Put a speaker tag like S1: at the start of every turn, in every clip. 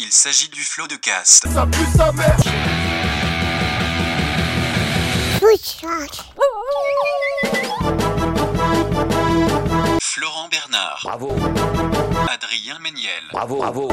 S1: Il s'agit du flot de cast. Florent Bernard,
S2: Bravo,
S1: Adrien Méniel,
S2: bravo, bravo.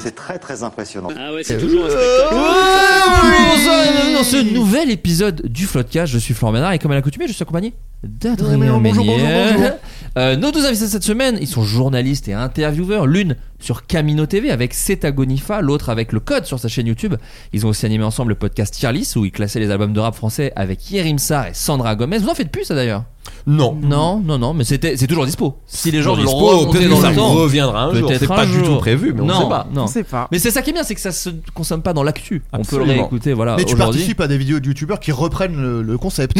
S3: C'est très très impressionnant.
S4: Ah ouais, c'est toujours un spectacle.
S5: Bonjour, dans ce nouvel épisode du Floodcast, je suis Florent Ménard Ah, et comme à l'accoutumée, je suis accompagné d'Adrien
S6: Bonjour, bonjour,
S5: Méniel.
S6: bonjour.
S5: Euh, nos deux invités cette semaine, ils sont journalistes et intervieweurs, l'une sur Camino TV avec Ceta Gonifa, l'autre avec Le Code sur sa chaîne YouTube. Ils ont aussi animé ensemble le podcast Tierlis où ils classaient les albums de rap français avec Yerim Sar et Sandra Gomez. Vous en faites plus ça d'ailleurs
S6: Non.
S5: Non, non, non, mais c'était- c'est toujours dispo. Si les gens
S6: Bon,
S5: l'ont
S6: dispo,
S5: remonté
S6: peut-être
S5: dans
S6: que ça
S5: le temps,
S6: reviendra un jour. C'est
S5: peut-être un
S6: pas du
S5: jour.
S6: tout prévu, mais
S5: non,
S6: on sait pas.
S5: Non.
S6: Non.
S7: On sait pas.
S5: Mais c'est ça qui est bien, c'est que ça se consomme pas dans l'actu. On peut le
S6: Absolument.
S5: réécouter, voilà.
S6: Mais
S7: Mais tu
S5: aujourd'hui.
S7: participes à des vidéos de youtubeurs qui reprennent le, le concept.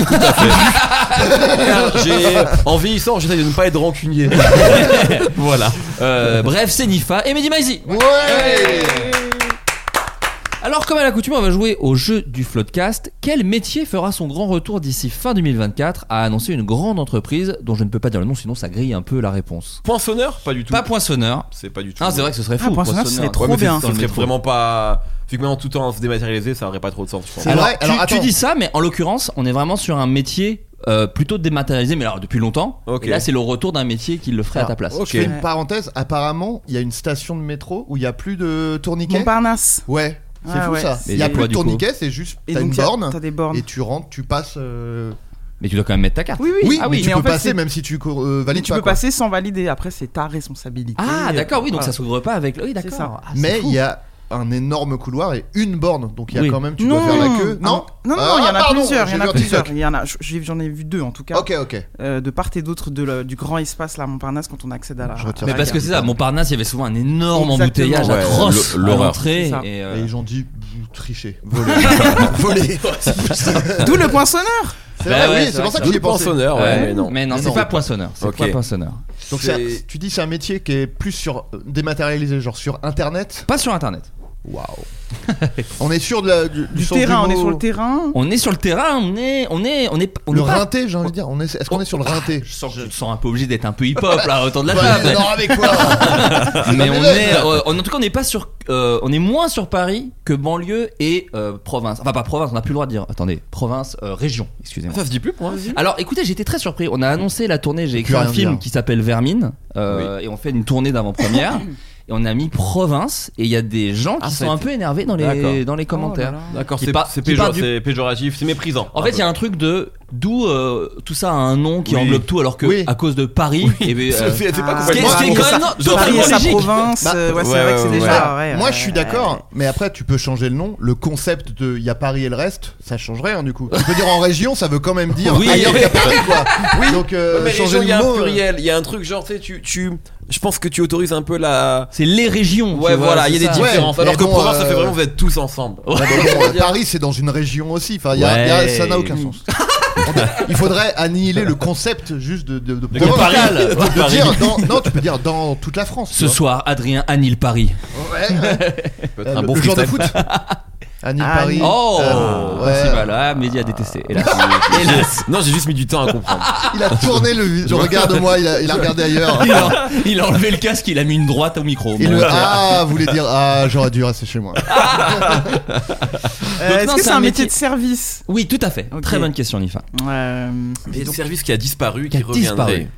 S6: J'ai en vieillissant, j'essaie de ne pas être rancunier. voilà.
S5: Euh, bref, c'est Nifa et Mehdi Maizi. Alors, comme à l'accoutumée, on va jouer au jeu du Floodcast. Quel métier fera son grand retour d'ici fin 2024 a annoncé une grande entreprise dont je ne peux pas dire le nom, sinon ça grille un peu la réponse.
S6: Poinçonneur Pas du tout.
S5: Pas poinçonneur.
S6: C'est pas du tout.
S5: Ah, c'est vrai que ce serait
S7: Ah,
S5: fou.
S7: poinçonneur, ce serait trop
S6: Ouais, mais c'est-
S7: bien.
S5: Dans
S6: Ce
S5: le
S6: serait
S5: métro.
S6: vraiment pas. Vu que maintenant tout le temps se dématérialisé, ça aurait pas trop de sens, je pense.
S7: C'est
S5: Alors,
S7: vrai,
S5: tu,
S7: alors,
S5: tu
S7: attends.
S5: dis ça, mais en l'occurrence, on est vraiment sur un métier euh, plutôt dématérialisé, mais alors depuis longtemps.
S6: Ok.
S5: Et là, c'est le retour d'un métier qui le ferait à
S7: Alors,
S5: ta place.
S6: Ok.
S7: Je fais une parenthèse, apparemment, il y a une station de métro où il y a plus de tourniquets.
S6: Montparnasse.
S7: Ouais, c'est
S5: Ah
S7: fou
S5: ouais.
S7: ça.
S5: Mais
S7: Il y a
S5: et quoi,
S7: plus de
S5: du coup
S7: tourniquets, c'est juste t'as une
S6: t'as-
S7: borne
S6: t'as des bornes.
S7: et tu rentres, tu passes. euh,
S5: Mais tu dois quand même mettre ta carte.
S6: Oui, oui.
S7: Oui,
S6: Ah
S7: mais tu
S6: mais
S7: peux
S6: en fait,
S7: passer
S6: c'est-
S7: même si tu cours, euh, valides
S6: tu
S7: pas,
S6: peux
S7: quoi.
S6: passer sans valider. Après, c'est ta responsabilité. euh,
S5: Ah, d'accord, oui, donc
S6: Voilà.
S5: ça s'ouvre pas avec. Oui,
S6: C'est
S5: d'accord.
S6: ça.
S5: Ah, c'est
S7: Mais
S5: fou.
S7: il y a un énorme couloir et une borne, donc il y a
S5: Oui.
S7: quand même tu dois faire la queue.
S6: Ah,
S7: Non,
S6: non, non,
S7: Ah,
S6: il y en a
S7: pardon,
S6: plusieurs. Il y en
S7: j'ai vu
S6: a
S7: un
S6: plusieurs.
S7: TikTok.
S6: Il y en a. je- J'en ai vu deux en tout cas,
S7: Ok, ok.
S6: euh, de part et d'autre de la- du grand espace là, Montparnasse, quand on accède à la.
S7: Je retire
S5: Mais
S7: ma
S5: parce que
S7: carte.
S5: c'est ça, Montparnasse, il y avait souvent un énorme
S6: Exactement.
S5: embouteillage
S6: Ouais,
S5: atroce
S6: le-
S5: à
S6: l'horreur.
S5: l'entrée.
S6: C'est ça.
S5: Et,
S7: Et
S5: euh,
S7: les gens disent tricher,
S5: Bah Voler.
S7: voler.
S6: D'où le poinçonneur.
S7: C'est
S5: Bah ouais,
S7: vrai, oui,
S5: c'est
S7: c'est
S5: vrai
S7: pour ça
S5: que
S7: que j'y ai pensé.
S6: Poinçonneur,
S5: Mais non,
S7: Mais
S5: c'est
S7: non.
S5: pas poinçonneur. C'est
S6: Ok.
S5: pas poinçonneur.
S7: Donc
S6: C'est-
S7: c'est- tu dis c'est un métier qui est plus sur euh, dématérialisé, genre sur internet.
S5: Pas sur internet.
S7: Waouh. on est sûr de la, du,
S6: Du
S7: sens
S6: terrain, on
S7: mot.
S6: est sur le terrain.
S5: On est sur le terrain, on est. On est. On est. On
S7: Le
S5: est pas-
S7: rinté, j'ai envie de dire. On est- Est-ce qu'on est sur le rinté
S5: Je sens, je me sens un peu obligé d'être un peu hip-hop là autour de la
S7: Bah,
S5: table.
S7: non, avec quoi
S5: mais
S6: Ah,
S7: Non,
S5: on
S7: mais
S5: est.
S7: là-
S5: euh, en tout cas, on n'est pas sur. euh, on est moins sur Paris que banlieue et euh, province. Enfin, pas province. On n'a plus le droit de dire. Attendez, province, euh, région. Excusez-moi.
S6: se dit plus, moi.
S5: Alors écoutez, j'étais très surpris. On a annoncé la tournée, j'ai écrit
S7: Plus
S5: un
S7: rien
S5: film
S7: dire.
S5: qui s'appelle Vermine euh, et on fait une tournée d'avant-première. Et on a mis province et il y a des gens qui
S6: Ah, ça
S5: sont
S6: a
S5: un
S6: été-
S5: peu énervés dans les,
S6: D'accord. Oh
S5: dans les commentaires.
S6: D'accord,
S5: Qui par-
S6: c'est
S5: qui part
S6: péjor-
S5: du-
S6: c'est péjoratif, c'est méprisant.
S5: En fait, il y a un truc de d'où euh, tout ça a un nom qui
S6: Oui.
S5: englobe tout, alors que
S7: Oui.
S5: à cause de Paris, et ben, euh,
S6: C'est
S7: pas
S6: pas
S7: Ah.
S5: ce qui est-
S6: complètement.
S5: ce qui est quand même non, totalement logique.
S7: Bah,
S6: euh, c'est vrai que c'est déjà.
S7: Moi je suis d'accord, mais après tu peux changer le nom. Le concept de il y a Paris et le reste, ça changerait rien du coup. Tu peux dire en région, ça veut quand même dire
S5: Oui.
S7: ailleurs qu'il y a Paris quoi. Donc euh,
S8: mais les
S7: changer
S8: gens, il y a
S7: le
S8: un
S7: mot. euh,
S8: pluriel, il y a un truc genre, tu sais, tu, tu- je pense que tu autorises un peu la.
S5: c'est les régions. tu
S8: Ouais,
S5: vois,
S8: voilà,
S5: c'est
S8: il y a des
S5: ça.
S7: différences.
S8: différences.
S7: Ouais,
S8: Alors
S7: mais
S8: que
S7: bon,
S8: province,
S7: euh,
S8: ça fait vraiment, vous êtes tous ensemble. Oh,
S7: Ouais, bah non, euh, Paris, c'est dans une région aussi. Enfin, il y a- il y a-
S5: Ouais.
S7: ça n'a aucun sens. Il faudrait annihiler le concept juste de, de, de,
S6: gars
S7: province.
S6: Paris.
S7: De dire dans- non, tu peux dire dans toute la France.
S5: Ce
S7: tu vois.
S5: soir, Adrien annule Paris.
S7: Ouais, ouais.
S6: peut-être
S7: Euh, le, le joueur de foot. Annihile Paris.
S5: Oh,
S7: Euh, ouais.
S5: c'est pas là, Mehdi a détesté. Hélas. Hélas.
S8: Non, j'ai juste mis du temps à comprendre.
S7: Il a tourné le vis- regard de moi. Il a, il a regardé ailleurs.
S5: Il a, il a enlevé le casque, il a mis une droite au micro.
S7: Et
S5: Bon,
S7: le
S5: voilà.
S7: ah voulait dire ah j'aurais dû rester chez moi.
S5: Donc,
S6: Euh, Est-ce
S5: non,
S6: que c'est un métier de service
S5: Oui, tout à fait.
S6: Ok.
S5: Très bonne question, Nifa.
S6: Euh,
S8: Il y a des services qui a disparu,
S5: Qui
S8: qui,
S5: a disparu.
S8: reviendrait.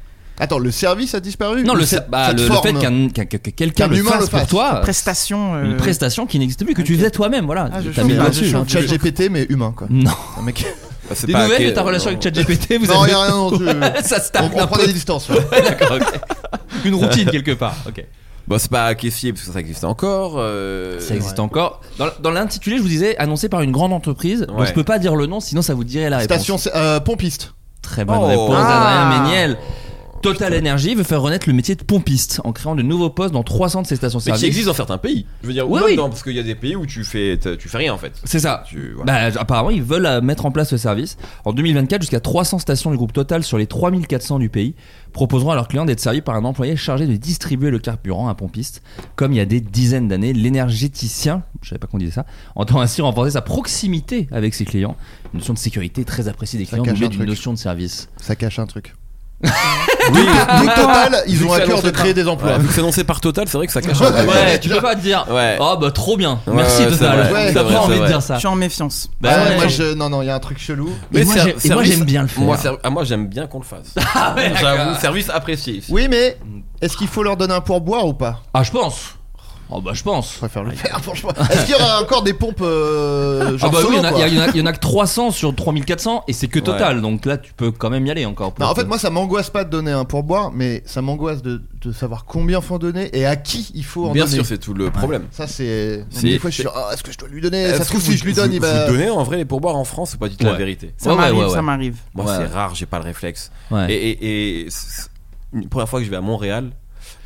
S7: Attends le service a disparu.
S5: Non,
S7: Ou
S5: le,
S7: cette-
S5: bah,
S7: cette
S5: le, le
S7: forme
S5: fait qu'un- qu'un- que que quelqu'un
S7: Qu'un
S5: le
S7: humain
S5: fasse
S7: le
S5: pour
S7: fasse.
S5: toi,
S6: Prestation. euh,
S5: une prestation qui n'existe plus, que tu
S6: ok.
S5: faisais toi-même, voilà.
S6: Ah, je
S5: T'as
S6: change,
S5: mis le
S6: ah,
S5: doigt
S6: je
S5: dessus.
S6: change.
S7: Chat GPT mais humain quoi.
S5: Non.
S7: Un mec.
S8: Ah, c'est
S5: Des
S8: pas
S5: nouvelles
S8: hacké,
S5: de ta relation
S8: non.
S5: avec ChatGPT, vous
S7: Non
S5: avez-
S7: y a rien. non, je-
S5: ça
S7: On,
S5: stagne
S7: on
S5: un
S7: prend
S5: peu.
S7: des distances. ouais.
S5: D'accord, ok. Une routine quelque part. Ok.
S8: Bah, c'est pas hackifié parce que ça existe encore. euh,
S5: Ça existe encore. Dans, dans l'intitulé, je vous disais annoncé par une grande entreprise. Donc
S8: Ouais.
S5: je peux pas dire le nom, sinon ça vous dirait la réponse.
S7: Station euh, pompiste.
S5: Très bonne
S8: Oh.
S5: réponse,
S6: Ah.
S5: Adrien Méniel. Total Energy veut faire renaître le métier de pompiste en créant de nouveaux postes dans 300 de ses
S8: Mais
S5: stations-service.
S8: qui existe dans certains pays. Je veux dire, ou
S5: Oui,
S8: même
S5: oui.
S8: dans- parce qu'il y a des pays où tu fais, t'as- tu fais rien en fait.
S5: C'est ça.
S8: Tu, voilà.
S5: Bah, apparemment, ils veulent euh, mettre en place ce service. En 2024, jusqu'à 300 stations du groupe Total sur les 3400 du pays proposeront à leurs clients d'être servis par un employé chargé de distribuer le carburant à un pompiste. Comme il y a des dizaines d'années, l'énergéticien, je savais pas qu'on disait ça, entend ainsi renforcer sa proximité avec ses clients. Une notion de sécurité très appréciée des
S7: Ça
S5: clients,
S7: cache
S5: doublée
S7: un
S5: d'une
S7: truc.
S5: notion de service.
S7: Ça cache un truc.
S8: oui,
S7: Nous, Total, ils
S8: Vu
S7: ont
S8: que
S7: à
S8: ça
S7: cœur
S8: annonce
S7: de
S8: le
S7: créer
S8: train.
S7: des emplois.
S8: Ouais, vu que c'est annoncé par Total, c'est vrai que ça cache.
S7: Ouais.
S8: un peu.
S5: Bah, Ouais, tu peux pas te dire.
S8: Ouais.
S5: Oh bah trop bien.
S8: Ouais,
S5: Merci
S8: ouais, c'est
S5: Total.
S7: vrai,
S5: T'as
S7: c'est
S5: pas
S8: vrai,
S5: envie
S8: c'est
S5: de dire
S8: vrai.
S5: ça.
S2: Je suis en méfiance.
S5: Bah
S7: Ah ouais,
S5: ouais.
S7: moi, je- Non, non, il y a un truc chelou.
S5: Et moi,
S8: ser-
S5: j'ai- et moi,
S8: service-
S5: j'aime bien le faire. Ah
S8: Moi, ser- ah, moi, j'aime bien qu'on le fasse. J'avoue, service apprécié.
S7: Oui, mais est-ce qu'il faut leur donner un pourboire ou pas
S5: Ah, je pense. Oh bah je pense.
S7: Je préfère le faire, franchement. Est-ce qu'il y aura encore des pompes euh, genre
S5: Ah bah oui, il
S7: solo,
S5: y en a-
S7: quoi
S5: il y, en a- il y en a que 300 sur 3400 et c'est que total. Donc là, tu peux quand même y aller encore. pour
S7: Non, en
S5: le
S7: fait,
S5: coup.
S7: moi, ça m'angoisse pas de donner un pourboire, mais ça m'angoisse de, de savoir combien faut en donner et à qui il faut en
S8: Bien
S7: donner.
S8: sûr, c'est tout le problème.
S7: Ça, c'est.
S8: C'est-
S7: Des fois, je suis
S8: c'est-
S7: genre, Ah, est-ce que je dois lui donner
S8: Est-ce
S7: Ça se trouve,
S8: que
S7: si
S8: vous-
S7: je lui donne,
S8: vous,
S7: il va.
S8: Vous donnez en vrai les pourboires en France ou pas Dites
S5: Ouais.
S8: la vérité.
S2: Ça
S5: Ouais, ouais,
S2: m'arrive,
S5: ouais, ouais.
S2: ça m'arrive.
S8: Moi,
S5: Ouais.
S8: c'est rare, j'ai pas le réflexe.
S5: Ouais.
S8: Et, et, et c'est- une première fois que je vais à Montréal.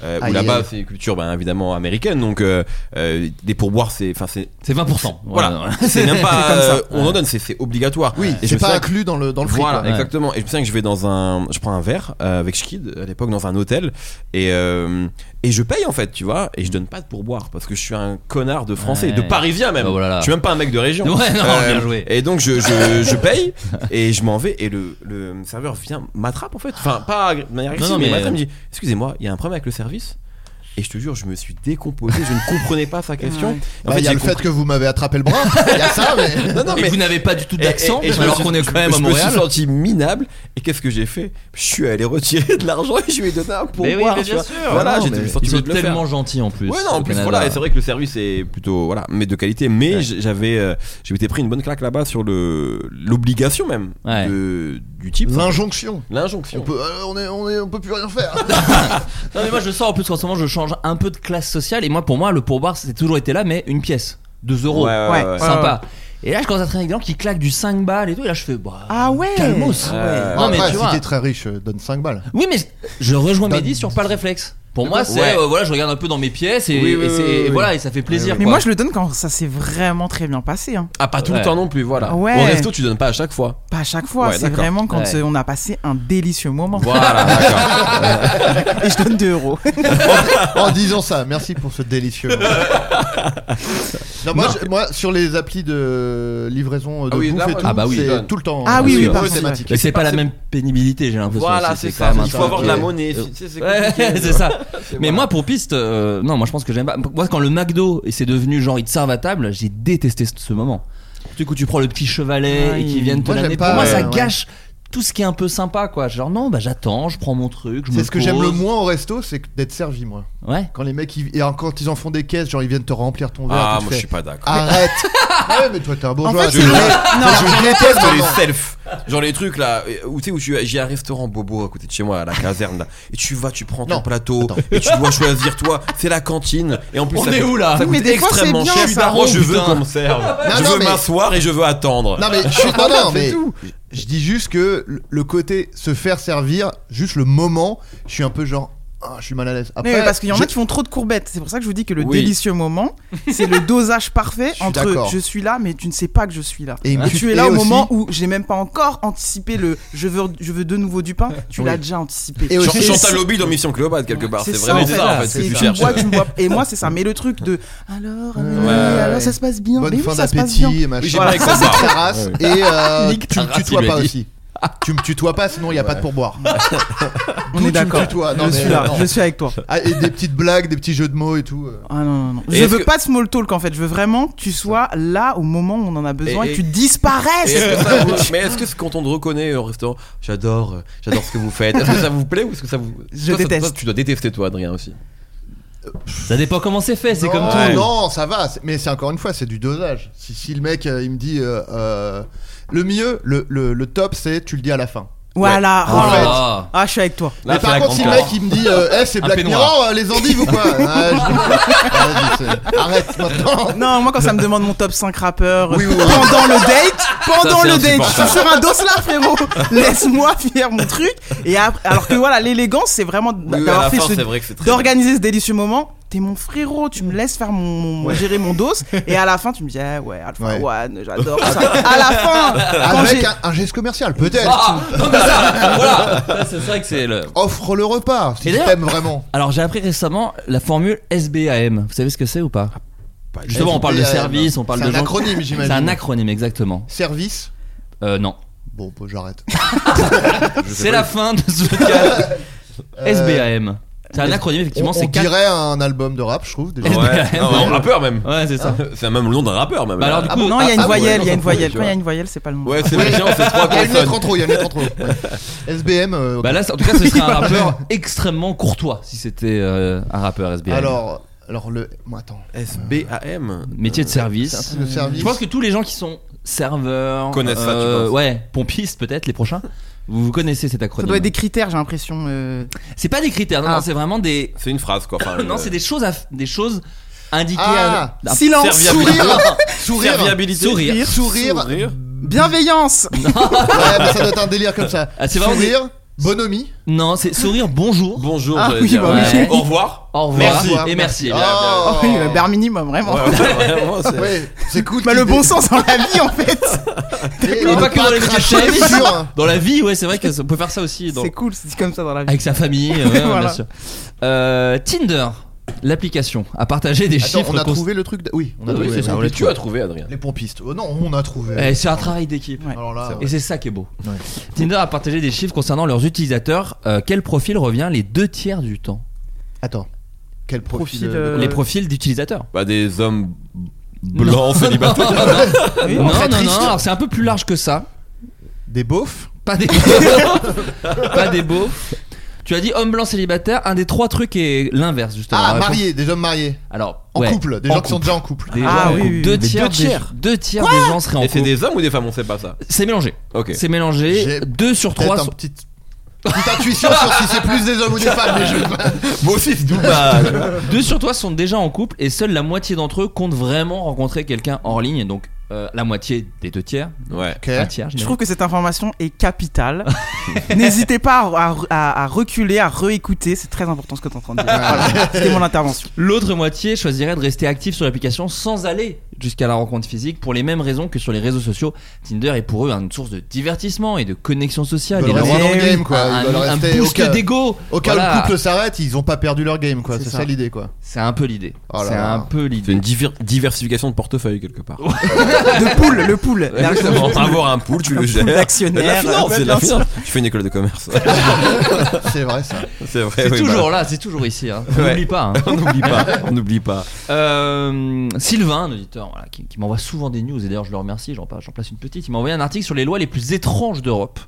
S8: euh, où
S7: Aïe,
S8: là-bas
S7: aïe.
S8: c'est une culture ben, évidemment américaine donc euh, euh, des pourboires c'est enfin c'est
S5: c'est 20%.
S8: voilà
S5: Ouais.
S8: c'est même pas
S5: C'est comme
S8: euh,
S5: ça.
S8: on en donne c'est c'est obligatoire
S7: Oui,
S8: Ah, Et je
S7: c'est
S8: me souviens
S7: pas
S8: que-
S7: inclus dans le, dans le fric.
S8: voilà,
S7: quoi.
S8: exactement. Et je me souviens que je vais dans un. Je prends un verre euh, avec Schkid à l'époque dans un hôtel et, euh, et je paye en fait, tu vois.
S7: Mm.
S8: Et je donne pas de pourboire parce que je suis un connard de français,
S5: Ouais.
S8: de parisien
S7: Bah,
S8: même.
S5: Oh là là.
S8: Je suis même pas un mec de région. Euh,
S5: Ouais, non, bien joué.
S8: Et donc je, je, je paye et je m'en vais et le, le serveur vient, m'attrape en fait. Enfin, pas de manière agressive,
S5: non,
S8: mais,
S5: mais-
S8: m'attrape. Il me dit Excusez-moi, il y a un problème avec le service. Et je te jure, je me suis décomposé, je ne comprenais pas sa question.
S2: Ouais.
S8: En
S7: Bah,
S8: fait,
S7: il y a
S8: j'ai
S7: le fait
S8: compris-
S7: que vous m'avez attrapé le bras. Il y a ça, mais.
S8: Non, non,
S5: et
S8: mais
S5: vous n'avez pas du tout
S8: et-
S5: d'accent,
S8: et- et je me
S5: alors
S8: suis-
S5: qu'on est
S8: je-
S5: quand même à
S8: Je me
S5: Montréal.
S8: suis senti minable. Et qu'est-ce que j'ai fait Je suis allé retirer de l'argent et je lui ai donné un
S5: Mais oui,
S8: pourboire.
S5: mais
S8: tu
S5: bien
S8: vois.
S5: sûr.
S8: Voilà,
S5: Non,
S8: j'étais
S5: mais
S8: juste senti
S5: Ils
S8: mieux
S5: sont
S8: de le faire.
S5: tellement gentils en plus.
S8: Ouais, non, en
S5: au
S8: plus,
S5: Canada.
S8: voilà, et c'est vrai que le service est plutôt, voilà, mais de qualité. Mais j- j'avais, euh, j'ai été pris une bonne claque là-bas sur le, l'obligation même
S5: Ouais.
S8: de- du type.
S7: L'injonction. On
S8: L'injonction.
S7: peut, euh, on, est, on, est, on peut plus rien faire.
S5: Non, mais moi, je sens en plus qu'en ce moment, je change un peu de classe sociale. Et moi, pour moi, le pourboire, c'est toujours été là, mais une pièce. 2 euros.
S8: Ouais, ouais, ouais.
S5: Sympa. Et là, je commence à traîner avec des gens qui claquent du 5 balles et tout. Et là, je fais. Bah,
S2: Ah ouais
S5: Calmos.
S8: Euh,
S5: Non, mais
S7: Après,
S5: tu
S7: si
S5: vois.
S7: t'es très riche, euh, donne 5 balles.
S5: Oui, mais je rejoins
S7: Donne-
S5: Mehdi sur pas le réflexe. Pour moi, c'est
S8: Bah, Ouais.
S5: euh, voilà, je regarde un peu dans mes pièces et,
S8: Oui, oui,
S5: et c'est-
S8: oui, oui,
S5: et
S8: oui.
S5: voilà, et ça fait plaisir.
S2: Mais
S5: quoi.
S2: moi, je le donne quand ça s'est vraiment très bien passé. hein.
S8: Ah, pas tout
S5: Ouais.
S8: le temps non plus, voilà.
S2: Ouais.
S8: Au resto, tu donnes pas à chaque fois.
S2: Pas à chaque fois,
S8: Ouais,
S2: c'est
S8: d'accord.
S2: vraiment quand
S5: Ouais.
S2: euh, on a passé un délicieux moment.
S8: Voilà, d'accord.
S2: Et je donne 2 euros.
S7: En disant ça, merci pour ce délicieux. moment. Non, moi, je- moi, sur les applis de livraison de
S8: Ah oui,
S7: bouffe
S8: là,
S7: et
S8: moi,
S7: tout,
S8: je-
S5: Ah bah oui.
S7: c'est tout le temps.
S2: Ah oui,
S7: euh,
S2: oui,
S7: c'est
S2: par contre,
S7: thématique.
S5: Mais c'est pas la
S8: c'est-
S5: même pénibilité, j'ai l'impression.
S8: voilà, c'est ça.
S5: quand même
S8: Il faut avoir de la
S5: un truc.
S8: monnaie. c'est- c'est- c'est
S5: Ouais,
S8: compliqué.
S5: c'est ça.
S8: C'est-
S5: Mais
S8: voilà.
S5: moi, pour piste, euh, non, moi je pense que j'aime pas. Moi, quand le McDo et c'est devenu genre ils te servent à table, j'ai détesté ce- ce moment. Du coup, tu prends le petit chevalet et
S2: Aïe.
S5: qu'ils viennent te
S7: Moi,
S5: l'amener.
S7: j'aime
S5: Pour
S7: pas,
S5: moi,
S7: ouais,
S5: ça
S7: ouais.
S5: gâche tout ce qui est un peu sympa, quoi. Genre, non, bah j'attends, je prends mon truc, je me
S7: C'est ce que j'aime
S5: pose.
S7: le moins au resto, c'est que d'être servi, moi.
S5: Ouais.
S7: Quand les mecs, ils... et quand ils en font des caisses, genre ils viennent te remplir ton verre.
S8: Ah,
S7: tu te
S8: moi,
S7: fais,
S8: je suis pas d'accord.
S7: Arrête. Ah ouais, mais toi, t'es un bourgeois.
S2: fait,
S7: tu
S8: c'est-
S7: le-
S8: Non.
S7: Je déteste
S8: Parce que les
S7: maintenant.
S8: self, genre les trucs là, où tu sais où tu j'ai un restaurant bobo à côté de chez moi à la caserne là, et tu vas, tu prends ton
S7: Non.
S8: plateau et tu dois choisir toi, c'est la cantine et en plus
S5: On
S8: ça
S5: est
S8: coûte-
S5: où, là
S8: Ça
S2: Mais
S8: coûte
S2: des fois,
S8: extrêmement
S2: c'est bien,
S8: cher.
S2: ça
S8: Moi, je
S5: rond,
S8: veux
S5: putain.
S8: qu'on me serve.
S7: Non,
S8: je
S7: non,
S8: veux
S7: mais-
S8: m'asseoir et je veux attendre.
S7: Non mais je suis non, non,
S8: C'est
S7: mais
S8: tout.
S7: je dis juste que le- le côté se faire servir, juste le moment, je suis un peu genre ah, je suis mal à l'aise.
S2: Mais
S7: Après
S2: parce qu'il y en
S7: je-
S2: a qui font trop de courbettes. C'est pour ça que je vous dis que le
S8: Oui.
S2: délicieux moment, c'est le dosage parfait
S7: Je suis
S2: entre
S7: d'accord.
S2: je suis là, mais tu ne sais pas que je suis là.
S7: Et il me
S2: Et
S7: tue-
S2: tu es
S7: et
S2: là au
S7: aussi-
S2: moment où j'ai même pas encore anticipé le je veux, je veux de nouveau du pain. Tu
S7: Oui.
S2: l'as déjà anticipé.
S7: Et
S8: Genre
S7: aussi-
S8: Chantal Lobby dans Mission Cléopâtre quelque part. C'est
S2: ça,
S8: vraiment ça en fait ce
S2: C'est
S8: que tu
S2: tu
S8: cherches.
S2: bois, tu bois. Et moi, c'est ça. Mais le truc de alors, alors,
S7: Ouais,
S8: ouais,
S2: alors,
S8: ouais.
S2: ça se passe bien.
S7: bonne
S2: mais oui,
S7: fin
S2: ça se passe bien.
S7: d'appétit, machin.
S8: Oui, j'ai pas avec
S7: ça c'est
S8: ça.
S7: ta race et euh,
S5: Nique
S7: tu
S5: ta
S7: me
S5: race,
S7: tutoies
S5: il
S7: pas
S5: lui a dit.
S7: aussi. Tu me tutoies pas sinon il y a pas de pourboire.
S2: On
S7: Tout,
S2: est
S7: tu me
S2: d'accord.
S7: tutoies. Non,
S2: Je
S7: mais-
S2: suis là.
S7: non.
S2: Je suis avec toi.
S7: Ah, et des petites blagues, des petits jeux de mots et tout. euh.
S2: Ah non, non, non.
S8: Et
S2: je
S8: est-ce
S2: veux
S8: que-
S2: pas de small talk en fait. Je veux vraiment que tu sois là au moment où on en a besoin
S8: Et-
S2: et, que tu
S8: Et
S2: disparaisses.
S8: est-ce que ça vous- Mais est-ce que c'est quand on te reconnaît au restaurant, j'adore, euh, j'adore ce que vous faites. Est-ce que ça vous plaît ou est-ce que ça vous
S2: Je
S8: Toi, ça-
S2: déteste.
S8: toi, tu dois détester toi, Adrien aussi.
S5: Ça dépend comment c'est fait, c'est
S7: non,
S5: comme tout.
S7: Non, ça va, c'est- mais c'est encore une fois, c'est du dosage. Si, si le mec, euh, il me dit, euh, euh, le mieux, le, le- le top, c'est tu le dis à la fin.
S2: Voilà.
S7: En
S2: Oh
S7: fait.
S2: là là.
S5: Ah.
S2: Ah, je suis avec toi.
S8: Là,
S7: mais
S8: c'est
S7: par
S8: la
S7: contre, si le
S8: grande
S7: mec il me dit, euh, Eh, c'est
S5: Un
S7: Black
S5: peignoir.
S7: Mirror, euh, les endives ou quoi Ah, je- Ah, je sais. Arrête maintenant.
S2: Non, moi quand ça me demande mon top 5 rappeurs
S7: Oui, oui, oui.
S2: pendant le date, pendant
S5: c'est
S2: le date, je
S5: insupportable.
S2: suis sur un dos là frérot. Laisse-moi finir mon truc et après, alors que voilà, l'élégance c'est vraiment
S8: Oui, oui, à
S2: d'avoir
S8: la
S2: fait
S8: fin,
S2: ce-
S8: c'est vrai que c'est très
S2: d'organiser ce délicieux moment. T'es mon frérot, tu
S7: Mm.
S2: me laisses faire mon, mon- gérer mon dos et à la fin tu me dis ah ouais, Alpha
S7: Ouais.
S2: One, j'adore ça. à la fin quand
S7: Avec
S2: j'ai
S7: un, un geste commercial, peut-être.
S5: Ah, non, mais ça, voilà. Ça, c'est vrai que c'est le.
S7: Offre le repas, si
S5: Et
S7: tu
S5: d'ailleurs-
S7: t'aimes vraiment.
S5: Alors j'ai appris récemment la formule SBAM. Vous savez ce que c'est ou pas Justement, on parle de
S7: SBAM.
S5: service, on parle
S7: euh, C'est
S5: de
S7: un
S5: gens-
S7: acronyme, j'imagine.
S5: C'est un acronyme exactement.
S7: Service.
S5: Euh, non.
S7: Bon, bah, j'arrête.
S5: C'est la fin de ce podcast. SBAM. C'est un acronyme
S7: Euh, On,
S5: effectivement.
S7: on
S5: C'est quatre.
S7: dirait un album de rap, je trouve. Déjà.
S8: Ouais, non, un rappeur même.
S5: Ouais, c'est ça.
S8: C'est même le nom d'un rappeur même.
S5: Bah alors du
S7: Ah
S5: coup,
S2: non, il y a
S7: Ah,
S2: une
S7: ah,
S2: voyelle, il y a une
S8: ouais,
S2: voyelle.
S8: tu
S2: Quand il y
S8: vois.
S2: a une voyelle, c'est pas le mot.
S8: Ouais, c'est méchant, c'est trois
S7: Il y a une lettre en
S8: consonnes.
S7: trop, il y a une lettre en trop. Ouais. SBM. euh, ok.
S5: bah là, c'est- en tout cas, ce serait un rappeur extrêmement courtois si c'était euh, un rappeur SBAM.
S7: alors, alors le. Bon, attends.
S8: SBAM.
S5: métier de
S7: C'est un
S5: service.
S7: truc de service.
S5: Je pense que tous les gens qui sont serveurs,
S8: Connaissent ça, tu
S5: euh,
S8: penses
S5: ouais, pompistes peut-être les prochains. Vous, vous connaissez cet
S2: Ça
S5: acronyme
S2: doit être des critères, j'ai l'impression. euh,
S5: C'est pas des critères, non,
S2: Ah.
S5: non, c'est vraiment des.
S8: C'est une phrase quoi. Enfin,
S5: non,
S8: euh,
S5: c'est des choses, à f- des choses indiquées.
S7: Ah.
S5: à... à-
S2: Silence,
S8: serviable.
S2: sourire,
S7: Sourire.
S5: Serviabilité. Sourire.
S7: Sourire.
S8: Sourire.
S2: bienveillance.
S7: Ouais, mais ça doit être un délire comme ça.
S5: Ah, c'est vraiment des-
S7: Sourire. Bonhomie.
S5: Non, c'est sourire. Bonjour.
S8: Bonjour,
S2: Ah
S8: j'allais
S2: oui,
S8: dire.
S2: bah
S5: oui.
S8: Au revoir.
S5: Au revoir.
S7: Merci.
S5: Et merci.
S7: Oh.
S2: Oh, oui, le bare minimum, vraiment.
S8: Ouais, vraiment, c'est-
S7: Ouais, c'est cool.
S2: Bah, le bon sens dans la vie en fait.
S7: Et
S5: Mais
S7: ne
S5: pas que dans les métiers de
S7: cracher
S5: service.
S7: sur-
S5: Dans la vie, ouais, c'est vrai qu'on peut faire ça aussi. dans-
S2: C'est cool, c'est comme ça dans la vie.
S5: Avec sa famille, euh, ouais, ouais,
S2: Voilà.
S5: bien sûr. Euh, Tinder, l'application, a partagé des
S7: Attends,
S5: chiffres.
S7: on a
S5: const- Ah
S7: trouvé le truc. de- Oui, on a
S5: Oui,
S7: trouvé.
S5: c'est
S7: les
S5: ça, on
S7: pompistes.
S8: Tu as trouvé, Adrien.
S7: Les pompistes. Oh non, on a trouvé.
S5: Eh, c'est un travail d'équipe. Ah,
S2: Ouais.
S7: Alors là,
S5: Et c'est ça qui est beau.
S7: Ouais.
S5: Tinder a partagé des chiffres concernant leurs utilisateurs. Euh, quel profil revient les deux tiers du temps
S7: attends. Quel profil,
S2: Profil,
S7: de-
S2: euh,
S5: Les profils d'utilisateurs.
S8: Bah, des hommes blancs
S5: non,
S8: célibataires.
S5: non, non,
S7: Très
S5: non,
S7: triste.
S5: non, alors c'est un peu plus large que ça.
S7: Des beaufs
S5: Pas des, pas des beaux. Tu as dit homme blanc célibataire. Un des trois trucs est l'inverse justement.
S7: Ah,
S5: La réponse-
S7: mariés, des hommes mariés.
S5: Alors
S7: En
S5: ouais.
S7: couple, des
S5: En
S7: gens qui sont
S5: couple.
S7: déjà en couple.
S5: Des
S2: Ah,
S5: gens en
S2: oui,
S5: couple.
S2: oui, oui.
S5: deux
S2: Mais
S5: tiers,
S2: deux
S5: des-
S2: tiers.
S5: deux tiers des gens seraient en
S8: Et c'est
S5: couple.
S8: des hommes ou des femmes, on sait pas ça.
S5: C'est mélangé.
S8: Ok.
S5: C'est mélangé.
S7: J'ai
S5: 2 sur 3
S7: Peut-être un petit. Petite intuition sur si c'est plus des hommes ou des femmes, mais je. Moi aussi,
S5: sur 3 sont déjà en couple et seule la moitié d'entre eux compte vraiment rencontrer quelqu'un hors ligne. Donc euh, la moitié des deux tiers.
S8: Ouais.
S7: Ok.
S5: Un tiers,
S2: Je trouve que cette information est capitale. N'hésitez pas à, à- à reculer, à réécouter. C'est très important ce que tu es en train de dire. Voilà, C'était mon intervention.
S5: L'autre moitié choisirait de rester actif sur l'application sans aller jusqu'à la rencontre physique pour les mêmes raisons que sur les réseaux sociaux. Tinder est pour eux une source de divertissement et de connexion sociale.
S7: Ils
S5: Et
S7: veulent
S5: leur-
S7: rester dans le
S5: Eh oui.
S7: game, quoi. Ils
S5: Un,
S7: veulent
S5: un
S7: rester au
S5: boost
S7: cas-
S5: d'ego.
S7: Au cas où
S5: Voilà.
S7: le couple s'arrête, ils ont pas perdu leur game, quoi.
S5: C'est
S7: C'est
S5: ça.
S7: ça, l'idée, quoi.
S5: C'est un peu l'idée.
S7: Oh là
S5: C'est
S7: là.
S5: un peu
S8: C'est
S5: l'idée.
S8: une diver- diversification de portefeuille quelque part.
S2: De poule, le poule.
S8: Exactement. Avoir un pool, tu le gères.
S2: d'actionnaires.
S8: La finance, c'est de
S2: Bien
S8: la
S2: sûr.
S8: finance. Tu fais une école de commerce.
S7: C'est vrai, ça. Ah
S8: C'est vrai.
S5: C'est
S7: Eh
S8: oui,
S5: toujours
S7: bah.
S5: là, c'est toujours ici. hein. On
S8: Ouais.
S5: n'oublie pas. hein.
S8: bah, On n'oublie pas. On n'oublie pas.
S5: Euh, Sylvain, un auditeur voilà, qui, qui m'envoie souvent des news, et d'ailleurs je le remercie, j'en, j'en place une petite, il m'a envoyé un article sur les lois les plus étranges d'Europe.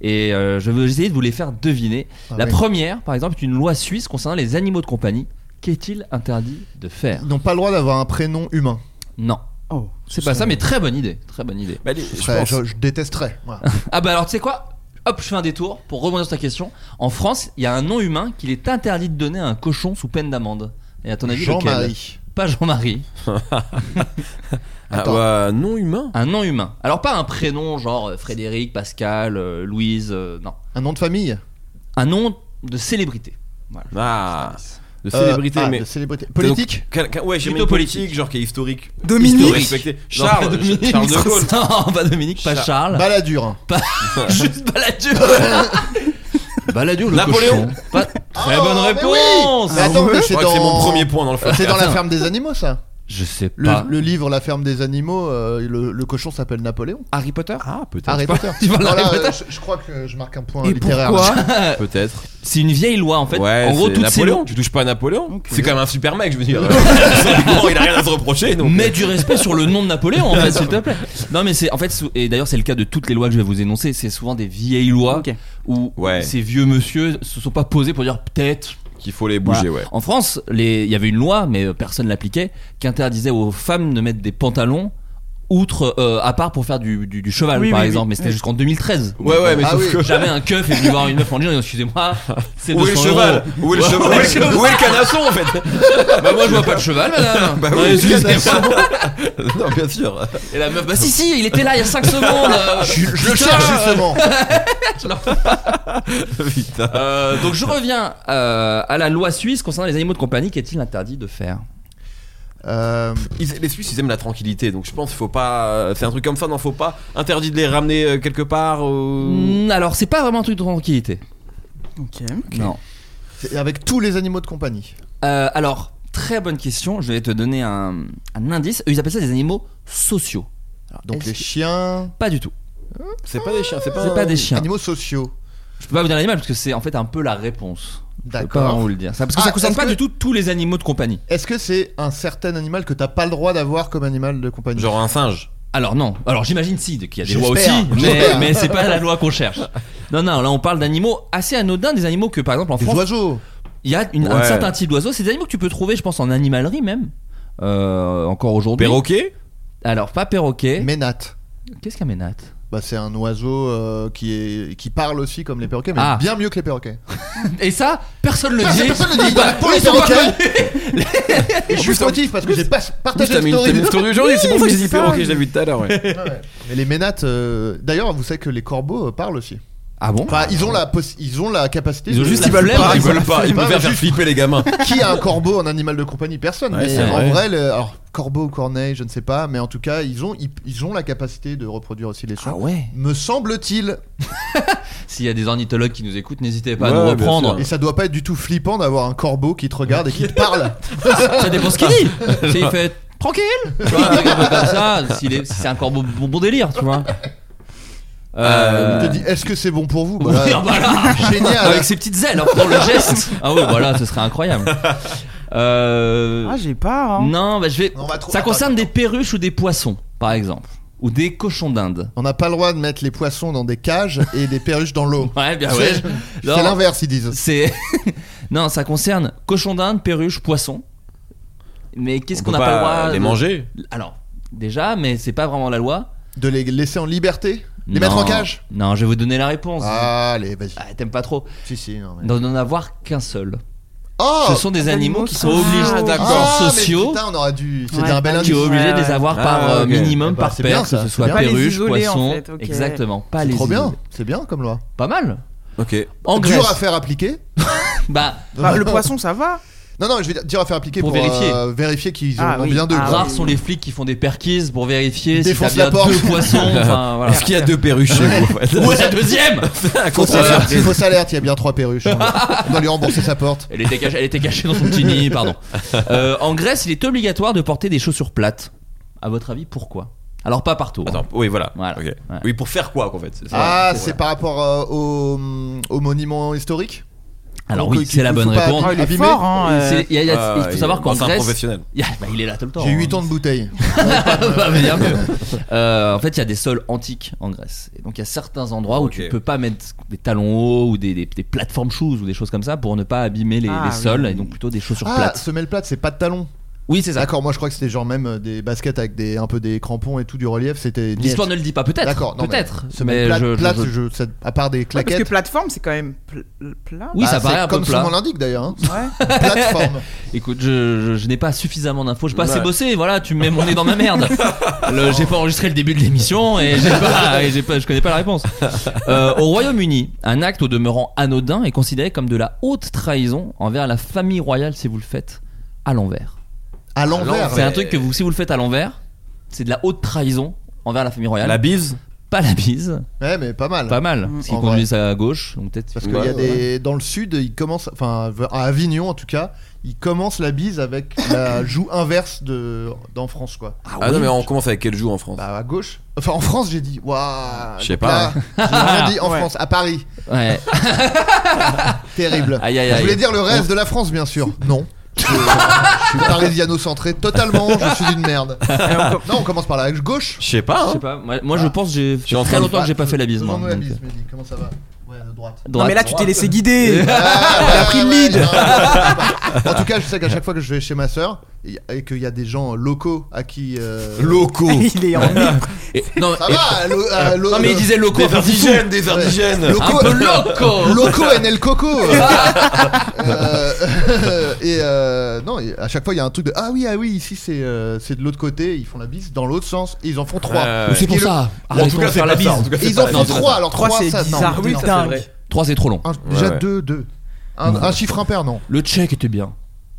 S5: Et euh, je vais essayer de vous les faire deviner.
S7: Ah
S5: La
S7: oui.
S5: première, par exemple, est une loi suisse concernant les animaux de compagnie. Qu'est-il interdit de faire
S7: Ils n'ont pas le droit d'avoir un prénom humain.
S5: Non,
S2: Oh.
S5: c'est pas ça, euh, mais très bonne idée. Très bonne idée.
S8: Bah, les-
S7: Ce
S8: je
S7: serait-
S8: pense-
S7: Je, je détesterais. moi.
S5: Ah bah alors tu sais quoi Hop, je fais un détour pour rebondir sur ta question. En France, il y a un nom humain qu'il est interdit de donner à un cochon sous peine d'amende. Et à ton avis, lequel
S7: Jean-Marie.
S5: Pas Jean-Marie.
S8: Ah,
S7: Attends.
S8: ouais, non humain.
S5: Un nom humain. Alors pas un prénom genre euh, Frédéric, Pascal, euh, Louise, euh, non.
S7: Un nom de famille
S5: Un nom de célébrité. Voilà.
S8: Ah. De
S7: Euh,
S8: célébrité,
S7: ah,
S8: mais.
S7: de célébrité. Politique
S8: Donc, quel- quel- Ouais, j'ai mis
S5: Plutôt
S8: une
S5: politique.
S8: politique, genre qui est historique.
S2: Dominique.
S8: Respecté.
S5: Genre
S8: Charles,
S5: Dominique.
S8: Charles de Gaulle.
S5: Non, pas Dominique, pas Charles.
S7: Balladur.
S5: Bah, Juste Balladur. Balladur, le
S8: Napoléon. Ah,
S5: cochon. Pas- Très
S7: Oh,
S5: bonne
S7: mais
S5: réponse.
S7: oui Mais attends, mais
S8: Je
S7: c'est
S8: crois que
S7: dans...
S8: C'est mon premier point dans le fait.
S7: C'est dans la
S5: Attends.
S7: ferme des animaux, ça.
S5: Je sais
S7: Le,
S8: Bah.
S5: pas.
S7: le livre La ferme des animaux, euh, le, le cochon s'appelle Napoléon.
S5: Harry Potter
S8: Ah, peut-être.
S7: Harry Potter.
S5: Tu parles
S7: Voilà,
S5: d'Harry
S7: euh,
S5: Potter
S7: je, je crois que je marque un point
S2: Et
S7: littéraire.
S2: pourquoi
S8: Peut-être.
S5: C'est une vieille loi en fait.
S8: Ouais,
S5: en gros,
S8: c'est
S5: toutes ces
S8: Napoléon.
S5: lois-
S8: Tu touches pas à Napoléon.
S2: Ok.
S8: C'est quand même un super mec, je veux dire. Symboliquement, il a rien à se reprocher. Donc.
S5: Mets du respect sur le nom de Napoléon, en fait, s'il te plaît. Non, mais c'est en fait, sou- et d'ailleurs, c'est le cas de toutes les lois que je vais vous énoncer. C'est souvent des vieilles lois
S2: Ok.
S5: où
S8: Ouais.
S5: ces vieux monsieur se sont pas posés pour dire peut-être.
S8: euh, Qu'il faut les
S5: Voilà.
S8: bouger, ouais.
S5: En France, euh, les- il y avait une loi, mais personne l'appliquait, qui interdisait aux femmes de mettre des pantalons outre, euh, à part pour faire du, du- du cheval,
S2: Oui,
S5: par
S2: oui,
S5: exemple,
S2: oui.
S5: mais c'était jusqu'en 2013.
S8: Ouais, ouais, mais
S7: Ah
S8: sauf
S7: oui.
S8: que.
S5: Jamais un keuf est venu voir une meuf en disant excusez-moi, c'est
S8: Où est le
S5: 200 euros.
S8: cheval Où est le cheval Où est le canasson en fait
S5: Bah moi je vois pas le cheval madame.
S8: Bah
S5: Ouais,
S8: oui,
S5: c'est-
S8: Non, bien sûr.
S5: Et la meuf bah si si il était là il y a 5 secondes. euh, je,
S7: Je
S5: le
S7: le cherche justement.
S8: Putain.
S5: Euh, donc je reviens euh, à la loi suisse concernant les animaux de compagnie qu'est-il interdit de faire
S7: Euh,
S8: Ils- les Suisses, ils aiment la tranquillité, donc je pense qu'il faut pas. euh, C'est un truc comme ça, non, faut pas. Interdit de les ramener euh, quelque part. ou-
S5: Mm, Alors c'est pas vraiment un truc de tranquillité.
S2: Ok.
S5: Non.
S7: c'est avec tous les animaux de compagnie.
S5: Euh, alors très bonne question. Je vais te donner un, un indice. Ils appellent ça des animaux sociaux. Alors,
S7: Donc
S5: est-ce
S7: les
S5: que-
S7: chiens,
S5: Pas du tout.
S8: C'est pas des chiens, Ah, c'est pas.
S5: C'est pas des chiens.
S7: animaux sociaux.
S5: Je peux pas vous dire l'animal parce que c'est en fait un peu la réponse. Je peux pas
S7: D'accord.
S5: vous le dire. Ça, parce que
S7: Ah,
S5: ça concerne
S7: est-ce
S5: pas
S7: que-
S5: du tout tous les animaux de compagnie.
S7: Est-ce que c'est un certain animal que t'as pas le droit d'avoir comme animal de compagnie
S8: Genre un singe.
S5: Alors non, alors j'imagine si, de- qu'il y a des lois aussi,
S7: J'espère,
S5: mais,
S7: j'espère.
S5: mais c'est pas la loi qu'on cherche. Non, non, là on parle d'animaux assez anodins, des animaux que par exemple en
S7: Des
S5: France,
S7: oiseaux.
S5: il y a une- un
S8: Ouais.
S5: certain type d'oiseau, c'est des animaux que tu peux trouver je pense en animalerie même, euh, encore aujourd'hui.
S8: Perroquet
S5: Alors pas perroquet,
S7: Ménate.
S5: qu'est-ce qu'un ménat
S7: Bah, c'est un oiseau euh, qui, est, qui parle aussi comme les perroquets, mais
S5: Ah.
S7: bien mieux que les perroquets.
S5: Et ça, personne le dit.
S7: Personne ne dit bah, pour les
S5: Ils sont pas
S7: perroquets.
S5: connus.
S7: Et je suis fautif parce que j'ai pas partagé
S8: T'as
S7: cette
S8: mis t'as mis
S7: story.
S8: une story aujourd'hui, c'est pour ça que
S2: mais
S8: j'ai dit
S2: ça,
S8: perroquet,
S2: mais-
S8: je l'ai vu tout à l'heure. ouais.
S7: Mais les ménates, euh, d'ailleurs, vous savez que les corbeaux euh, parlent aussi.
S5: Ah bon
S7: Enfin, ils ont la, possi- ils ont la capacité.
S5: Ils ont
S7: de-
S5: juste
S8: Ils
S5: la
S8: veulent
S5: flemme,
S8: pas, ils
S5: ils ont
S8: veulent
S5: la
S8: pas, ils
S7: flemme.
S8: préfèrent faire flipper les gamins.
S7: Qui a un corbeau en animal de compagnie Personne.
S8: Ouais,
S7: mais
S8: c'est
S7: en
S8: vrai.
S7: vrai, le- alors corbeau ou corneille, je ne sais pas, mais en tout cas, ils ont, ils, ils ont la capacité de reproduire aussi les sons.
S5: Ah ouais
S7: Me semble-t-il.
S5: S'il y a des ornithologues qui nous écoutent, n'hésitez pas à
S8: Ouais,
S5: nous
S8: bien
S5: reprendre.
S7: Et ça doit pas être du tout flippant d'avoir un corbeau qui te regarde et qui te parle.
S5: Ça dépend ce qu'il dit. S'il fait tranquille, tu vois, un truc un peu comme ça, s'il est- si c'est un corbeau bon, bon délire, tu vois.
S7: Il
S5: Euh,
S7: te dit Est-ce que c'est bon pour vous
S5: oui,
S7: Bah,
S5: ah bah là,
S7: Génial.
S5: Avec ses petites ailes, hein, pour le geste. Ah oui, voilà, ce serait incroyable. Euh,
S2: Ah, j'ai pas. Hein.
S5: non, bah, je vais.
S7: On va trop-
S5: Ça concerne des perruches ou des poissons, par exemple, ou des cochons d'Inde.
S7: On n'a pas le droit de mettre les poissons dans des cages et des perruches dans l'eau.
S5: Ouais, bien ouais.
S7: C'est
S5: je-
S7: c'est
S5: non,
S7: l'inverse, ils disent.
S5: C'est non, ça concerne cochons d'Inde, perruches, poissons. Mais qu'est-ce
S8: On
S5: qu'on
S8: peut
S5: n'a pas le droit
S8: les
S5: de-
S8: manger
S5: Alors, déjà, mais c'est pas vraiment la loi.
S7: De les laisser en liberté Les mettre
S5: Non.
S7: en cage
S5: Non, je vais vous donner la réponse.
S7: Allez, vas-y.
S5: Ah, T'aimes pas trop.
S7: Si, si, non, mais-
S5: D'en d'en avoir qu'un seul.
S7: Oh
S5: Ce sont des animaux qui sont
S2: sociaux.
S5: obligés,
S2: Ah,
S7: Ah, mais
S5: sociaux,
S7: putain, on aurait dû. C'était
S2: Ouais.
S7: un bel
S2: Ah,
S7: indice.
S5: qui est obligé
S2: Ouais,
S5: de les
S2: ouais.
S5: avoir
S8: Ah,
S5: par euh,
S8: ok.
S5: minimum,
S7: Eh ben,
S5: par
S7: c'est
S5: paire,
S7: bien,
S5: que
S7: ça.
S5: ce
S7: C'est
S5: soit
S7: bien. Pas
S2: les
S5: perruche,
S2: isoler, en
S5: poisson.
S2: fait, ok.
S5: Exactement, pas
S7: C'est
S5: les
S7: trop bien.
S5: isoler.
S7: C'est bien comme loi.
S5: Pas mal.
S8: Ok.
S5: En
S7: Dur à
S5: Grèce,
S7: faire appliquer.
S5: bah,
S2: Bah, le poisson, ça va.
S7: Non, non, je vais dire dur à faire appliquer
S5: Pour
S7: pour,
S5: vérifier.
S7: euh, vérifier qu'ils
S2: Ah,
S7: ont
S2: oui.
S7: bien deux.
S2: Ah,
S7: quoi.
S5: rares sont les flics qui font des perquises pour vérifier si
S7: Défonce
S5: t'as bien
S7: la porte.
S5: deux poissons. Enfin, voilà.
S8: Est-ce qu'il y a deux perruches chez vous en fait
S5: Où est la deuxième
S7: Fausse alerte, fausse alerte, il y a bien trois perruches. hein. On doit lui rembourser sa porte.
S5: elle était, cachée, elle était cachée dans son petit nid, pardon. Euh, en Grèce, il est obligatoire de porter des chaussures plates. À votre avis, pourquoi Alors, pas partout. hein.
S8: Attends, oui, voilà.
S5: Voilà.
S8: Ok.
S5: Ouais.
S8: Oui, pour faire quoi en fait c'est ça
S7: Ah,
S5: c'est
S7: c'est
S5: vrai.
S7: par rapport euh, au, au monument historique
S5: Alors,
S7: Donc,
S5: oui,
S7: euh,
S5: c'est la
S7: faut-
S5: bonne
S7: faut pas
S5: réponse.
S2: Ah, il est
S7: Abîmé.
S2: fort. Hein, euh.
S5: C'est- il y a- il y a-
S8: Ah,
S5: il faut savoir qu'en
S8: enfin, un
S5: Grèce,
S8: professionnel.
S5: il y a- bah, il est là tout le temps.
S7: J'ai 8 ans de bouteille.
S5: Bah, mais bien mieux. Euh, en fait, il y a des sols antiques en Grèce. Et donc, il y a certains endroits où
S8: Ok.
S5: tu peux pas mettre des talons hauts ou des, des- des plateformes shoes ou des choses comme ça pour ne pas abîmer les,
S2: Ah,
S5: les sols
S2: oui.
S5: et donc plutôt des chaussures
S7: Ah,
S5: plates.
S7: semelle plate, c'est pas de talon.
S5: Oui, c'est ça.
S7: D'accord, moi je crois que c'était genre même euh, des baskets avec des, un peu des crampons et tout du relief. C'était.
S5: L'histoire ne le dit pas, peut-être.
S7: D'accord, non, mais
S5: peut-être.
S7: semelle plate,
S5: je- je-
S7: plate,
S5: je-
S7: je- ça- à part des
S2: Ouais, parce que
S7: claquettes.
S2: plateforme, c'est quand même pl- plat.
S5: Oui,
S7: Bah,
S5: ça paraît
S7: c'est
S5: un peu
S7: Comme
S5: plat.
S7: son nom l'indique d'ailleurs. hein.
S2: Ouais.
S7: Plateforme.
S5: Écoute, je, je- je n'ai pas suffisamment d'infos. Je pas assez
S8: Ouais.
S5: bossé. Voilà, tu me mets mon nez dans ma merde. Le- J'ai pas enregistré le début de l'émission et j'ai pas, et j'ai pas, je connais pas la réponse. Euh, au Royaume-Uni, un acte au demeurant anodin est considéré comme de la haute trahison envers la famille royale si vous le faites à l'envers.
S7: À l'envers.
S5: C'est un truc que vous, si vous le faites à l'envers, c'est de la haute trahison envers la famille royale.
S8: La bise
S5: Pas la bise,
S7: Ouais, mais pas mal.
S5: pas mal.
S2: Mm.
S5: Parce qu'ils
S7: En vrai.
S5: conduisent à gauche, donc peut-être.
S7: Parce qu'il
S8: Ouais,
S7: y a
S8: ouais.
S7: des. Dans le sud, ils commencent. Enfin, à Avignon en tout cas, ils commencent la bise avec la joue inverse de... d'en France quoi.
S8: Ah, non, mais on commence avec quel jour en France
S7: Bah, à gauche. Enfin, en France, j'ai dit. Waouh.
S8: Je sais
S7: donc
S8: pas.
S7: là, J'ai rien dit en
S2: Ouais.
S7: France, à Paris.
S5: Ouais.
S7: Terrible.
S5: Aïe, aïe,
S7: Je voulais
S5: aïe.
S7: dire le rêve de la France, bien sûr. Non. Je, je suis parisiano-centré totalement, je suis une merde. Non, on commence par la gauche.
S8: Je sais pas.
S5: Je
S8: hein.
S5: sais pas. Moi, moi, je pense que j'ai
S8: suis
S5: fait
S8: en
S5: très
S8: train de-
S5: longtemps que j'ai pas fait la bise, moi.
S7: Demande-moi la
S5: donc, euh,
S7: bise, Mehdi. Comment ça va Ouais, à droite.
S5: droite.
S2: Non, mais là, tu t'es laissé guider.
S7: Ah,
S2: pris le lead.
S7: non, non, non, non. en tout cas, je sais qu'à chaque fois que je vais chez ma sœur, et, et qu'il y a des gens locaux à qui. euh,
S8: Locaux.
S2: Il est en libre.
S5: Et- non,
S7: Ça
S5: et-
S7: va lo- à lo-
S5: non, mais il disait locaux.
S8: Des
S5: enfin, Ah, fou.
S8: indigènes, des
S7: Ouais.
S8: indigènes.
S7: Locaux,
S5: Un peu loco.
S7: Loco NL Coco Euh, Et euh, non, et à chaque fois il y a un truc de Ah oui, ah oui, ici c'est euh, c'est de l'autre côté, ils font la bise dans l'autre sens et ils en font trois.
S8: Euh,
S5: C'est pour
S7: Et le-
S5: ça.
S8: en tout
S5: Arrêtons de
S8: cas, c'est
S5: faire la
S8: pas
S5: bise.
S8: ça. En tout cas,
S7: Et
S8: c'est
S7: ils
S8: pas
S7: en
S8: la
S7: font
S8: bise.
S7: trois, alors
S2: Trois,
S7: trois,
S2: c'est
S7: ça, non.
S2: bizarre.
S6: Oui, ça,
S7: non.
S6: c'est
S2: Dingue.
S6: vrai.
S5: 3 c'est trop long.
S7: Un- déjà
S8: ouais.
S7: deux, deux. Un, un chiffre impair, non.
S5: Le check était bien.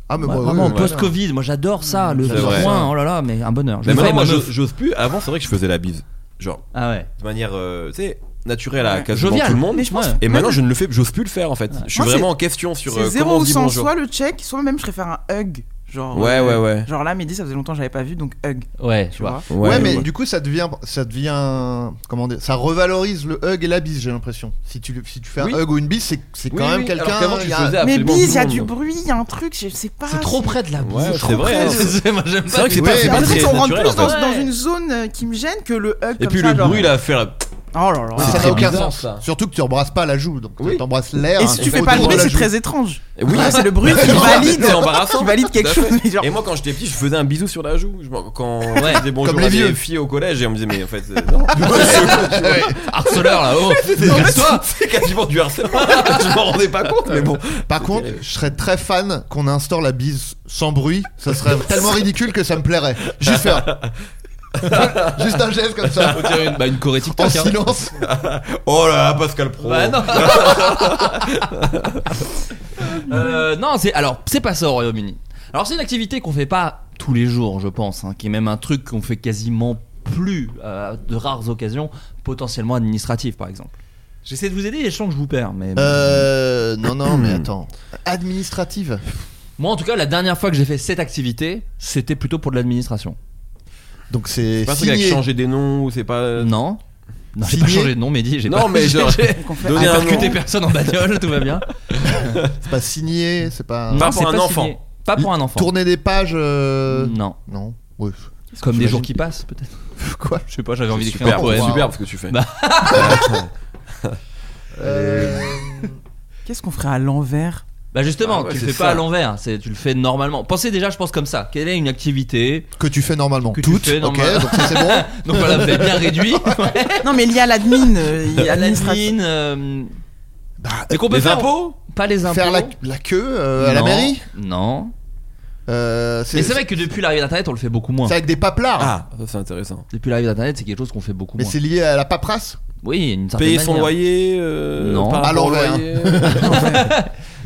S7: Ah, mais
S5: Ouais,
S7: moi,
S5: vraiment,
S7: oui, oui,
S5: post-Covid, moi j'adore ça. Le
S8: C'est vrai.
S5: point, oh là là, mais un bonheur. Je
S8: Mais
S5: le fais
S8: maintenant, moi,
S5: avec ma
S8: j'ose
S5: meuf.
S8: j'ose plus. Avant, c'est vrai que je faisais la bise. Genre,
S5: Ah ouais.
S8: de manière, euh, tu sais, naturelle à
S5: Ouais.
S8: quasiment
S5: Jovial.
S8: tout le monde.
S5: Mais je pense-
S8: Et maintenant, je ne le fais, j'ose plus le faire en fait. Je suis
S2: Moi,
S8: vraiment en question sur
S2: C'est
S8: euh, comment
S2: zéro
S8: on
S2: ou
S8: dit
S2: 100.
S8: bonjour.
S2: Soit le check, soit même je préfère un hug. Genre,
S8: Ouais,
S2: euh,
S8: ouais, ouais.
S2: Genre là, midi, ça faisait longtemps que j'avais pas vu, donc hug.
S5: Ouais,
S2: Tu vois.
S7: Ouais, mais du coup ça devient ça devient comment dire ça revalorise le hug et la bise j'ai l'impression si tu si tu fais un
S8: Oui.
S7: hug ou une bise c'est c'est quand
S8: Oui,
S7: même
S8: oui, alors
S7: quelqu'un
S8: qu'avant, tu
S7: il y a-
S8: faisais
S2: Mais
S8: absolument
S2: bise,
S8: tout
S2: il y a
S8: le
S2: du
S8: monde.
S2: bruit, il y a un truc, je sais pas.
S5: C'est trop près de la bouche.
S8: Ouais,
S5: trop
S8: c'est vrai,
S5: près.
S8: hein.
S5: C'est- moi, j'aime
S8: C'est vrai
S5: pas.
S8: que c'est
S7: Oui,
S8: pas,
S7: mais
S8: c'est pas
S2: J'ai l'impression
S8: très
S2: qu'on rentre
S8: naturel,
S2: plus
S8: en
S2: dans,
S8: fait.
S2: dans une zone euh, qui me gêne que le hug.
S8: Et
S2: comme
S8: puis
S2: ça,
S8: le
S2: genre-
S8: bruit là, faire la-
S2: Oh là là.
S7: Mais ça
S8: Ah,
S7: n'a aucun
S8: bizarre,
S7: sens.
S8: ça.
S7: Surtout que tu embrasses pas la joue, donc
S8: Oui.
S7: t'embrasses l'air.
S2: Et si tu fais
S7: autour
S2: pas le bruit,
S7: de hein. la
S2: c'est
S7: joue.
S2: très étrange.
S8: Oui,
S2: Ouais, c'est le bruit qui valide,
S8: C'est embarrassant.
S2: qui valide quelque
S8: Tout à
S2: chose.
S8: fait.
S2: mais genre-
S8: Et moi, quand j'étais petit, je faisais un bisou sur la joue. Je- Quand
S5: Ouais.
S8: je disais bonjour
S7: Comme les
S8: à
S7: vieux.
S8: des filles au collège, et on me disait, mais en fait, euh, non.
S5: Harceleur là-haut.
S8: toi C'est quasiment du harcèlement. Je m'en rendais pas compte, mais bon.
S7: Par contre, je serais très fan qu'on instaure la bise sans bruit. Ça serait tellement ridicule que ça me plairait. Juste faire. Juste un geste comme ça.
S5: une, bah, une Corée TikTok.
S7: En
S5: hein.
S7: silence.
S8: Oh là là, Pascal Pro.
S5: Bah non. Euh, non, c'est alors c'est pas ça au Royaume-Uni. Alors c'est une activité qu'on fait pas tous les jours, je pense, hein, qui est même un truc qu'on fait quasiment plus euh, de rares occasions, potentiellement administrative par exemple. J'essaie de vous aider et je sens que je vous perds, mais
S7: Euh. Non, non, mais attends. Administrative.
S5: moi en tout cas la dernière fois que j'ai fait cette activité, c'était plutôt pour de l'administration.
S7: Donc c'est.
S8: C'est pas un truc avec
S7: signé.
S8: changer des noms ou c'est pas. euh,
S5: Non, non, j'ai pas
S7: Signé
S5: changé de nom, Mehdi. J'ai
S8: Non,
S5: pas-
S8: mais genre-
S5: j'ai-
S2: qu'on fait- Ah,
S8: Donner
S5: j'ai
S8: un
S5: percuté
S8: nom.
S5: personne en bagnole, tout va bien.
S7: C'est pas signé. C'est pas.
S5: Non,
S8: Pas
S5: c'est
S8: pour un enfant.
S5: signé. Pas pour un enfant.
S7: Tourner des pages. euh,
S5: Non,
S7: Non. Oui.
S5: comme des
S7: J'imagine-
S5: jours qui passent peut-être.
S7: Quoi
S5: Je sais pas, j'avais envie d'écrire un
S8: Super,
S5: poème.
S8: c'est superbe ce que tu fais.
S5: Bah.
S7: Euh,
S2: Qu'est-ce qu'on ferait à l'envers
S5: Bah justement,
S8: Ah ouais,
S5: tu le
S8: c'est
S5: fais
S8: ça.
S5: pas à l'envers, c'est tu le fais normalement. Pensez déjà, je pense comme ça. Quelle est une activité
S7: Que tu fais normalement.
S5: Que tu
S7: Toutes.
S5: fais
S7: Ok,
S5: normal-
S7: donc ça c'est bon.
S5: Donc voilà, vous avez bien réduit.
S2: Non, mais lié à l'admin, euh, il y a administratif.
S5: L'admin. Euh... et qu'on peut
S8: Les
S5: faire-
S8: impôts
S5: Pas les impôts.
S7: Faire la, la queue euh, à la
S5: Non,
S7: mairie
S5: Non.
S7: euh,
S5: Mais c'est vrai que depuis l'arrivée d'Internet, on le fait beaucoup moins.
S7: c'est avec des paplards.
S8: Ah, ça c'est intéressant.
S5: Depuis l'arrivée d'Internet, c'est quelque chose qu'on fait beaucoup
S7: Mais
S5: moins.
S7: c'est lié à la paperasse
S5: Oui, il y a une certaine
S8: Payer son
S5: manière.
S8: loyer. euh,
S5: Non.
S8: par
S7: À
S8: rapport au
S7: l'envers.
S8: loyer.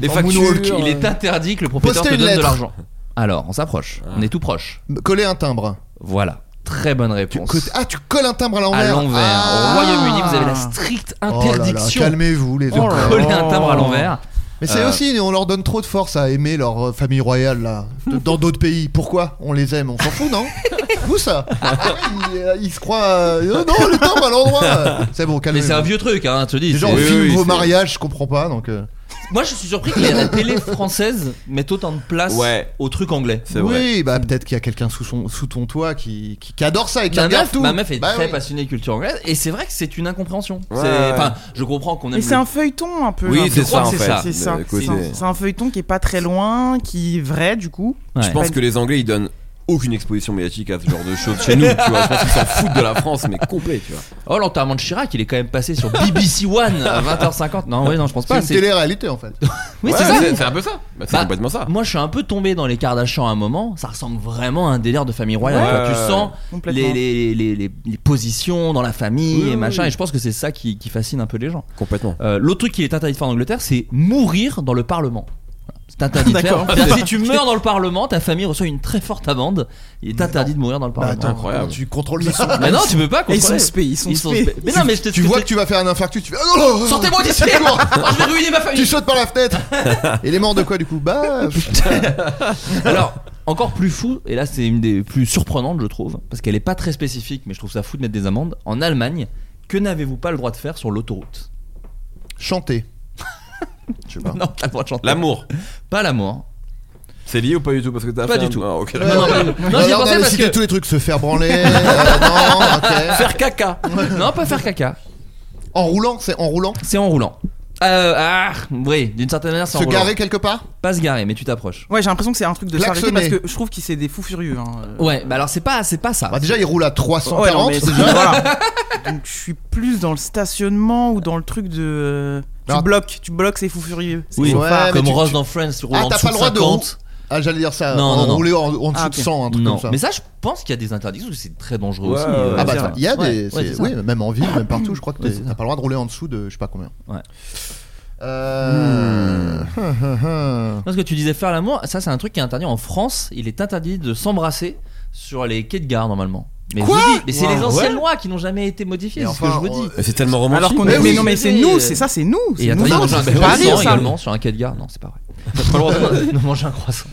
S8: Les
S7: En
S8: factures. euh,
S7: moonwalk,
S5: Il est interdit que le propriétaire
S7: Poster
S5: te
S7: une
S5: donne de
S7: lettre.
S5: l'argent. Alors, on s'approche.
S8: Ah.
S5: On est tout proche.
S7: Coller un timbre.
S5: Voilà. Très bonne
S7: Tu
S5: réponse.
S7: co- ah, tu colles un timbre à l'envers.
S5: À l'envers.
S7: Ah.
S5: Au Royaume-Uni, vous avez la stricte
S7: Oh là là,
S5: interdiction Oh
S7: Calmez-vous, les
S5: de
S7: enfants.
S5: coller un timbre à l'envers.
S7: Mais c'est
S5: Euh.
S7: aussi, on leur donne trop de force à aimer leur euh, famille royale là, de- dans d'autres pays. Pourquoi On les aime, on s'en fout, non Vous ça Ah oui, ils, euh, ils se croient. euh, non, le timbre à l'endroit. C'est bon,
S5: Mais
S7: calmez-vous.
S5: c'est un vieux truc, hein, je te dis.
S7: Les gens
S5: c'est-
S8: Oui,
S7: filment
S8: oui,
S7: vos
S8: c'est-
S7: mariages, je comprends pas. Donc, euh,
S5: Moi, je suis surpris que la télé française mette autant de place
S8: Ouais.
S5: au truc anglais.
S8: C'est vrai.
S7: oui, bah peut-être qu'il y a quelqu'un sous, son- sous ton toit qui, qui, qui adore ça et qui
S5: Ma
S7: regarde
S5: meuf,
S7: tout.
S5: ma meuf est
S7: Bah
S5: très
S7: oui.
S5: passionnée de culture anglaise et c'est vrai que c'est une incompréhension.
S8: Ouais,
S5: C'est-
S8: ouais.
S5: Enfin, je comprends qu'on aime.
S2: Mais c'est
S5: le-
S2: un feuilleton un peu. hein.
S8: Oui,
S2: un peu.
S8: c'est
S5: je crois
S8: ça en
S5: que c'est
S8: fait. Bah,
S5: ça.
S2: C'est ça.
S8: Le
S2: C'est
S8: côté-
S2: un- c'est un feuilleton qui est pas très loin, qui est vrai du coup.
S5: Ouais.
S8: Je pense que les Anglais ils donnent aucune exposition médiatique à ce genre de choses chez nous. Tu vois, je pense qu'ils s'en foutent de la France, mais complet, tu vois.
S5: Oh, l'enterrement de Chirac, il est quand même passé sur BBC One à 20h50. Non, oui, non, je pense
S7: C'est
S5: pas.
S7: une télé-réalité en fait.
S5: Oui,
S8: Ouais,
S5: c'est ça.
S8: C'est un peu ça. Bah, c'est
S5: Bah,
S8: complètement ça.
S5: Moi, je suis un peu tombé dans les Kardashians à un moment. Ça ressemble vraiment à un délire de famille royale.
S8: Ouais.
S5: quoi. Tu sens
S2: Complètement.
S5: les, les, les, les- les positions dans la famille
S8: Oui,
S5: et
S8: oui,
S5: machin.
S8: oui.
S5: Et je pense que c'est ça qui, qui fascine un peu les gens.
S8: Complètement.
S5: Euh, L'autre truc qu'il est interdit de faire en Angleterre, c'est mourir dans le Parlement. Voilà. C'est interdit de faire. hein.
S2: D'accord.
S5: C'est-à-dire, si tu meurs dans le Parlement, ta famille reçoit une très forte amende. Il est interdit de mourir dans le
S7: Bah,
S5: Parlement.
S7: attends,
S8: Ah, incroyable.
S7: Tu contrôles ça.
S5: Mais non, tu peux pas
S2: Et ils
S5: contrôler.
S2: sont spé, ils sont
S5: Ils sont
S2: spé.
S5: spé- Mais non, mais je te
S7: Tu vois que tu vas faire un infarctus, tu fais. Oh, non, non, non,
S5: Sortez-moi d'ici
S7: tu cours.
S5: Oh, Je vais ruiner ma
S7: Tu
S5: famille
S7: sautes par la fenêtre Et les morts de quoi du coup Bah. pff,
S5: Alors, encore plus fou, et là c'est une des plus surprenantes, je trouve, parce qu'elle est pas très spécifique, mais je trouve ça fou de mettre des amendes. En Allemagne, que n'avez-vous pas le droit de faire sur l'autoroute
S7: Chanter. Je sais pas.
S5: Non, t'as le droit de chanter.
S8: L'amour,
S5: Pas l'amour.
S8: c'est lié ou pas du tout parce que t'as
S5: Pas
S8: fait
S5: du
S8: un-
S5: tout.
S8: Ah, ok,
S7: Ouais,
S8: d'accord.
S7: ouais.
S5: non, j'y ai
S7: Euh, Alors,
S5: pensé
S7: on a
S5: parce
S7: cité
S5: que-
S7: tous les trucs, se faire branler. euh, non, ok.
S5: Faire caca Non, pas faire caca.
S7: En roulant, c'est en roulant.
S5: C'est en roulant. Euh, ah, oui, d'une certaine manière, c'est
S7: Se
S5: en roulant.
S7: garer quelque part
S5: Pas se garer, mais tu t'approches.
S2: Ouais, j'ai l'impression que c'est un truc de s'arrêter parce
S7: Klaxonner.
S2: que je trouve qu'il c'est des fous furieux. hein. Euh,
S5: Ouais, bah alors c'est pas, c'est pas ça.
S7: bah déjà il roule à 340
S2: ouais, non, mais-
S7: déjà.
S2: voilà. Donc je suis plus dans le stationnement ou dans le truc de. euh, Tu
S7: Alors-
S2: bloques, tu bloques ces fous furieux. C'est
S5: Oui,
S2: faux
S7: Ouais,
S2: phare.
S7: mais
S5: Comme
S7: tu-
S5: Rose
S7: tu-
S5: dans Friends, tu roules
S7: Ah,
S5: en
S7: t'as
S5: dessous
S7: pas le droit
S5: de
S7: de
S5: 50.
S7: Ah j'allais dire ça,
S5: Non,
S7: en-
S5: non, non.
S7: rouler en, en dessous
S2: Ah,
S7: de
S2: ok.
S7: 100 un truc
S5: Non,
S7: comme ça.
S5: mais ça, je pense qu'il y a des interdictions parce que c'est très dangereux
S8: Ouais,
S5: aussi.
S8: ouais,
S5: euh,
S7: ah bah
S5: ça.
S7: attends, il y a
S5: Ouais,
S7: des
S5: ouais,
S7: c'est-
S5: c'est ça.
S7: oui, même en ville, même partout, je crois que
S5: Ouais,
S7: t'es-
S5: c'est
S7: t'as
S5: ça.
S7: pas le droit de rouler en dessous de je sais pas combien.
S5: Ouais.
S7: Euh...
S5: Parce que tu disais faire l'amour, ça c'est un truc qui est interdit en France. Il est interdit de s'embrasser sur les quais de gare normalement. Mais, je
S7: Quoi
S5: vous dis, mais c'est
S2: Wow.
S5: les anciennes lois qui n'ont jamais été modifiées,
S7: Mais
S5: c'est
S7: enfin, euh,
S5: ce que je vous dis.
S8: Mais C'est tellement romantique.
S2: Alors qu'on
S5: Mais
S2: est.
S5: oui,
S2: Mais non, mais
S5: mais
S2: c'est
S5: oui,
S2: nous,
S5: euh,
S2: c'est ça, c'est nous.
S5: Et
S2: c'est
S5: attends,
S2: nous,
S5: il
S2: non,
S5: mange un
S2: c'est
S5: croissant
S2: Paris, ça.
S5: également sur un quai de gare. Non, c'est pas vrai. Pas le droit de- de manger un croissant.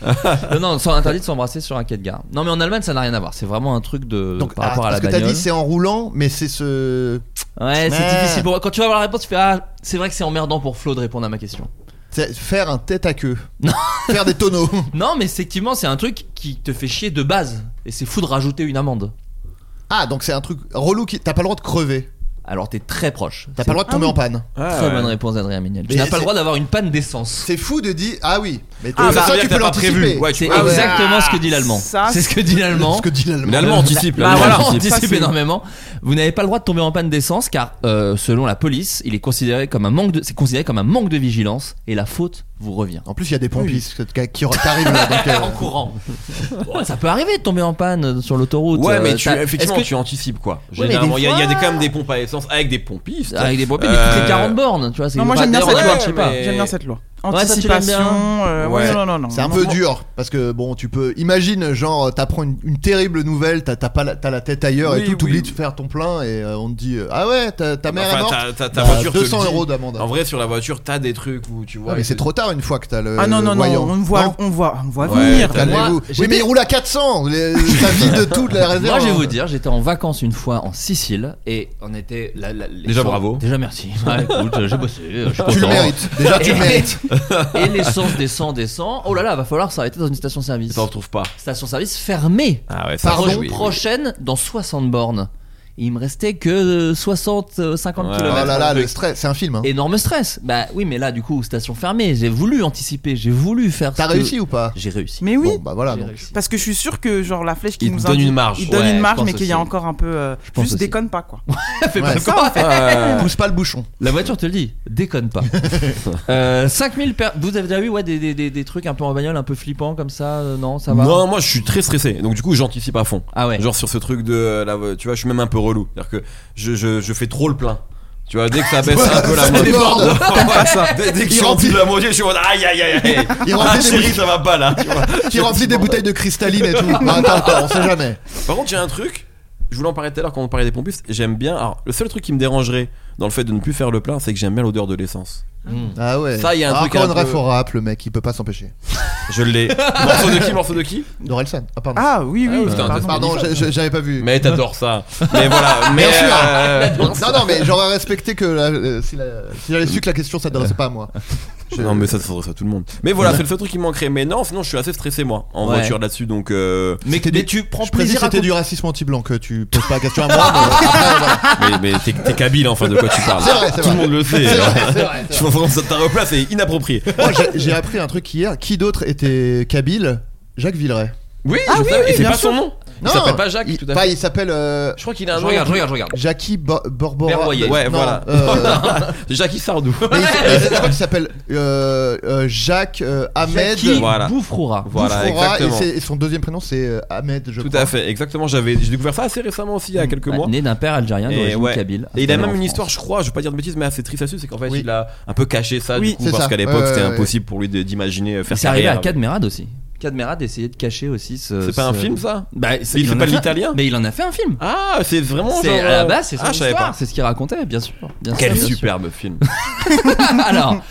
S5: Non, non, c'est interdit de s'embrasser sur un quai de gare. Non, mais en Allemagne, ça n'a rien à voir. C'est vraiment un truc de
S7: Donc,
S5: par rapport
S7: ah,
S5: à la
S7: parce que t'as
S5: bagnole.
S7: dit c'est en roulant, mais c'est ce.
S5: Ouais, c'est
S7: Ouais.
S5: difficile. Pour... Quand tu vas voir la réponse, tu fais ah, c'est vrai que c'est emmerdant pour Flo de répondre à ma question.
S7: c'est Faire un tête à queue. faire des tonneaux.
S5: Non, mais effectivement, c'est un truc qui te fait chier de base. Et c'est fou de rajouter une amende.
S7: Ah, donc c'est un truc relou qui. T'as pas le droit de crever.
S5: Alors t'es très proche.
S7: T'as pas le droit de tomber en panne.
S8: Ah,
S2: euh,
S5: Très
S8: ouais.
S5: bonne réponse d'Adrien Méniel. Tu
S7: Mais
S5: n'as pas
S7: c'est-
S5: le droit d'avoir une panne d'essence.
S7: C'est fou de dire. Ah oui, mais
S2: Ah, bah,
S7: ça,
S8: C'est-à-dire
S7: tu
S8: que
S7: peux
S8: t'as pas
S7: l'anticiper.
S8: prévu. Ouais, tu
S5: C'est
S8: peux- ah ouais.
S5: exactement ce que dit l'allemand.
S2: Ça,
S5: C'est ce que dit l'allemand.
S7: Ce que dit l'allemand.
S8: Mais L'allemand anticipe.
S2: Bah,
S8: l'allemand
S2: voilà,
S8: anticipe.
S5: on
S2: anticipe.
S5: anticipe
S2: Ça, c'est-
S5: énormément. Vous n'avez pas le droit de tomber en panne d'essence car, euh, selon la police, il est considéré comme un manque de, c'est considéré comme un manque de vigilance et la faute vous revient.
S7: En plus, il y a des pompistes qui- qui t'arrivent là. donc, euh,
S5: en courant. Ouais, ça peut arriver de tomber en panne sur l'autoroute.
S8: Ouais, mais
S5: Euh,
S8: tu,
S5: t'as-
S8: effectivement,
S5: est-ce que-
S8: tu anticipes quoi.
S5: mais des
S8: Généralement, il y a, il y a des,
S5: fois- Ah,
S8: quand même des pompes à essence avec des pompistes.
S5: avec des pompiers, mais
S8: Euh,
S5: toutes les 40 bornes, tu vois. c'est-
S2: Non, moi
S5: bah,
S2: j'aime bien
S5: d'ailleurs,
S2: cette
S8: ouais,
S2: loi.
S8: mais-
S5: je sais pas.
S2: J'aime bien cette loi.
S5: Ouais, ça, tu l'aimes bien.
S2: Anticipation. euh, ouais,
S8: Ouais.
S2: non, non, non.
S7: C'est un
S2: non.
S7: peu dur parce que bon, tu peux. Imagine, genre, t'apprends une, une terrible nouvelle, t'as t'as pas la, t'as la tête ailleurs et
S8: Oui,
S7: tout,
S8: oui,
S7: t'oublies
S8: oui.
S7: de faire ton plein et euh, on te dit euh, ah ouais, ta, ta mère
S8: Enfin,
S7: est morte.
S8: ta- ta- ta
S7: Bah,
S8: voiture te le
S7: 200
S8: dit.
S7: euros d'amende.
S8: En vrai, sur la voiture, t'as des trucs où tu vois.
S7: Ah, mais
S8: il
S7: c'est
S8: te-
S7: trop tard une fois que t'as le.
S2: Ah non, non, non,
S7: voyant.
S2: on voit, on voit, on voit
S8: Ouais,
S2: venir.
S8: t'as-
S7: Calmez-vous.
S5: Moi,
S7: Oui,
S5: j'étais-
S7: mais il roule à 400. les- Ça vide toute la
S5: Moi,
S7: réserve.
S5: je vais vous dire, j'étais en vacances une fois en Sicile et on était. la- la- les
S8: Déjà,
S5: gens-
S8: bravo.
S5: Déjà, merci. Ouais, écoute, j'ai bossé. je suis
S7: Tu le
S5: content.
S7: mérites. Déjà, tu
S5: Et-
S7: le mérites.
S5: Et l'essence descend, descend. Oh là là, va falloir s'arrêter dans une station-service.
S8: T'en retrouves pas.
S5: Station-service fermée.
S8: Ah ouais, ça
S5: Pardon,
S8: oui, oui, oui.
S5: prochaine dans 60 bornes. Il me restait que 60, euh, 50
S8: Ouais.
S7: Oh
S5: km.
S7: là là, le stress, c'est un film. hein.
S5: Énorme stress. Bah oui, mais là, du coup, station fermée. J'ai voulu anticiper, j'ai voulu faire.
S7: T'as
S5: ce que-
S7: réussi ou pas
S5: J'ai réussi.
S2: Mais oui,
S7: Bon, bah voilà.
S5: J'ai
S7: donc.
S5: réussi.
S2: parce que je suis sûr que genre la flèche qui
S8: Il
S2: nous
S8: donne
S2: indique-
S8: une marge.
S2: il donne
S5: Ouais,
S2: une
S5: je
S2: marge,
S5: pense
S2: mais qu'il y a
S5: aussi.
S2: encore un peu. euh,
S5: pense
S2: Juste
S5: aussi.
S2: déconne pas quoi.
S5: Fais pas
S7: Ouais.
S5: le con.
S2: Ça, en fait.
S8: Ouais.
S7: Pousse pas le bouchon.
S5: Euh, La voiture te le dit, déconne pas. euh, 5000 per- Vous avez déjà eu ouais, des, des, des, des trucs un peu en bagnole, un peu flippants comme ça euh, Non, ça va
S8: Non, moi je suis très stressé, donc du coup j'anticipe à fond.
S5: Ah ouais.
S8: Genre sur ce truc de, euh, la, tu vois, je suis même un peu relou, c'est-à-dire que je, je, je fais trop le plein. Tu vois, dès que ça baisse un peu la
S7: Ça
S8: moitié,
S7: déborde.
S8: dès, dès que
S7: Il
S8: je suis en dessous
S7: remplit.
S8: de la moitié, je suis en mode aïe aïe aïe aïe.
S7: Il
S8: Ah,
S7: remplit des
S8: chérie, ça va pas là. tu vois.
S7: Qui remplit des bouteilles de cristalline et tout. Non, Attends, attends, on sait jamais.
S8: Par contre, j'ai un truc. Je voulais en parler tout à l'heure quand on parlait des pompistes. J'aime bien. Alors, le seul truc qui me dérangerait dans le fait de ne plus faire le plein, c'est que j'aime bien l'odeur de l'essence.
S5: Hmm.
S7: Ah ouais.
S8: Ça, il y a un
S7: Ah,
S8: truc
S7: Encore
S8: un
S7: une
S8: peu-
S7: ref au rap, le mec, il peut pas s'empêcher.
S8: Je l'ai. morceau de qui Morceau de qui
S7: Dorelson. Ah, pardon.
S2: Ah oui, oui.
S8: ouais, putain,
S2: pardon.
S7: Pardon, je- je- j'avais pas vu.
S8: Mais t'adores ça. Mais voilà. Mais.
S7: Bien sûr.
S8: euh,
S7: non, non, mais j'aurais respecté que la- euh, si, la- si j'avais su que la question s'adressait pas à moi. Je-
S8: Non mais ça s'adresse à tout le monde. Mais voilà, c'est le seul truc qui me manquerait. Mais non, sinon je suis assez stressé moi en
S5: Ouais.
S8: voiture là-dessus, donc euh,
S5: Mais,
S7: C'était
S5: mais
S7: du-
S5: tu prends
S7: je précise
S5: plaisir à
S7: c'était
S5: conduire.
S7: du racisme anti-blanc que tu poses pas la question à moi. mais après, voilà.
S8: mais, mais t'es, t'es kabyle enfin de quoi tu parles.
S7: C'est vrai, c'est
S8: tout le
S7: vrai.
S8: monde le sait.
S7: C'est vrai, c'est vrai,
S8: Je pense vraiment que ta replace est inappropriée.
S7: Moi, j'ai- j'ai appris un truc hier. Qui d'autre était kabyle Jacques Villeray.
S8: Oui,
S2: Ah
S8: je
S2: oui,
S8: sais,
S2: oui,
S8: et c'est
S2: bien
S8: pas
S2: sûr.
S8: son nom.
S7: Non,
S8: il s'appelle pas Jacques.
S7: Il,
S8: tout à
S7: pas,
S8: fait.
S7: il s'appelle euh,
S8: Je crois qu'il a un
S5: Je
S8: nom.
S5: regarde, je regarde, je regarde.
S7: Jackie Bo- Borbora.
S5: Berroyer.
S8: Ouais,
S7: Non,
S8: voilà.
S7: euh,
S8: Jacques Sardou.
S7: mais il- mais c'est- en fait, il s'appelle euh, euh, Jacques euh, Ahmed.
S5: Jackie
S8: Voilà.
S5: Boufroura.
S8: Voilà,
S7: Boufroura, et
S8: exactement.
S7: c'est- et, son deuxième prénom c'est euh, Ahmed, je
S8: Tout
S7: crois.
S8: à fait, exactement. J'avais, j'ai découvert ça assez récemment aussi, il y a quelques
S5: Mm. Ouais,
S8: mois.
S5: Ah, Né d'un père algérien
S8: Et,
S5: d'origine
S8: ouais.
S5: kabyle.
S8: Et il a
S5: installé
S8: même
S5: en
S8: une
S5: France.
S8: histoire, je crois, je veux pas dire de bêtises, mais assez triste à suivre, c'est qu'en fait
S7: Oui.
S8: il a un peu caché ça
S2: Oui,
S8: du coup,
S7: c'est
S8: parce
S7: ça.
S8: qu'à l'époque
S7: Ouais,
S8: c'était
S7: ouais, ouais.
S8: impossible pour lui de, d'imaginer euh, faire
S5: C'est arrivé à
S8: carrière.
S5: Cadmerade aussi. Cadmerade essayait de cacher aussi ce.
S8: C'est pas un
S5: ce-
S8: film ça
S5: Bah, c'est-
S8: Il
S5: en
S8: fait
S5: a
S8: pas
S5: fait-
S8: l'italien
S5: Mais il en a fait un film.
S8: Ah, c'est vraiment
S5: C'est
S8: genre,
S5: à la
S8: euh,
S5: base, c'est son
S8: Ah, je savais
S5: histoire,
S8: pas.
S5: c'est ce qu'il racontait, bien sûr. Bien sûr,
S8: Quel
S5: bien sûr.
S8: superbe film.
S5: Alors,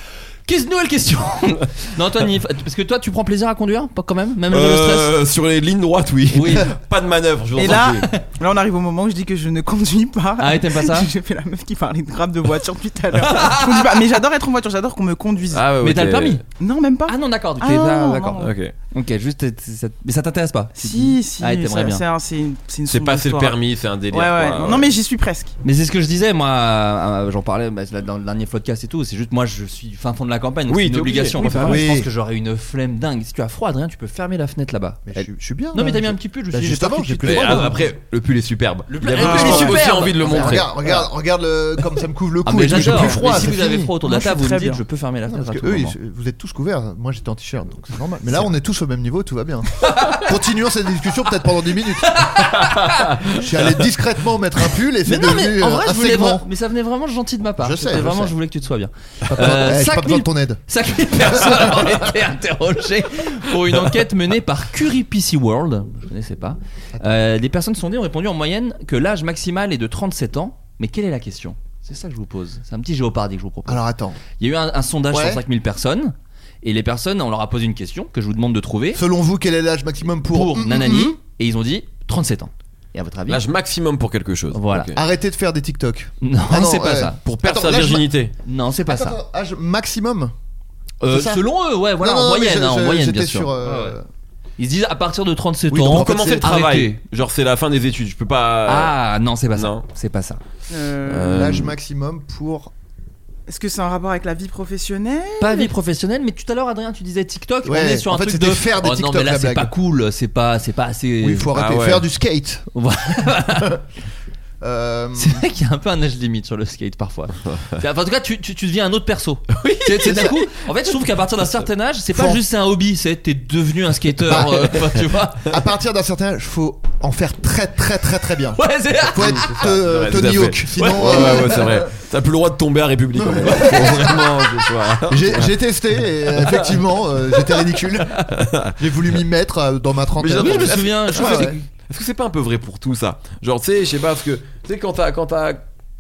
S5: qu'est-ce nouvelle question Non, Antoine, il fa- parce que toi, tu prends plaisir à conduire, pas quand même, même avec le stress.
S8: Euh, sur les lignes droites, oui.
S5: Oui.
S8: pas de manœuvre, je vous en
S2: Et là,
S8: supplie.
S2: là, on arrive au moment où je dis que je ne conduis pas.
S5: Ah, et t'aimes pas ça
S2: J'ai fait la meuf qui parlait de grappe de voiture depuis tout à l'heure. Je conduis pas, mais j'adore être en voiture, j'adore qu'on me conduise.
S8: Ah ouais,
S5: Mais
S8: ouais,
S5: t'as le
S8: t'es-
S5: permis
S2: Non, même pas.
S5: Ah non, d'accord.
S2: Ah,
S5: t'es-
S2: non,
S5: d'accord.
S2: non, non.
S8: Ok.
S5: Ok, juste. t- t- ça- Mais ça t'intéresse pas
S2: Si, si,
S5: Ah, t'aimerais
S2: ça-
S5: bien.
S2: c'est un- c'est une, c'est une
S8: C'est
S2: sombre
S8: pas c'est le
S2: histoire.
S8: permis, c'est un délire.
S2: Ouais, ouais.
S8: quoi. euh
S2: Non, mais j'y suis presque.
S5: Mais c'est ce que je disais, moi, euh, euh, j'en parlais bah, là, dans le dernier podcast et tout. C'est juste, moi, je suis du fin fond de la campagne. donc
S8: Oui,
S5: c'est une
S8: t'es obligé.
S5: obligation.
S8: Oui,
S5: Enfin,
S7: bah oui.
S5: Je pense que j'aurais une flemme dingue. Si tu as froid, Adrien, tu peux fermer la fenêtre là-bas.
S7: Mais je suis- je suis bien.
S5: Non, mais
S7: là,
S5: t'as mis
S7: je-
S5: un petit pull, je me
S7: Bah,
S5: suis dit,
S7: justement,
S5: j'espère que
S7: j'ai
S5: tu
S7: plus
S5: te-
S7: le
S8: Et
S7: droit,
S8: a-
S7: moi.
S8: après, le pull est superbe. Le
S5: pull- le pull est
S8: J'ai aussi
S5: superbe.
S8: envie de le
S7: Mais
S8: montrer.
S7: Regarde, regarde, regarde le, comme ça me couvre le
S5: Ah,
S7: cou.
S5: mais
S7: et que j'ai
S5: j'adore.
S7: plus
S5: Mais
S7: froid.
S5: Si
S7: c'est
S5: vous avez
S7: fini.
S5: froid autour de
S2: Moi,
S5: la
S2: je suis
S5: table, vous me
S2: très
S5: dites,
S2: bien.
S5: Ah, je peux fermer la
S7: Non,
S5: fenêtre
S7: parce
S5: à
S7: que
S5: tout hein.
S7: eux,
S5: moment.
S7: ils- vous êtes tous couverts. Moi, j'étais en t-shirt, donc c'est normal. Mais là, on est tous au même niveau, tout va bien. Continuons cette discussion peut-être pendant 10 minutes. je suis allé discrètement mettre un pull et
S5: Mais
S7: c'est
S5: non,
S7: devenu euh,
S5: mais en vrai,
S7: un
S5: je voulais
S7: segment.
S5: vra- mais ça venait vraiment gentil de ma part.
S7: Je sais,
S5: C'était
S7: je
S5: vraiment,
S7: sais.
S5: je voulais que tu te sois bien.
S7: Eh,
S5: Euh,
S7: j'ai pas
S5: 5000
S7: besoin de ton aide.
S5: 5000 personnes ont été interrogées pour une enquête menée par CuriPC World. Je ne connaissais pas. Euh, des personnes sondées ont répondu en moyenne que l'âge maximal est de 37 ans. Mais quelle est la question C'est ça que je vous pose. C'est un petit géopardie que je vous propose.
S7: Alors attends,
S5: Il y a eu un, un sondage
S7: Ouais.
S5: sur 5000 personnes. Et les personnes, on leur a posé une question que je vous demande de trouver
S7: selon vous, quel est l'âge maximum pour,
S5: pour
S7: Mm,
S5: Nanani.
S7: mm, mm.
S5: Et ils ont dit 37 ans. Et à votre avis
S8: L'âge maximum pour quelque chose.
S5: Voilà.
S8: Ok.
S7: Arrêtez de faire des TikTok.
S5: Non,
S7: Ah non,
S5: c'est pas
S7: ouais.
S5: ça.
S8: Pour perdre
S7: Attends,
S8: sa
S7: l'âge ma-
S8: virginité.
S5: Non, c'est pas
S7: Attends,
S5: Ah, ça.
S7: attends, âge maximum
S5: Euh,
S7: c'est ça
S5: selon eux, ouais, voilà,
S7: Non, non,
S5: en
S7: non, mais
S5: moyenne,
S7: je-
S5: hein, en
S7: je-
S5: moyenne, bien
S7: j'étais
S5: sûr. Ah
S7: sur, euh,
S5: Ouais, ouais. Ils se disent à partir de 37
S7: Oui, donc,
S5: ans.
S7: en fait,
S8: Comment fait le
S5: arrêtez.
S8: travail Genre, c'est la fin des études, je peux pas.
S5: Ah non, c'est pas ça.
S8: Non.
S5: C'est pas ça.
S2: Euh,
S8: Euh,
S7: L'âge maximum pour.
S2: Est-ce que c'est un rapport avec la vie professionnelle
S5: Pas vie professionnelle, mais tout à l'heure Adrien, tu disais TikTok.
S7: Ouais,
S5: on est sur
S7: en
S5: un
S7: fait,
S5: truc
S7: c'était
S5: de
S7: faire des
S5: oh, Non,
S7: TikTok,
S5: mais là
S7: la
S5: c'est
S7: blague.
S5: pas cool. C'est pas, c'est pas assez.
S7: Oui, il faut arrêter.
S8: Ah ouais.
S7: Faire du skate.
S5: Voilà.
S7: Euh,
S5: C'est vrai qu'il y a un peu un âge limite sur le skate parfois. Enfin, en tout cas, tu, tu, tu deviens un autre perso. Oui. C'est d'un coup. En fait, je trouve qu'à partir d'un certain âge, c'est pas
S7: Faut- Bah,
S5: juste un hobby. C'est t'es devenu un skater. euh, enfin, tu vois.
S7: à partir d'un certain âge, faut en faire très très très très bien.
S5: Ouais, Ah, c'est.
S7: Faut être euh,
S8: Ouais, tout à
S7: Tony
S8: fait.
S7: Hawk, sinon.
S8: Ouais,
S7: euh,
S8: ouais, ouais, c'est vrai. T'as plus le droit de tomber à République. en fait. Vraiment, c'est toi.
S7: euh, J'ai j'ai testé et euh, effectivement euh, j'étais ridicule. J'ai voulu m'y mettre euh, dans ma trentaine.
S5: Oui, je me souviens. Je
S7: Ouais,
S5: crois que
S7: Ah ouais.
S8: Est-ce que c'est pas un peu vrai pour tout ça Genre, tu sais, je sais pas, parce que, tu sais, quand t'as. Quand t'as- je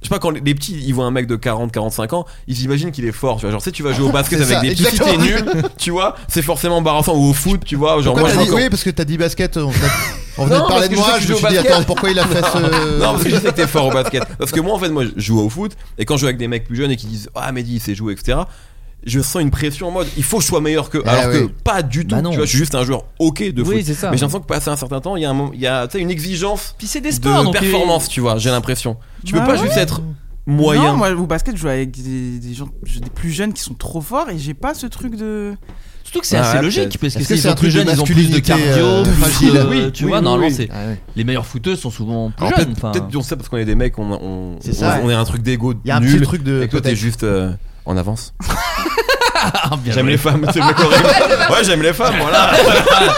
S8: sais pas, quand les- les petits ils voient un mec de 40, 45 ans, ils imaginent qu'il est fort. Tu vois. Genre, tu sais, tu vas jouer au basket
S7: C'est
S8: avec
S7: ça,
S8: des petits, si t'es
S7: exactement.
S8: nul, tu vois, c'est forcément embarrassant. Ou au foot, tu vois. Genre,
S7: Pourquoi
S8: moi, je
S7: t'as
S8: vois
S7: dit-
S8: quand-
S7: Oui parce que t'as dit basket. On venait, on venait
S8: Non,
S7: de
S8: parce
S7: parler
S8: que
S7: de
S8: je sais
S7: moi.
S8: que
S7: Je
S8: tu joues
S7: me suis
S8: au
S7: dit
S8: basket.
S7: attends pourquoi il a fait ce.
S8: Non, parce que je sais que t'es fort au basket. Parce que moi, en fait, moi, je joue au foot, et quand je joue avec des mecs plus jeunes et qui disent Ah, Mehdi, il sait jouer, etc., je sens une pression en mode Il faut que je sois meilleur que.
S7: Eh
S8: Alors
S7: oui.
S8: que pas du tout.
S5: Bah non.
S8: tu vois, je suis juste un joueur ok de
S5: Oui,
S8: foot.
S5: c'est ça.
S8: Mais j'ai l'impression que passé un certain temps, il y a, un moment- il y a tu sais, une exigence
S5: Puis c'est des sports.
S8: de
S5: donc, euh,
S8: performance, tu vois, j'ai l'impression. Tu peux
S2: Bah
S8: pas
S2: ouais.
S8: juste être moyen.
S2: Non, moi au basket, je joue avec des, des gens des plus jeunes qui sont trop forts et j'ai pas ce truc de.
S5: Surtout que c'est
S8: Ah
S5: assez
S8: ouais,
S5: logique
S8: peut-être.
S5: parce que
S7: Est-ce que
S5: s'ils
S7: c'est
S5: sont
S7: un
S5: plus
S7: truc de
S5: jeunes, ils ont plus de
S7: masculinité,
S5: cardio,
S7: euh,
S5: plus
S7: fragile
S5: de-
S8: Oui,
S5: tu
S8: oui,
S5: vois,
S8: oui,
S5: normalement,
S8: oui.
S5: c'est
S7: Ah ouais.
S5: les meilleures footeuses sont souvent plus
S8: Alors,
S5: jeunes.
S8: peut-être
S5: enfin.
S8: peut-être on sait parce qu'on est des mecs, on, on,
S7: C'est ça.
S8: on, on est un truc d'ego nul.
S7: Il y a un petit truc de.
S8: et toi, t'es
S7: peut-être.
S8: juste euh, en avance.
S5: Ah, bien
S8: J'aime
S5: joué.
S8: les femmes, c'est le mec horrible. Ouais, j'aime les femmes, voilà.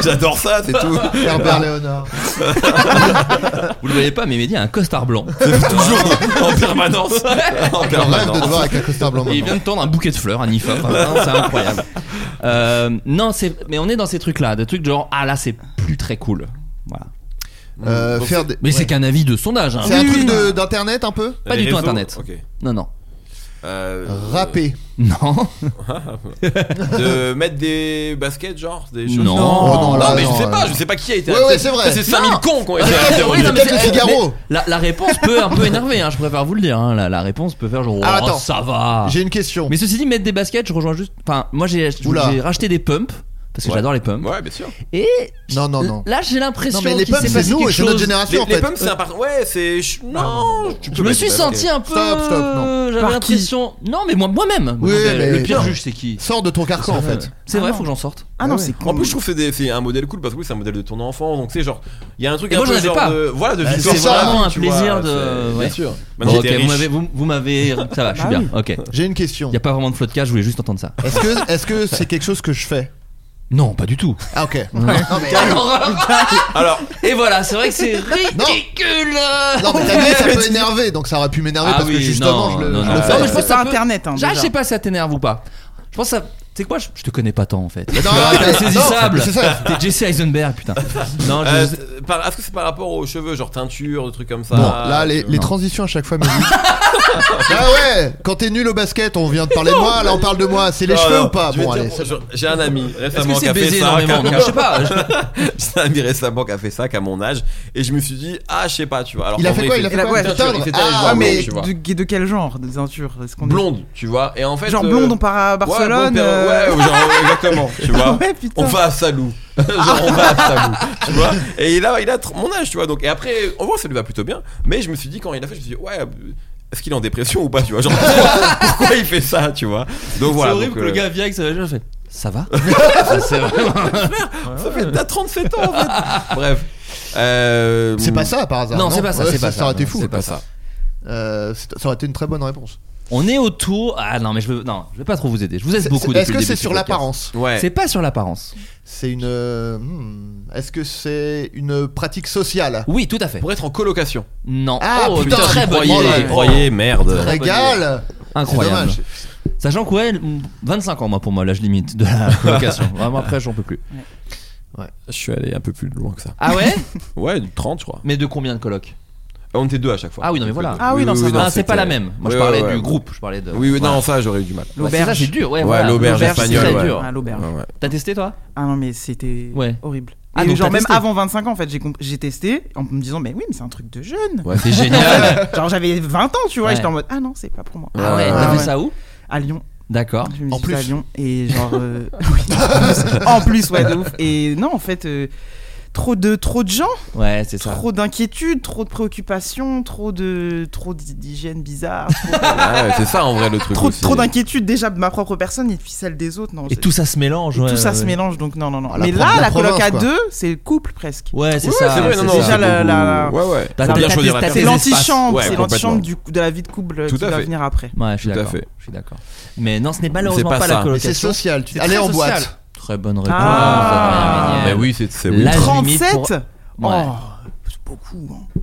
S8: J'adore ça, c'est tout.
S7: Herbert Léonard.
S5: Vous le voyez pas, mais Mehdi a un costard blanc.
S8: Toujours en permanence. En
S7: J'en rêve de te
S8: permanence.
S7: voir avec un costard blanc.
S5: Et il
S7: maintenant.
S5: vient de tendre un bouquet de fleurs, un IFA. Enfin, vraiment, c'est incroyable. Euh, non, c'est, mais on est dans ces trucs-là, des trucs genre ah là c'est plus très cool. Voilà.
S7: Euh,
S8: Donc,
S7: faire des-
S5: Mais c'est qu'un avis de sondage. Hein.
S7: C'est un truc de- d'internet un peu.
S5: Pas
S8: Les
S5: du tout
S8: réseaux,
S5: internet.
S8: ok.
S5: Non, non,
S8: Euh,
S7: Rapper.
S5: non.
S8: de mettre des baskets, genre des choses.
S5: Non.
S7: Oh non, là,
S8: mais je
S7: non,
S8: sais
S7: là.
S8: pas, je sais pas qui a été.
S7: Ouais,
S8: arrêté.
S7: ouais, c'est vrai.
S8: Ça, C'est 5000
S5: Non. Ah,
S8: cons qui ont été
S5: Oui,
S8: interrogés.
S5: non, mais
S7: Peut-être
S5: c'est-
S7: le Figaro.
S5: mais La, la réponse peut un peu énerver. Hein, je préfère vous le dire. hein. La, la réponse peut faire genre oh,
S7: Ah, attends.
S5: ça va.
S7: J'ai une question.
S5: Mais ceci dit, mettre des baskets, je rejoins juste. Enfin, moi j'ai,
S7: Oula.
S5: j'ai racheté des pumps parce que
S8: Ouais.
S5: j'adore les pumps.
S8: Ouais, bien sûr.
S5: Et
S7: Non non non.
S5: là, j'ai l'impression
S7: Non mais les
S5: qu'il
S7: pommes
S5: s'est
S7: c'est
S5: passé
S7: nous,
S5: quelque
S7: c'est notre
S5: chose.
S8: Les,
S7: génération en
S8: les
S7: fait. Ah,
S8: pommes, c'est un par- Ouais, c'est. je- Non, tu peux
S5: Je me
S8: mettre
S5: suis
S8: des
S5: senti
S8: baskets.
S5: un peu.
S7: Stop, stop, non.
S5: J'avais
S2: Par
S5: l'impression. Non, mais moi, moi-même.
S7: Oui,
S5: Bordel.
S7: mais-
S5: Le pire
S7: Non.
S5: juge, c'est qui
S7: Sors de ton carcan en fait.
S5: C'est
S2: Ah
S5: vrai,
S2: non.
S5: faut que j'en sorte.
S2: Ah non, c'est con.
S8: En plus, je trouve que c'est des- c'est un modèle cool parce que oui, c'est un modèle de ton enfant. Donc, c'est genre, il y a un truc
S5: Et
S8: un
S5: moi, j'en
S8: peu
S5: avais
S8: genre
S5: pas.
S8: de. Voilà, de
S7: Bah,
S8: victoire
S7: c'est
S8: dans la
S7: vraiment
S8: vie,
S5: un
S8: tu
S5: plaisir de-
S8: c'est-
S5: ouais.
S8: Bien sûr. Maintenant,
S5: Bon,
S8: t'es
S5: ok, vous
S8: riche.
S5: m'avez, vous, vous m'avez. Ça va, je suis
S2: Bah
S5: bien. Ok.
S7: J'ai une question.
S5: Y a pas vraiment de flot de cash, je voulais juste entendre ça.
S7: Est-ce que est-ce que c'est quelque chose que je fais
S5: Non, pas du tout.
S7: Ah ok. Non mais
S8: Alors,
S5: Et voilà, c'est vrai que c'est ridicule.
S7: Non, mais t'as dit ça peut énerver, donc ça aurait pu m'énerver
S5: Ah
S7: parce que
S5: oui,
S7: justement
S5: non,
S7: je le,
S5: non,
S7: je
S5: non.
S7: le
S5: Non,
S7: fais.
S5: mais je pense
S2: c'est
S5: que ça
S2: pas
S5: peut-
S2: internet. Hein,
S5: Genre, je
S2: déjà.
S5: sais pas si ça t'énerve ou pas. Je pense que ça. Tu sais quoi, je, je te connais pas tant en fait.
S7: Non,
S5: Ah,
S7: mais-
S5: T'es insaisissable.
S7: non, C'est ça. Ah,
S5: T'es Jesse Eisenberg, putain. Non, Ah, je.
S8: euh, par- est-ce que c'est par rapport aux cheveux, genre teinture, des trucs comme ça
S7: Bon, là les, les
S5: non.
S7: transitions à chaque fois, mais Ah ouais, quand t'es nul au basket, on vient de parler de moi, là on parle de moi, c'est les
S8: Non,
S7: cheveux
S8: non,
S7: ou pas
S8: je vais
S7: Bon
S8: te
S7: allez,
S8: dire,
S7: c'est-
S8: je- J'ai un ami
S5: Est-ce que
S8: récemment qui
S5: c'est
S8: a fait
S5: baisé
S8: ça.
S5: énormément
S8: qui a-
S5: Non, Je sais pas. je-
S8: J'ai un ami récemment qui a fait ça qu'à mon âge et je me suis dit ah je sais pas tu vois. Alors
S7: il a
S8: qu'en vrai,
S7: fait quoi Il a fait
S2: il a-
S7: quoi
S2: ouais,
S7: une
S2: il
S8: fait-
S7: teindre
S8: il fait taire les
S7: Ah
S8: gens,
S7: mais
S2: mais
S8: tu vois.
S2: de, de quel genre de ceinture Est-ce qu'on est-
S8: blonde tu vois et en fait
S2: Genre
S8: euh,
S2: blonde, on part à
S8: ouais, blonde,
S2: Barcelone.
S8: père-
S2: euh,
S8: ouais, ou genre exactement tu vois.
S2: ouais, putain.
S8: On va à Salou. Genre on va à Salou, tu vois. Et il a, il a tr- mon âge, tu vois. Donc et après, en vrai, ça lui va plutôt bien. Mais je me suis dit quand il a fait, je me suis dit ouais, euh, est-ce qu'il est en dépression ou pas, tu vois. Genre pourquoi, pourquoi il fait ça, tu vois. Donc voilà.
S5: c'est horrible
S8: donc,
S5: que le
S8: euh,
S5: gars vient avec sa je fait ça va
S8: euh, Ça fait t'as 37 ans en fait. Bref. Euh,
S7: c'est pas ça par hasard.
S5: Non, c'est pas ça,
S7: Ouais,
S5: c'est pas ça,
S7: aurait été
S5: non,
S7: fou.
S5: c'est pas
S8: ça.
S7: Euh, c'est- ça aurait été une très bonne réponse.
S5: on est autour ah non mais je veux non je vais pas trop vous aider je vous aide
S7: C'est-
S5: beaucoup
S7: c'est-
S5: depuis
S7: Est-ce
S5: le
S7: que
S5: début
S7: c'est
S5: de ce
S7: sur
S5: podcast.
S7: l'apparence
S8: Ouais.
S5: c'est pas sur l'apparence
S7: C'est une. euh, hmm, Est-ce que c'est une pratique sociale
S5: oui tout à fait
S8: Pour être en colocation.
S5: non
S7: Ah,
S5: oh,
S7: putain,
S5: très
S7: j'y
S5: bonne
S7: croyais.
S5: idée
S7: Oh.
S8: Croyez, merde.
S7: Régal
S5: incroyable
S7: C'est dommage.
S5: sachant que ouais 25 ans moi pour moi l'âge limite de la colocation vraiment après j'en peux plus
S8: Je suis allé un peu plus loin que ça.
S5: ah ouais
S8: Ouais, 30, je crois.
S5: mais de combien de colocs
S8: On était deux à chaque fois.
S5: ah oui non mais voilà
S2: Ah oui, non, ça va.
S5: Ah, c'est pas la même moi je
S8: Ouais,
S5: parlais
S8: ouais,
S5: du
S8: ouais.
S5: groupe je parlais de
S8: Oui, oui,
S5: Voilà.
S8: non, Bah, ça j'aurais eu du mal.
S5: Ouais, c'est ça, c'est dur ouais
S8: Ouais,
S5: voilà.
S8: l'auberge
S5: c'est
S8: espagnole,
S5: très
S8: ouais.
S5: dur.
S2: Ah, l'auberge.
S8: Ouais, ouais.
S5: t'as testé toi
S2: Ah non, mais c'était
S5: Ouais.
S2: horrible.
S5: Ah,
S2: Et
S5: donc
S2: genre,
S5: t'as
S2: même
S5: testé.
S2: avant 25 ans, en fait, j'ai, comp- j'ai testé en me disant, mais oui, mais c'est un truc de jeune.
S8: Ouais, c'est
S5: génial
S2: Genre, j'avais 20 ans, tu vois,
S5: Ouais.
S2: et j'étais en mode, ah non, c'est pas pour moi.
S5: ah ouais
S2: Ah Ah
S5: t'as fait
S2: ouais.
S5: ça où
S2: À Lyon.
S5: d'accord
S2: Je me
S7: En
S2: suis dit à
S7: plus.
S2: Lyon. Et genre. euh, oui, en plus. en plus, ouais, de ouf. Et non, en fait. euh, Trop de, trop de gens,
S5: ouais c'est ça
S2: trop d'inquiétudes, trop de préoccupations, trop de trop d'hygiène bizarre,
S8: Ah ouais, c'est ça en vrai le truc.
S2: trop,
S8: aussi.
S2: trop d'inquiétudes déjà de ma propre personne et puis celle des autres. Non,
S5: et
S2: c'est-
S5: tout ça se mélange
S2: et
S5: ouais,
S2: tout ça
S5: ouais.
S2: se mélange donc non, non, non.
S7: Ah, la
S2: Mais
S7: pro-
S2: là,
S7: la
S2: la coloc
S7: province,
S2: à
S7: quoi.
S2: deux, c'est le couple presque.
S5: ouais c'est
S8: Ouais,
S5: ça
S8: c'est vrai, non, non,
S2: déjà
S8: c'est
S2: la-
S8: beaucoup-
S2: la-
S8: Ouais, ouais.
S5: T'as-
S8: Faut bien
S5: t'as-
S8: choisir
S5: t'as-
S8: la
S5: t'as-
S8: personne.
S2: C'est
S5: tes espaces.
S2: l'antichambre,
S8: Ouais,
S2: c'est
S8: complètement.
S2: l'antichambre du- de la vie de couple euh,
S8: Tout
S2: qui
S8: à
S2: va
S8: fait.
S2: venir après.
S5: Ouais, je suis
S8: Tout à
S5: d'accord.
S8: fait.
S5: Je suis d'accord. Mais non, ce n'est malheureusement
S8: malheureusement
S5: pas,
S8: pas pas la
S5: la
S8: ça.
S7: Mais c'est
S5: colocation.
S7: social. Tu... Allez en boîte.
S5: Très bonne réponse.
S2: Ah.
S5: Florian
S8: Mais
S5: Méniel.
S8: oui, c'est c'est oui.
S5: La- L'âge limite
S2: 37
S5: pour- Ouais.
S2: Oh, c'est beaucoup. hein.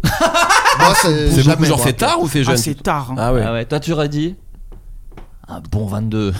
S7: Moi, c'est
S8: C'est beaucoup
S7: jamais,
S8: genre
S7: moi.
S8: c'est tard ou c'est
S2: Ah,
S8: jeune
S2: c'est tard. hein.
S8: Ah ouais.
S5: Ah ouais, toi tu aurais dit un bon 22. non, ouais.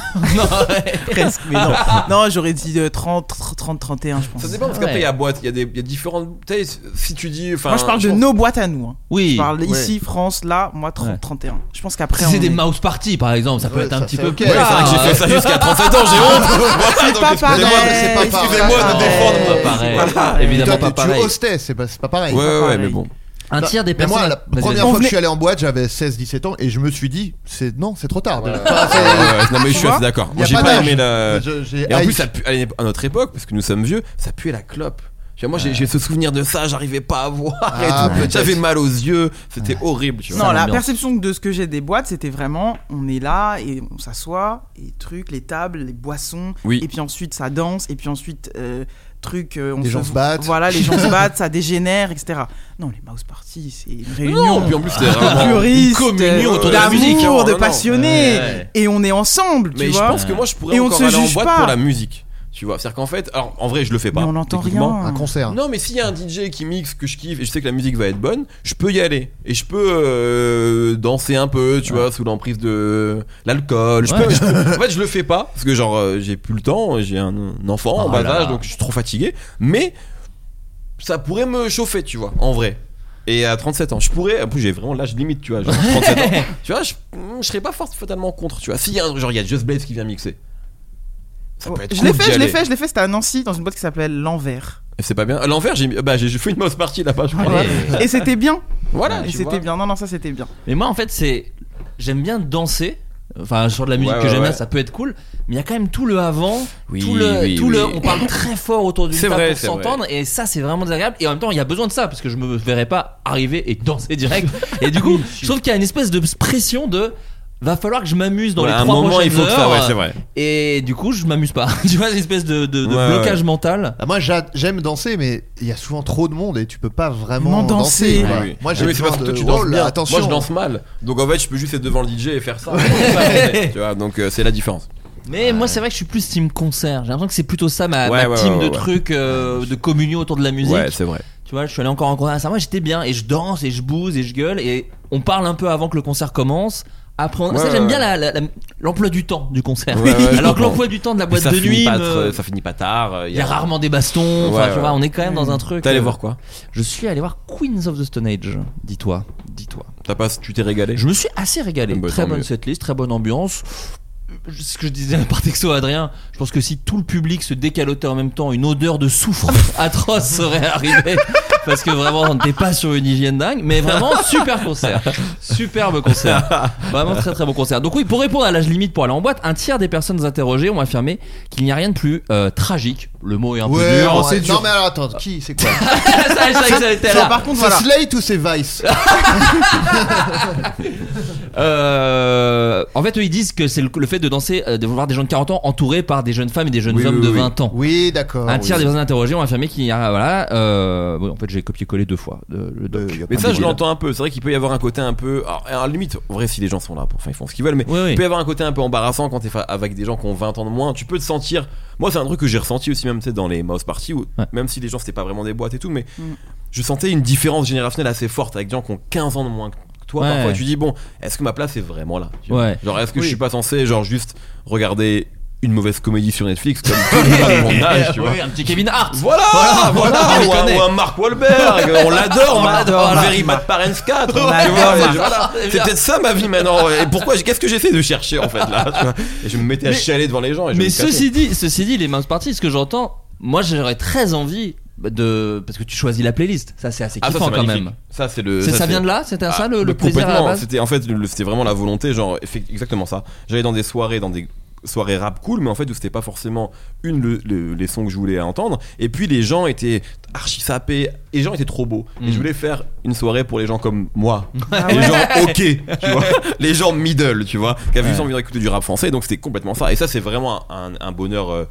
S8: Ah.
S2: Presque, mais non. non, j'aurais dit euh, 30, 30, 31, je pense.
S8: Ça dépend parce
S5: Ouais.
S8: qu'après il y a boîte, il y a des il y a différentes tu sais, si tu dis enfin
S2: Moi, je parle de
S8: pense-
S2: nos boîtes à nous. hein.
S5: Oui.
S2: Je parle
S5: ouais.
S2: ici, France, là, moi, 30,
S5: Ouais.
S2: 31. Je pense
S5: Si
S2: qu'après.
S5: c'est
S2: on
S5: des
S2: est-
S5: mouse parties par exemple, ça peut
S7: Ouais,
S5: être un
S7: ça,
S5: petit
S7: c'est
S5: peu
S7: ok.
S5: plus.
S8: Ouais, c'est vrai que j'ai fait ça jusqu'à 37 ans, j'ai honte. Voilà,
S2: C'est
S8: donc,
S2: pas
S8: excusez-moi,
S2: pareil.
S8: mais c'est
S7: c'est pas
S8: Excusez-moi de
S7: pareil.
S8: défendre
S5: Pas
S8: ma part.
S5: pareil.
S2: pas pareil.
S5: Évidemment
S7: Toi,
S5: pas
S7: t'es- tu
S5: pareil.
S7: hostais, c'est pas, c'est pas pareil.
S8: Ouais ouais ouais, mais
S2: pareil.
S8: bon.
S5: Un tiers des
S7: Mais
S5: personnes.
S7: moi, la
S5: Vas-y, vas-y.
S7: première
S2: On
S7: fois que
S2: venait-
S7: je suis allé en boîte, j'avais 16-17 ans et je me suis dit, c'est non, c'est trop tard. déjà. Enfin,
S8: Ouais,
S7: c'est-
S8: ouais, ouais. Euh, Non mais je
S2: Tu
S8: suis
S2: vois
S8: assez d'accord.
S7: y a
S8: Moi j'ai pas
S7: d'âge.
S8: aimé la
S7: Je- j'ai
S8: Et en
S7: haï-
S8: plus, ça pue- à l'é- à notre époque, parce que nous sommes vieux, ça puait la clope. Tu vois, Moi, j'ai- j'ai ce souvenir de ça, j'arrivais pas à voir et
S7: Ah,
S8: tout.
S7: peut-être.
S8: J'avais mal aux yeux, c'était horrible, tu vois.
S2: Non, la
S5: l'ambiance.
S2: perception de ce que j'ai des boîtes, c'était vraiment on est là et on s'assoit, et trucs, les tables, les boissons,
S8: Oui.
S2: et puis ensuite ça danse, et puis ensuite euh, truc. euh, on
S7: Les gens se battent.
S2: Voilà, les gens se battent, ça dégénère, etc. Non, les mouse parties, c'est une
S8: Non,
S2: réunion.
S8: puis en plus, c'était
S2: de
S8: vraiment.
S2: puristes,
S8: communion autour de la musique, hein,
S2: d'amour, Ah, de
S8: non, non.
S2: passionnés,
S5: Ouais.
S2: et on est ensemble, tu
S8: Mais je
S2: vois.
S8: pense que moi, je pourrais
S2: Et on
S8: encore
S2: se
S8: aller en
S2: juge
S8: boîte
S2: pas.
S8: pour la musique. Tu vois, c'est-à-dire qu'en fait, alors en vrai, je le fais pas.
S2: Mais on n'entend
S8: techniquement.
S2: rien.
S7: Un concert.
S8: Non, mais s'il y a un DJ qui mixe, que je kiffe et je sais que la musique va être bonne, je peux y aller et je peux euh, danser un peu, tu vois, sous l'emprise de l'alcool. Je
S5: Ouais.
S8: peux- je peux- En fait, je le fais pas parce que genre euh, j'ai plus le temps, j'ai un, un enfant en
S5: Oh
S8: bas
S5: là
S8: âge,
S5: là.
S8: donc je suis trop fatigué. Mais ça pourrait me chauffer, tu vois, en vrai. Et à 37 ans, je pourrais. En plus, j'ai vraiment l'âge limite, tu vois. Genre 37 ans. Tu vois, je, hmm, je serais pas fort- fatalement contre, tu vois. S'il y a un- genre, il y a Just Blaze qui vient mixer. Ça peut être
S2: Oh, je
S8: cool
S2: l'ai
S8: d'y
S2: fait, je l'ai
S8: aller.
S2: fait, je l'ai fait, c'était à Nancy dans une boîte qui s'appelait L'Envers.
S8: Et C'est pas bien. À l'envers, j'ai mis- bah, j'ai j'ai fait une mouse party là-bas,
S5: Ah
S8: je crois.
S2: Voilà. Et c'était bien.
S8: Ah Voilà,
S2: Et
S8: tu vois.
S2: c'était bien. Non, non, ça c'était bien.
S5: Mais moi en fait, c'est j'aime bien danser. Enfin, sur de la musique
S8: Ouais,
S5: que
S8: ouais,
S5: j'aime bien,
S8: ouais.
S5: ça peut être cool, mais il y a quand même tout le avant,
S8: Oui,
S5: tout le,
S8: oui,
S5: tout
S8: oui.
S5: le, on parle très fort autour d'une
S8: C'est
S5: table
S8: vrai,
S5: pour
S8: c'est
S5: s'entendre, et ça c'est vraiment désagréable. Et en même temps, il y a besoin de ça parce que je me verrais pas arriver et danser direct. Et du coup, je trouve qu'il y a une espèce de pression de va falloir que je m'amuse dans
S8: Voilà,
S5: les trois
S8: un moment,
S5: prochaines
S8: il faut que ça,
S5: heures,
S8: ouais, c'est vrai.
S5: Et du coup, je m'amuse pas. tu vois, une espèce de, de- de
S8: Ouais, ouais.
S5: blocage mental.
S7: Ah, Moi j'a- j'aime danser mais il y a souvent trop de monde et tu peux pas vraiment
S2: Non, danser.
S7: danser.
S8: Oui,
S7: quoi.
S8: oui. Ah
S7: Moi j'ai
S8: Oui, mais c'est
S7: besoin
S8: parce que toi,
S7: de-
S8: tu danses
S7: oh là,
S8: bien.
S7: attention.
S8: Moi je danse mal. Donc en fait, je peux juste être devant le DJ et faire ça. tu vois, donc euh, c'est la différence.
S5: Mais moi, c'est vrai que je suis plus team concert. J'ai l'impression que c'est plutôt ça ma,
S8: Ouais,
S5: ma
S8: ouais,
S5: team
S8: ouais,
S5: de
S8: ouais.
S5: trucs euh, de communion autour de la musique.
S8: Ouais, c'est vrai.
S5: Tu vois, je suis allé encore en concert. Ça, moi, j'étais bien et je danse et je bouse et je gueule et on parle un peu avant que le concert commence. Après, on-
S8: Ouais,
S5: ça
S8: ouais,
S5: j'aime
S8: ouais.
S5: bien la- la- la- l'emploi du temps du concert.
S8: Ouais, ouais,
S5: Alors
S8: je
S5: que
S8: comprends.
S5: l'emploi du temps de la
S8: Mais
S5: boîte
S8: ça
S5: de
S8: finit
S5: nuit,
S8: pas
S5: me-
S8: tr- ça finit pas tard. euh,
S5: il y a rarement des bastons.
S8: Ouais,
S5: Enfin, tu
S8: ouais.
S5: vois, on est quand même dans un truc.
S8: T'es allé
S5: euh,
S8: voir quoi
S5: Je suis allé voir Queens of the Stone Age. Dis-toi, dis-toi.
S8: T'as pas, tu t'es régalé.
S5: Je me suis assez régalé.
S8: Ah bah,
S5: très
S8: tant
S5: bonne
S8: mieux.
S5: cette liste, très bonne ambiance. Je- Ce que je disais par texto à Adrien, je pense que si tout le public se décalotait en même temps, une odeur de soufre atroce serait arrivée. Parce que vraiment, on n'était pas sur une hygiène dingue, mais vraiment super concert. Superbe concert. Vraiment très très bon concert. Donc, oui, pour répondre à l'âge limite pour aller en boîte, un tiers des personnes interrogées ont affirmé qu'il n'y a rien de plus euh, tragique. Le mot est un peu
S7: Ouais,
S5: dur.
S7: ouais.
S5: c'est
S7: Non, mais alors attends, qui c'est quoi
S8: Ah,
S5: ça, je savais que ça allait être là.
S2: Ça, par contre,
S7: C'est
S2: voilà.
S7: Slate ou c'est Vice
S8: Ah.
S5: Euh, en fait, eux, ils disent que c'est le, le fait de danser, euh, de voir des gens de 40 ans entourés par des jeunes femmes et des jeunes
S8: Oui,
S5: hommes
S8: oui,
S5: de
S8: oui. Ah,
S5: 20 ans.
S7: Oui, d'accord.
S5: un tiers
S7: oui.
S5: des personnes interrogées ont affirmé qu'il y a. Voilà. Euh, bon, en fait, j'ai copié-collé deux fois euh, le doc.
S7: Euh, y a pas
S8: Mais
S7: de
S8: ça, je
S7: deal.
S8: l'entends un peu. C'est vrai qu'il peut y avoir un côté un peu. alors, à la limite, en vrai, si les gens sont là, pour... enfin, ils font ce qu'ils veulent, mais
S5: Oui, oui.
S8: il peut y avoir un côté un peu embarrassant quand t'es fa- avec des gens qui ont 20 ans de moins. Tu peux te sentir. Moi, c'est un truc que j'ai ressenti aussi, même tu sais, dans les Mouse Party, où
S5: Ouais.
S8: même si les gens, c'était pas vraiment des boîtes et tout, mais je sentais une différence générationnelle assez forte avec des gens qui ont 15 ans de moins que toi.
S5: Ouais.
S8: Parfois, tu dis, bon, est-ce que ma place est vraiment là tu vois
S5: Ouais.
S8: Genre, est-ce que je
S5: Oui.
S8: suis pas censé, genre, juste regarder une mauvaise comédie sur Netflix comme tout le monde à mon âge, tu vois
S5: Ah, Oui, un petit Kevin Hart.
S8: Voilà, voilà,
S5: on
S8: ou, un,
S5: connaît.
S8: ou un Mark Wahlberg,
S5: On
S8: on l'adore, on
S5: l'adore,
S8: l'adore,
S5: voilà.
S8: Very Bad Parents 4, tu
S5: On
S8: vois,
S5: l'adore,
S8: et
S5: Mark.
S8: voilà.
S5: C'est
S8: c'est
S5: bien.
S8: peut-être ça ma vie maintenant, et pourquoi, qu'est-ce que j'essaie de chercher en fait là, tu vois et je me mettais à
S5: Mais-
S8: chialer devant les gens, et je
S5: Mais
S8: me cassais.
S5: ceci dit, ceci dit, les Mouse Party, ce que j'entends, moi, j'aurais très envie de. Parce que tu choisis la playlist. Ça, c'est assez
S8: ah, ça,
S5: kiffant
S8: c'est
S5: quand
S8: magnifique.
S5: même.
S8: Ça, c'est le.
S5: C'est- Ça,
S8: c'est-
S5: vient de là C'était
S8: Ah,
S5: ça le,
S8: mais
S5: le plaisir à la
S8: complètement,
S5: base
S8: C'était en fait, le- c'était vraiment la volonté, genre effect- exactement ça. J'allais dans des soirées, dans des soirées rap cool, mais en fait où c'était pas forcément une le- le- les sons que je voulais entendre. Et puis les gens étaient archi sapés, et les gens étaient trop beaux.
S5: Mm.
S8: Et je voulais faire une soirée pour les gens comme moi,
S2: Ah
S8: les
S2: ouais.
S8: gens ok, tu vois, les gens middle, tu vois, qui avaient juste envie d'écouter du rap français. Donc c'était complètement ça. Et ça, c'est vraiment un, un bonheur. euh,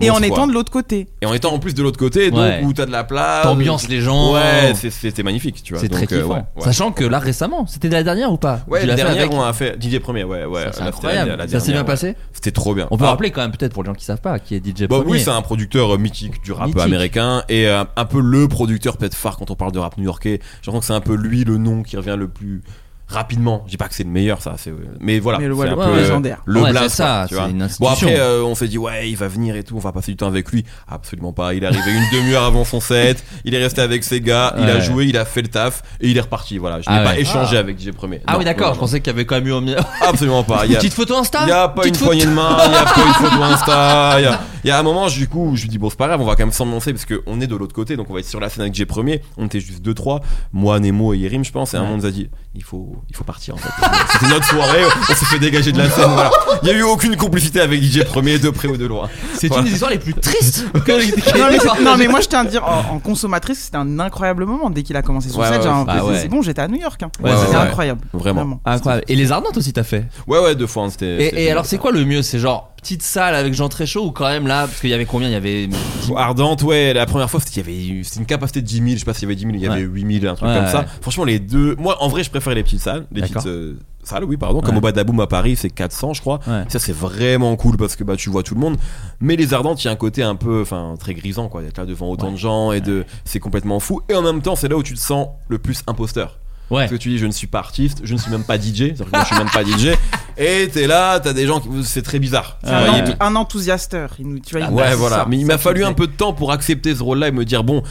S2: Et en
S8: monstre,
S2: étant
S8: quoi.
S2: de l'autre côté.
S8: et en étant en plus de l'autre côté, donc
S5: Ouais.
S8: où t'as de la place,
S5: T'ambiances les gens.
S8: Ouais, c'est- c'était magnifique, tu vois.
S5: C'est
S8: Donc,
S5: très
S8: euh,
S5: kiffant.
S8: ouais, ouais.
S5: Sachant que là, récemment, c'était la dernière ou pas
S8: Ouais,
S5: Tu
S8: la
S5: l'as fait
S8: dernière,
S5: avec-
S8: on a fait DJ Premier, ouais, ouais.
S5: Ça, c'est
S8: la- la-
S5: incroyable.
S8: la- la
S5: ça s'est bien
S8: dernière, ouais.
S5: passé
S8: C'était trop bien.
S5: On peut
S8: Ah,
S5: rappeler quand même peut-être pour les gens qui savent pas qui est DJ
S8: Bon,
S5: Premier.
S8: oui, c'est un producteur euh, mythique du rap
S5: Mythique.
S8: américain et euh, un peu le producteur peut-être phare quand on parle de rap new-yorkais. Je pense que c'est un peu lui le nom qui revient le plus rapidement. Je dis pas que c'est le meilleur, ça, c'est. Mais voilà.
S2: Mais le
S8: c'est
S2: voilà,
S8: un
S2: ouais,
S8: peu, euh,
S2: légendaire.
S8: Le
S5: Ouais,
S8: blast,
S5: c'est ça,
S8: quoi, tu vois.
S5: c'est une
S8: Bon,
S5: institution.
S8: après, euh, on s'est dit, ouais, il va venir et tout, on va passer du temps avec lui. Absolument pas. Il est arrivé une demi-heure avant son set, il est resté avec ses gars, il
S5: Ouais.
S8: a joué, il a fait le taf et il est reparti. Voilà, je n'ai
S5: Ah
S8: pas
S5: ouais.
S8: échangé avec DJ Premier.
S5: Ah
S8: Non,
S5: oui,
S8: non,
S5: d'accord,
S8: non,
S5: je pensais qu'il y avait quand même eu un
S8: Absolument pas. Ah, Il y a-
S5: petite photo Insta
S8: il n'y a pas
S5: Ah, Petite
S8: une
S5: photo-
S8: poignée de main, il n'y a pas une photo Insta. Il y a, il y a un moment, du coup, je lui dis, bon, c'est pas grave, on va quand même s'ambiancer parce qu'on est de l'autre côté, donc on va être sur la scène avec Jay Premier. On était juste 2-3, moi, Nemo et Yerim, je pense. Et à un moment, on nous a dit, il faut, il faut partir en fait. C'était notre soirée, on s'est fait dégager de la scène. Voilà. Il n'y a eu aucune complicité avec DJ Premier, de près ou de loin.
S5: C'est une
S8: Voilà.
S5: des histoires les plus tristes que
S2: Non mais, c'est- non, mais moi je tiens à dire en, en consommatrice c'était un incroyable moment dès qu'il a commencé son
S8: Ouais,
S2: set
S8: ouais,
S2: j'ai un-
S5: bah
S2: c'est-
S5: ouais.
S2: c'est bon j'étais à New York hein.
S8: Ouais,
S2: c'était
S8: ouais, ouais.
S2: incroyable
S8: Vraiment.
S5: Incroyable. Et les Ardentes aussi, t'as fait.
S8: Ouais, ouais, deux fois, hein, c'était.
S5: Et,
S8: c'était-
S5: et alors, c'est quoi le mieux C'est genre petite salle avec Jean Tréchaud ou quand même là Parce qu'il y avait combien Il y avait.
S8: Ardente, ouais, la première fois, c'était il y avait- c'était une capacité de 10 000, je sais pas s'il y avait 10 000, il y avait 8 000, un truc
S5: Ouais,
S8: comme
S5: ouais.
S8: ça. Franchement, les deux, moi en vrai, je préfère les petites salles, les
S5: D'accord.
S8: petites euh, salles, oui, pardon. Comme au Badaboum à Paris, c'est 400, je crois.
S5: Ouais.
S8: Ça, c'est vraiment cool parce que bah, tu vois tout le monde. Mais les Ardentes, il y a un côté un peu, enfin, très grisant, quoi, d'être là devant autant de gens et de. C'est complètement fou. Et en même temps, c'est là où tu te sens le plus imposteur.
S5: Ouais.
S8: Parce que tu dis, je ne suis pas artiste, je ne suis même pas DJ, c'est-à-dire que moi, je suis même pas DJ. Et t'es là, t'as des gens qui. C'est très
S5: Ah,
S8: bizarre.
S2: C'est un,
S8: Ouais,
S2: enth- un enthousiasteur il nous tu vois, il nous
S8: Ouais,
S2: passe
S8: voilà.
S2: ça,
S8: mais il
S2: ça
S8: m'a
S2: qui
S8: fallu
S2: plaît.
S8: un peu de temps pour accepter ce rôle-là et me dire, bon,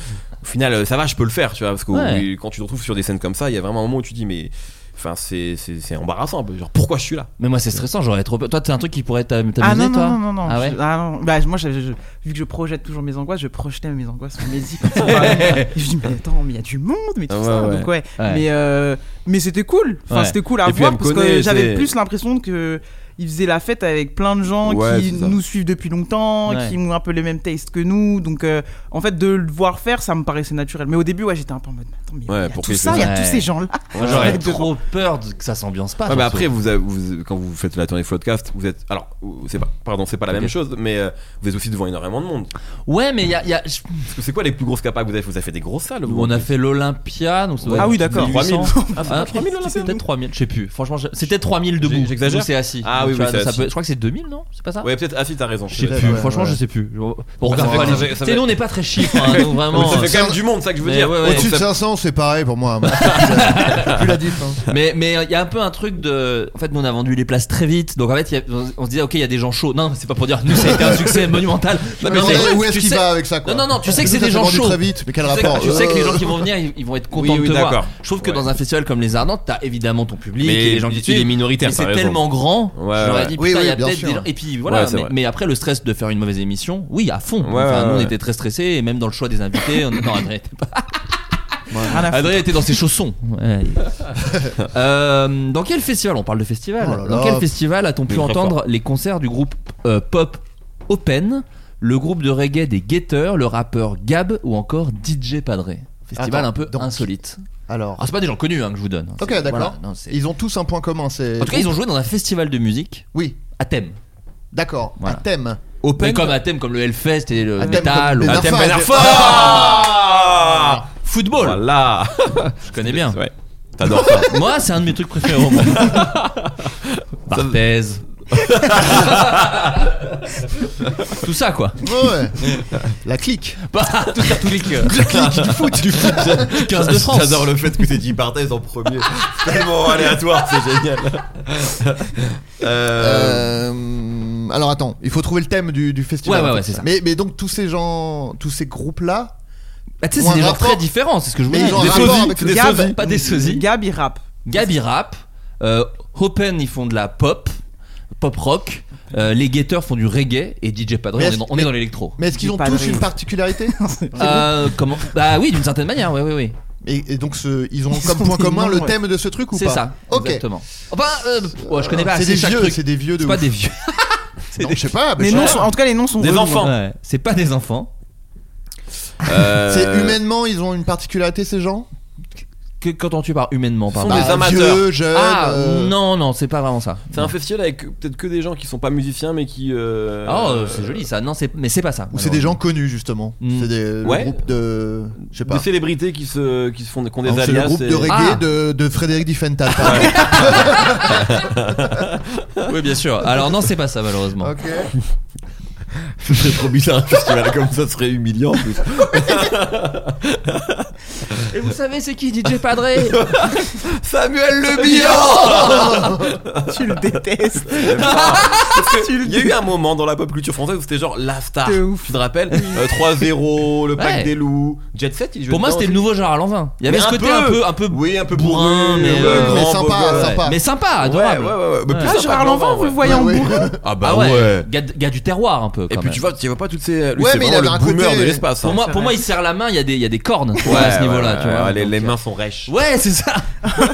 S8: au final, euh, ça va, je peux le faire, tu vois. Parce que
S5: Ouais.
S8: oui, quand tu te retrouves sur des scènes comme ça, il y a vraiment un moment où tu dis, mais. Enfin, c'est c'est- c'est embarrassant. un peu. Genre, pourquoi je suis là
S5: Mais moi, c'est stressant, j'aurais trop peur. Toi, t'es un truc qui pourrait t'a- t'amuser,
S2: ah non,
S5: toi
S2: non, non, non, non.
S5: Ah ouais
S2: Je- ah non. Bah, moi, je- je- vu que je projette toujours mes angoisses, je projetais mes angoisses sur mes îles. Et je dis, mais attends, mais il y a du monde, mais tout
S8: Ah ouais,
S2: ça.
S8: ouais.
S2: Donc, ouais.
S5: Ouais.
S2: Mais, euh, mais c'était cool. Enfin,
S5: Ouais.
S2: c'était cool à
S8: Et puis,
S2: voir
S8: elle me
S2: parce que
S8: connaît,
S2: j'avais
S8: c'est-
S2: plus l'impression que. Ils faisaient la fête avec plein de gens
S8: Ouais,
S2: qui
S8: c'est ça.
S2: nous suivent depuis longtemps,
S5: Ouais.
S2: qui ont un peu les mêmes tastes que nous. Donc, euh, en fait, de le voir faire, ça me paraissait naturel. Mais au début, ouais, j'étais un peu en mode, mais attends, mais il y a
S8: Ouais,
S2: tout
S8: pourquoi il
S2: ça, il
S8: fait
S2: y a
S5: ça
S2: tous
S5: Ouais.
S2: ces gens-là.
S5: Moi, j'aurais trop peur de- que ça s'ambiance pas.
S8: Ouais, mais
S5: surtout.
S8: après, vous, avez- vous- quand vous faites la tournée Floodcast, vous êtes. Alors, c'est pas, pardon, c'est pas la même chose, mais euh, vous êtes aussi devant énormément de monde.
S5: Ouais, mais il y a. il y a- je-
S8: Parce que c'est quoi les plus grosses capas que vous avez fait Vous avez fait des grosses salles vous
S5: On a fait l'Olympia, donc ça doit
S2: Ah
S5: être
S2: oui, d'accord.
S5: 1800.
S8: 3000.
S5: Ah, 3000 Olympia Peut-être 3000, je sais plus. Franchement, je- c'était 3000 debout.
S8: J'exagère
S5: Nous, C'est assis.
S8: Ah oui,
S5: tu vois,
S8: oui, c'est
S5: ça
S8: Hachi.
S5: peut- je crois que c'est 2000, non C'est pas ça
S8: Ouais, peut-être. Ah si, t'as raison.
S7: Je sais
S8: peut-être.
S7: plus. Ouais,
S5: Franchement,
S7: ouais.
S5: je sais plus. On
S8: ça
S5: regarde
S8: fait-
S5: pas
S8: ça
S5: les.
S8: fait-
S5: Tu sais,
S8: ça fait-
S5: nous, on n'est pas très chiffres, hein, donc vraiment.
S8: Ça fait quand même du monde, ça que je veux
S5: Mais
S8: dire.
S5: ouais, ouais.
S8: Au-dessus
S7: Au-dessus
S8: de
S7: de
S8: ça-
S7: 500, c'est pareil pour moi. hein. Plus la diff. hein.
S5: Mais mais euh, il y a un peu un truc de en fait nous on a vendu les places très vite donc en fait il y a- on- on se disait ok il y a des gens chauds non c'est pas pour dire nous ça a été un succès monumental
S7: Je
S5: Non,
S7: me
S5: mais
S7: demandais
S5: c'est-
S7: où est-ce
S5: tu
S7: qu'il
S5: sais-
S7: va avec ça quoi.
S5: non non non tu sais que
S7: Tout
S5: c'est des
S7: ça s'est
S5: gens
S7: vendu
S5: chauds
S7: très vite, mais quel
S5: Tu sais que-
S7: rapport
S5: tu sais que les
S7: Euh,
S5: gens qui vont venir ils, ils vont être contents
S8: Oui, oui,
S5: de te
S8: d'accord.
S5: voir je trouve que
S8: Ouais.
S5: dans un festival comme les Ardentes t'as évidemment ton public
S8: Mais
S5: et les gens qui
S8: il-
S5: te suivent
S8: il est minoritaire,
S5: mais
S8: t'as
S5: c'est
S8: raison.
S5: tellement grand
S8: Ouais,
S5: j'aurais
S8: ouais.
S5: dit
S7: Oui,
S5: putain il y
S7: oui,
S5: a
S7: bien
S5: peut-être
S7: sûr.
S5: des gens et puis voilà
S8: Ouais, c'est
S5: mais,
S8: vrai.
S5: mais après le stress de faire une mauvaise émission oui à fond
S8: Ouais,
S5: Enfin,
S8: ouais,
S5: nous on
S8: ouais.
S5: était très stressés et même dans le choix des invités on... non Adrien était pas
S2: Rien à foutre.
S5: Adrien était dans ses chaussons. Ouais. Euh, dans quel festival On parle de festival.
S7: Oh là
S5: dans
S7: là.
S5: quel festival a-t-on pu
S8: Il est très
S5: entendre les concerts du groupe euh, pop Open, le groupe de reggae des Getters, le rappeur Gab ou encore DJ Padre Festival
S7: Attends,
S5: un peu
S7: donc-
S5: insolite.
S7: Euh, Alors,
S5: Ah, c'est pas des gens connus hein, que je vous donne.
S7: Ok,
S5: C'est-
S7: d'accord.
S5: voilà, non, c'est-
S7: ils ont tous un point commun. C'est
S5: en tout cas, ils ont joué dans un festival de musique
S7: Oui,
S5: à thème.
S7: d'accord. Un
S5: Voilà.
S7: thème.
S5: Mais comme à thème, comme le Hellfest et le
S7: À thème
S5: Metal.
S7: comme
S5: ou-
S7: Ben
S8: Ah, t'aimes Ben
S7: Arfa,
S5: Ah,
S8: Arfa
S5: Football,
S8: Voilà.
S5: je connais bien.
S8: Ouais. T'adores ça.
S5: Moi, c'est un de mes trucs préférés au monde. Barthez. Tout ça quoi.
S7: Ouais. La clique.
S5: Bah, tout ça, tous les que-
S8: du foot, du foot.
S5: 15 de France.
S8: J'adore le fait que t'aies dit Barthez en premier. C'est tellement aléatoire, c'est génial. Euh,
S7: Euh, Alors attends, il faut trouver le thème du, du festival.
S5: Ouais, ouais, ouais, c'est ça.
S7: Mais, mais donc tous ces gens, tous ces groupes là,
S5: Bah, tu sais,
S7: Ou
S5: c'est
S7: un
S5: des gens
S7: rapport.
S5: très différents, c'est ce que je
S7: Mais
S5: voulais
S7: ils ont un
S5: dire.
S7: rapport avec le
S2: Gab,
S5: Pas des sosies.
S2: Gab, il rappe.
S5: Gabi rap, euh, Hopen ils font de la pop, pop rock, euh, les Gators font du reggae et DJ Padre, on
S7: Mais
S5: est
S7: est-ce-
S5: dans, on est dans l'électro.
S7: mais est-ce qu'ils
S2: J'ai
S7: ont
S2: pas de
S7: tous une
S2: rire.
S7: particularité Ah.
S5: Euh, comment Bah oui, d'une certaine manière, oui, oui, oui.
S7: et, et donc ce- ils ont
S2: Ils
S7: comme
S2: sont
S7: point
S2: des
S7: commun le
S2: noms,
S7: thème de ce truc ou
S5: C'est
S7: pas
S5: ça,
S7: Ok.
S5: exactement. Enfin, euh, ouais, je connais pas
S7: C'est
S5: assez
S7: des
S5: chaque
S7: vieux,
S5: truc.
S7: c'est des vieux de.
S5: C'est pas
S7: ouf.
S5: des vieux.
S7: Non, je sais pas. mais
S2: Les
S7: je-
S2: noms sont, en tout cas, les noms sont
S8: Des
S2: relous,
S8: enfants.
S2: hein.
S5: Ouais, c'est pas des enfants.
S8: euh,
S7: C'est humainement, ils ont une particularité ces gens
S5: Que qu'entends-tu par humainement
S8: Ce
S5: pardon
S8: sont des
S7: Bah,
S8: amateurs.
S7: Vieux, jeunes.
S5: Ah
S7: euh,
S5: non non c'est pas vraiment ça.
S8: C'est un festival avec peut-être que des gens qui sont pas musiciens mais qui. euh,
S5: Oh euh, c'est joli ça non c'est mais c'est pas ça.
S7: Ou c'est des gens connus justement.
S5: Mm.
S7: C'est des
S8: Ouais.
S7: groupes de. Je sais
S8: Des
S7: pas.
S8: célébrités qui se qui se font qui ont des
S7: Non, C'est le
S8: alias.
S7: groupe
S8: et-
S7: de reggae
S5: Ah.
S7: de, de Frédéric Diffental. par exemple.
S5: Oui bien sûr. Alors non c'est pas ça malheureusement.
S7: Ok.
S8: Ce serait trop bizarre un festival comme ça serait humiliant. en plus.
S5: Et vous savez c'est qui DJ Padre
S8: Samuel Le Bihan
S7: Ah,
S2: Tu le détestes. Tu le
S8: Il y a eu un moment dans la pop culture française où c'était genre la star.
S2: De ouf.
S8: Tu te rappelles Euh, 3-0, le pack
S5: Ouais.
S8: des loups, Jet Set. il jouait
S5: Pour moi
S8: dedans
S5: c'était le nouveau genre à l'envin. Il y avait
S8: Mais
S5: ce
S8: un
S5: côté
S8: peu.
S5: un peu un peu
S8: Oui, un peu
S5: bourrin,
S8: bourrin,
S5: mais, euh,
S7: mais
S8: grand,
S7: sympa,
S8: beau gosse.
S7: sympa.
S5: mais sympa
S8: Ouais, ouais,
S5: adorable.
S8: ouais, ouais. Mais
S5: Ouais.
S8: plus
S2: Ah,
S8: sympa
S2: Gérard
S8: que
S2: Lanvin, vous
S8: ouais.
S2: le voyez en
S7: Ouais, ouais.
S2: bourrin.
S8: Ah bah
S5: Ah
S8: ouais.
S5: ouais. Gars, de- gars du terroir un peu.
S8: Et
S5: quand
S8: puis
S5: même.
S8: tu vois, tu vois pas toutes ces. Lui,
S7: Ouais,
S8: c'est
S7: mais il
S8: vraiment
S7: avait un
S8: le boomer
S7: côté-
S8: de l'espace.
S5: pour
S8: hein.
S5: moi
S2: c'est
S5: pour moi
S2: vrai.
S5: il serre la main il y a des il y a des cornes tu vois,
S8: Ouais,
S5: à ce
S8: ouais,
S5: niveau là
S8: ouais,
S5: tu vois.
S8: ouais, les,
S5: Donc,
S8: les
S5: euh,
S8: mains sont rêches.
S5: Ouais, c'est ça.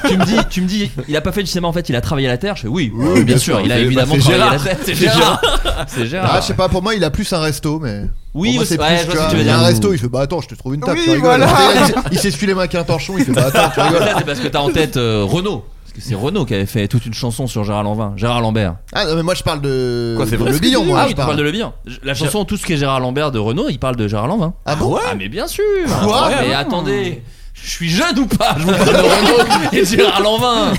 S5: tu me dis, tu me dis, il a pas fait du cinéma en fait, il a travaillé à la terre. Je fais oui,
S7: Oui,
S5: euh, bien,
S7: bien
S5: sûr,
S7: sûr,
S5: il a
S7: c'est-
S5: évidemment
S7: bah, c'est
S5: travaillé à la
S7: Gérard.
S5: terre. C'est
S7: C'est
S5: Gérard. C'est Gérard.
S7: Ah, je sais pas, pour moi il a plus un resto, mais.
S5: Oui,
S7: Pour moi,
S5: aussi-
S7: c'est
S5: ouais,
S7: plus,
S5: je vois
S7: tu
S5: ce que
S7: vois,
S5: tu veux
S7: il y a
S5: dire.
S7: un resto, il fait bah attends, je te trouve une table,
S2: Oui,
S7: tu rigoles.
S2: voilà.
S7: Il s'est- Il s'essuie les mains avec un torchon, il fait bah attends, tu rigoles.
S5: Ah, Ça, c'est parce que t'as en tête euh, Renaud. Parce que c'est Renaud qui avait fait toute une chanson sur Gérard Lanvin. Gérard Lambert.
S7: Ah non, mais moi je parle de.
S8: Quoi, c'est
S7: de
S8: vrai
S7: Le
S8: ce que tu
S7: billon,
S8: dis
S7: moi.
S5: ah
S7: je
S5: oui, tu
S7: parle.
S5: parles de Le Bien. La chanson Tout ce qui est Gérard Lambert de Renaud, il parle de Gérard Lanvin.
S7: Ah bon
S5: Ah, mais bien sûr Ah,
S7: Quoi
S5: Mais
S2: Vraiment
S5: attendez je suis jeune ou pas Je vous parle de Renaud et de Gérard Lanvin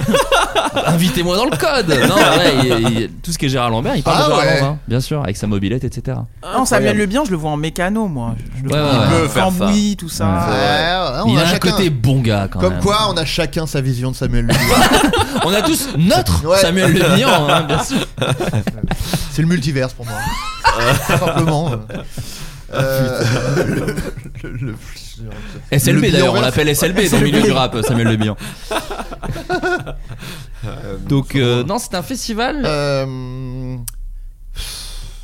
S5: Invitez-moi dans le code Non, ouais, il- il- tout ce qui est Gérard Lambert, il parle
S7: Ah
S5: de Gérard
S7: ouais.
S5: Lanvin, bien sûr, avec sa mobilette, etc.
S2: Non, Samuel Le Bien, je le vois en mécano, moi. Je le
S5: Ouais,
S2: vois
S5: ouais,
S2: en
S5: ouais.
S8: peut faire ça.
S2: cambouis, tout ça.
S7: Ouais, Ah, ouais, on
S5: il
S7: a
S5: a un
S7: chacun-
S5: côté bon gars quand
S7: Comme
S5: même.
S7: quoi, on a chacun sa vision de Samuel. Lully.
S5: on a tous notre
S7: Ouais.
S5: Samuel Le Bihan, hein, bien sûr.
S7: c'est le multiverse pour moi. Tout Simplement. euh.
S5: Ah,
S7: Euh, le- le- le-
S5: SLB
S7: Bihan
S5: d'ailleurs, on
S7: rap.
S5: l'appelle SLB dans le milieu du rap, Samuel Le Bihan. Donc euh, non, c'est un festival.
S7: Euh,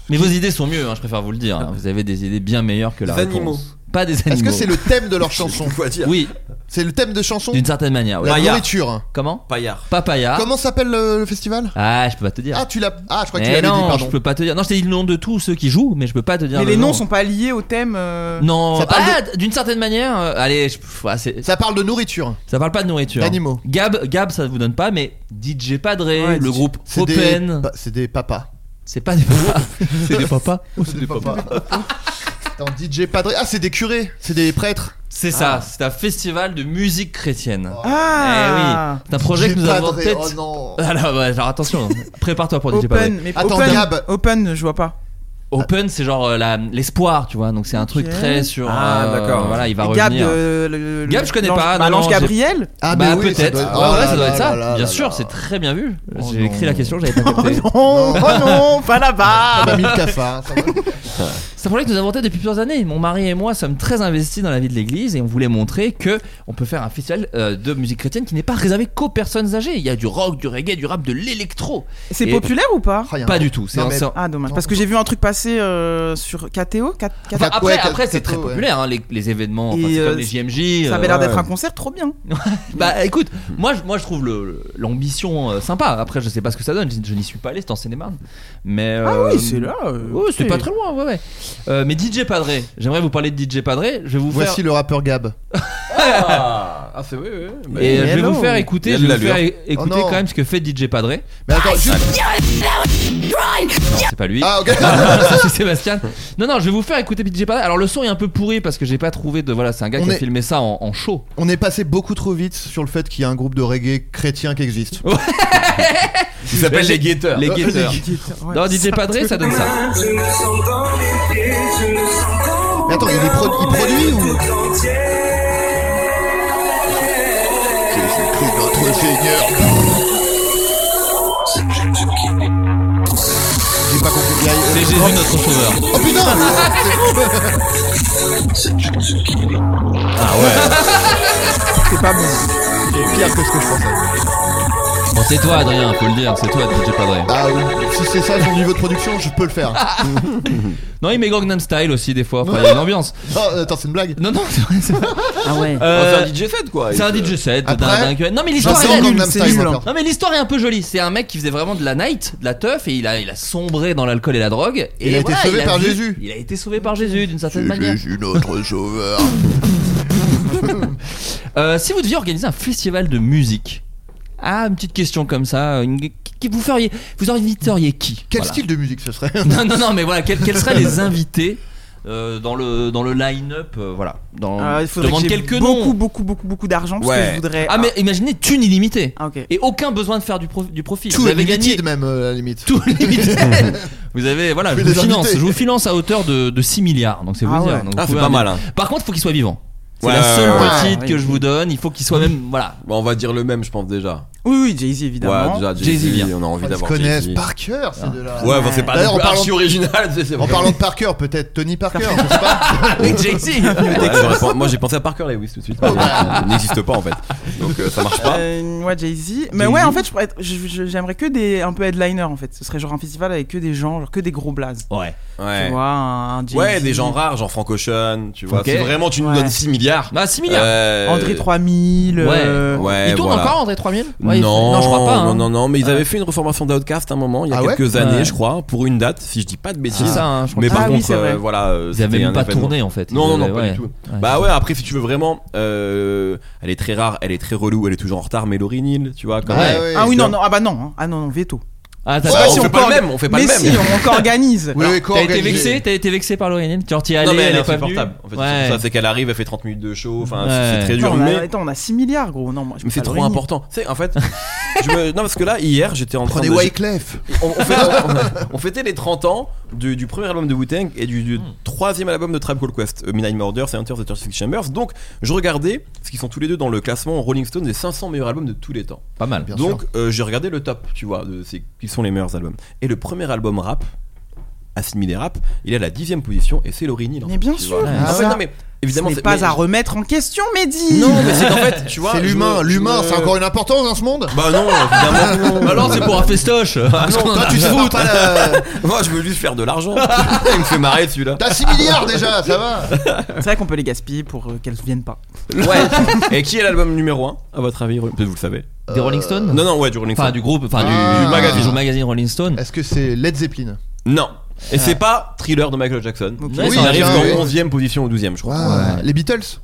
S5: Mais vos idées sont mieux, hein, je préfère vous le dire. hein. Vous avez des idées bien meilleures que la
S8: Des
S5: réponse.
S8: animaux.
S5: Pas des animaux.
S7: Est-ce que c'est le thème de leur chanson
S8: Quoi dire
S5: Oui,
S7: C'est le thème de chanson
S5: d'une Ah. certaine manière. oui.
S7: La
S8: Maya.
S7: nourriture.
S5: Comment
S8: Paillard.
S5: Papaya.
S7: Comment s'appelle euh, le festival
S5: ah, je peux pas te dire.
S7: Ah, tu l'as. Ah, je crois que tu
S5: mais
S7: l'avais dit,
S5: non,
S7: pardon.
S5: je peux pas te dire. Non, je t'ai dit le nom de tous ceux qui jouent, mais je peux pas te dire.
S2: Mais
S5: le
S2: les
S5: nom.
S2: noms sont pas liés au thème. euh,
S5: Non,
S7: Ça parle
S5: ah, d'une certaine manière, euh, allez, je- pff, ouais, c'est-
S7: Ça parle de nourriture.
S5: Ça parle pas de nourriture.
S7: D'animaux.
S5: Gab, Gab, ça vous donne pas, mais DJ Padre,
S2: Ouais,
S5: le
S2: DJ
S5: groupe
S7: C'est des,
S5: Open,
S7: pa- c'est des papas.
S5: c'est pas des papas. c'est des papas.
S7: c'est des papas. Attends, DJ Padre. Ah, c'est des curés, c'est des prêtres.
S5: C'est ça,
S7: Ah.
S5: c'est un festival de musique chrétienne.
S7: Oh,
S2: Ah
S5: C'est un projet
S7: DJ
S5: que nous avons en
S7: Padre,
S5: tête. Ah,
S7: Oh non.
S5: Alors, ouais, alors attention, prépare-toi pour DJ Pavel.
S2: Open, mais
S7: Attends,
S2: open,
S7: Gab.
S2: open, je vois pas.
S5: Open, c'est genre euh, la- l'espoir, tu vois. Donc c'est un truc
S2: Ok.
S5: très sur. euh,
S8: Ah, d'accord.
S5: Voilà, il va
S2: Et
S5: revenir.
S2: Gab, euh, le- le-
S5: Gab, je connais
S2: l'ange-
S5: pas,
S2: bah,
S5: non,
S2: l'ange
S5: j'ai-
S2: Gabriel
S7: Ah, mais
S5: bah
S7: oui, ça
S5: peut-être.
S7: doit être-
S5: Ah,
S7: oh
S5: ouais,
S7: là
S5: ça doit
S7: là
S5: être ça.
S7: là là
S5: Bien
S7: là
S5: sûr,
S7: là.
S5: c'est très bien vu.
S7: Oh
S5: J'ai écrit
S7: non.
S5: la question, j'avais pas
S2: Oh
S5: capté.
S2: non, oh non, pas là-bas
S7: Ah, bah, mis le cafard. ça va.
S5: C'est un projet que nous avons en tête depuis plusieurs années. Mon mari et moi sommes très investis dans la vie de l'Église et on voulait montrer que on peut faire un festival euh, de musique chrétienne qui n'est pas réservé qu'aux personnes âgées. Il y a du rock, du reggae, du rap, de l'électro.
S2: C'est
S5: Et-
S2: populaire ou pas
S7: Oh, Ah, y a un-
S5: Pas du tout. C'est
S7: Non,
S5: un-
S7: mais-
S5: c'est un-
S2: Ah dommage,
S7: Non.
S2: parce que j'ai vu un truc passer euh, sur KTO, Kat- Kat-
S7: Enfin,
S5: Après,
S7: Ouais,
S5: après c'est
S7: Kato,
S5: très
S7: ouais.
S5: populaire, hein, les, les événements, enfin,
S2: Et,
S5: c'est
S2: euh,
S5: comme les JMJ.
S2: ça
S5: euh,
S2: avait l'air d'être
S8: ouais.
S2: un concert trop bien.
S5: Bah écoute, moi je, moi, je trouve le- l'ambition euh, sympa. Après, je sais pas ce que ça donne. Je, je n'y suis pas allé, c'était en Seine-et-Marne. Mais.
S7: Ah
S5: euh,
S2: euh,
S5: ouais, c'était
S2: ok.
S5: pas très loin, ouais, ouais. Euh, mais DJ Padré, j'aimerais vous parler de DJ Padré. Je vais vous faire.
S7: Voici le rappeur Gab.
S8: Ah, ah, c'est oui, oui.
S5: Et
S8: oui.
S2: Mais
S5: euh, je vais
S2: hello.
S5: vous faire écouter,
S8: Il y a
S5: je
S8: de
S5: vais vous faire
S8: l'allure.
S5: é- écouter
S7: Oh non.
S5: quand même ce que fait DJ Padré.
S7: Mais attends, juste.
S5: Non, c'est pas lui.
S7: Ah, ok.
S5: c'est Sébastien. Non, non, je vais vous faire écouter DJ Padré. Alors le son est un peu pourri parce que j'ai pas trouvé de. Voilà, c'est un gars
S7: On
S5: qui a
S7: est-
S5: filmé ça en, en show.
S7: On est passé beaucoup trop vite sur le fait qu'il y a un groupe de reggae chrétien qui existe.
S8: Ils s'appellent les guetteurs.
S5: Les guetteurs.
S2: Ouais,
S5: Non, DJ Padré, ça donne ça.
S7: Mais attends, il, est pro- il produit ou notre Seigneur. J'ai pas compris. Il y a-
S5: C'est Jésus notre sauveur.
S7: Oh putain Ah
S2: C'est pas bon.
S7: C'est pire que ce que je pensais.
S5: Bon, c'est toi, Adrien, faut le dire, c'est toi, DJ Padré.
S7: Ah oui. Si c'est ça son niveau de production, je peux le faire.
S5: Non, il met Gangnam Style aussi, des fois. Enfin, il y a une ambiance.
S7: Oh, attends, c'est une blague.
S5: Non, non, c'est vrai, c'est vrai.
S2: Ah ouais.
S8: Enfin,
S5: Euh,
S8: c'est un DJ set quoi.
S5: c'est un
S8: Il se-
S5: DJ set.
S7: Après-
S5: d'un- d'un- Non, mais
S7: J'en
S5: l'histoire
S7: sais
S5: elle est
S7: encore
S2: nul,
S7: même
S2: c'est
S7: style.
S2: nul, hein.
S7: encore.
S5: Non mais l'histoire est un peu jolie, c'est un mec qui faisait vraiment de la night, de la teuf et il a, il a sombré dans l'alcool et la drogue et
S7: Il a été
S5: voilà,
S7: sauvé par
S5: vu-
S7: Jésus.
S5: Il a été sauvé par Jésus d'une certaine manière.
S7: Jésus, notre sauveur.
S5: Euh, si vous deviez organiser un festival de musique, ah une petite question comme ça, une- qui vous feriez vous inviteriez qui
S7: Quel
S5: Voilà.
S7: style de musique ce serait
S5: Non non non mais voilà, quels quels seraient les invités euh, dans le dans le line-up euh, voilà, dans
S2: Euh, il
S5: je
S2: faudrait
S5: demande
S2: que j'ai
S5: quelques
S2: beaucoup,
S5: noms.
S2: beaucoup, beaucoup, beaucoup d'argent parce que
S8: Ouais.
S2: je voudrais.
S5: Ah mais imaginez thune illimitée
S2: Ah, ok.
S5: et aucun besoin de faire du, pro- du profit.
S7: Tout
S5: vous avez
S7: limited
S5: gagné
S7: même euh, à la limite.
S5: tout limité. vous avez voilà, je
S7: Fais
S5: vous
S7: des
S5: finance,
S7: invités.
S5: je vous finance à hauteur de, de 6 milliards. Donc c'est vous
S2: Ah
S5: dire.
S2: ouais.
S5: Donc, vous
S8: Ah, c'est
S5: pouvez
S8: pas
S5: inviter-
S8: mal. Hein.
S5: Par contre, faut qu'il soit vivant. C'est
S8: Ouais,
S5: la
S8: ouais,
S5: seule
S8: ouais,
S2: ouais.
S5: petite
S2: Ouais,
S5: que
S2: oui.
S5: je vous donne. Il faut qu'il soit même voilà.
S8: Bah, on va dire le même, je pense déjà.
S2: Oui, oui, Jay-Z évidemment.
S8: Ouais, déjà
S5: Jay-Z
S8: Jay-Z,
S5: vient.
S8: on a envie
S7: Ils se
S8: d'avoir
S7: connaissent
S8: Jay-Z.
S7: par cœur ces deux-là.
S8: Ouais, enfin, c'est pas
S7: D'ailleurs,
S8: non plus
S7: en parlant-
S8: archi original, c'est c'est
S7: En
S8: vrai.
S7: parlant de Parker, peut-être Tony Parker, je sais pas.
S5: Avec Jay-Z.
S8: Ouais, j'aurais pen- Moi j'ai pensé à Parker Lewis tout de suite. mais Il n'existe pas en fait. Donc euh, ça marche pas.
S2: Euh, ouais, Jay-Z. Mais ouais, en fait, je pourrais être- je- je- j'aimerais que des. un peu headliner en fait. Ce serait genre un festival avec que des gens, genre que des gros blazes.
S5: Ouais.
S2: Tu
S8: Ouais.
S2: vois, un, un Jay-Z.
S8: Ouais, des gens rares, genre Frank Ocean, tu vois.
S5: Ok.
S8: Si vraiment tu nous
S2: Ouais.
S8: donnes 6 milliards.
S5: Bah 6 milliards.
S8: euh,
S2: André 3000.
S5: Ouais.
S2: euh,
S8: Ouais,
S5: il tourne
S8: voilà.
S5: encore André 3000 Ouais, il-
S8: non,
S5: je crois pas. hein.
S8: Non, non, non, mais ils
S5: Ouais.
S8: avaient fait une reformation d'Outcast à un moment, il y a
S7: Ah ouais
S8: quelques années,
S5: Ouais.
S8: je crois, pour une date, si je dis pas de
S5: C'est
S8: bêtises.
S5: ça. hein, je crois
S8: Mais
S5: que-
S8: par
S2: Ah oui,
S8: contre,
S2: c'est vrai.
S8: euh, voilà. euh,
S5: ils avaient
S8: c'était
S5: même
S8: un
S5: pas
S8: événement.
S5: tourné en fait.
S8: Non,
S5: Ils
S8: non, non,
S5: avaient-
S8: pas
S5: ouais. Ah,
S8: du tout.
S5: Ouais.
S8: Bah ouais, après, si tu veux vraiment. euh, elle est très rare, elle est très relou, elle est toujours en retard, mais Laurie Neal, tu vois, quand
S5: Ouais.
S8: même.
S2: Ah oui, non, non, ah bah non, hein. ah non, non, veto.
S5: Ah,
S8: Ouais,
S5: t'as-
S8: on fait
S2: si, on
S8: pas
S2: parle-
S8: le même, on fait pas
S2: mais
S8: le même.
S2: si, on co-organise.
S7: Oui, oui,
S5: T'as été
S7: co-organisé.
S5: vexé, t'as été vexé par Laurie Neal Tu t'y es allé,
S8: non, mais
S5: elle est pas venue.
S8: supportable. En fait,
S5: Ouais.
S8: c'est pour ça c'est qu'elle arrive, elle fait 30 minutes de show, enfin, c'est-
S5: Ouais.
S8: c'est très
S2: Non,
S8: dur,
S2: on a-
S8: mais.
S2: Attends, on a 6 milliards gros. Non, moi, je
S8: Mais
S2: peux
S8: c'est
S2: pas le
S8: trop
S2: réunir.
S8: important. Tu sais, en fait, je me- non parce que là hier j'étais en train
S7: Prenez
S8: de
S7: Wyclef.
S8: on, on fêtait, on- on fêtait les 30 ans du, du premier album de Wu-Tang et du, du troisième album de Tribe Called Quest, euh, Midnight Murder, c'est Enter the 36 Chambers. Donc, je regardais, parce qu'ils sont tous les deux dans le classement Rolling Stone des 500 meilleurs albums de tous les temps.
S5: Pas mal.
S7: Bien
S8: Donc, euh, j'ai regardé le top, tu vois, de ces, qui sont les meilleurs albums. Et le premier album rap, assimilé rap, il est à la dixième position et c'est Laurie Neal. en
S2: Mais
S8: fait,
S2: bien
S8: tu
S2: sûr,
S8: vois.
S2: mais
S8: En fait,
S2: ça,
S8: non, mais évidemment,
S2: Ce n'est
S8: c'est-
S2: pas
S8: mais-
S2: à remettre en question, Mehdi.
S8: Non, mais c'est qu'en fait, tu vois.
S7: C'est
S8: je
S7: l'humain,
S8: me-
S7: l'humain,
S8: je me-
S7: c'est encore une importance dans ce monde
S8: Bah non, évidemment. Bah Ah non.
S5: Alors c'est pour un festoche. Parce qu'on
S7: Toi,
S5: a-
S7: tu te fous, t'as la-
S8: Moi, je veux juste faire de l'argent. il me fait marrer celui-là.
S7: t'as 6 milliards déjà, ça va
S2: C'est vrai qu'on peut les gaspiller pour euh, qu'elles ne viennent pas.
S8: Ouais. Et qui est l'album numéro 1 à votre avis Peut-être vous le savez.
S5: Des Rolling Stones
S8: Non, non, ouais, du Rolling
S5: Enfin
S8: Stone.
S5: du groupe, enfin du,
S7: Ah.
S5: du magazine, du magazine Rolling Stone.
S7: Est-ce que c'est Led Zeppelin
S8: Non. Et c'est pas Thriller de Michael Jackson.
S2: Ok.
S5: Ouais,
S8: Oui,
S5: ça
S8: ça arrive
S7: bien,
S8: qu'en
S7: oui.
S8: 11ème position ou 12ème, je crois.
S7: Ouah, Les Beatles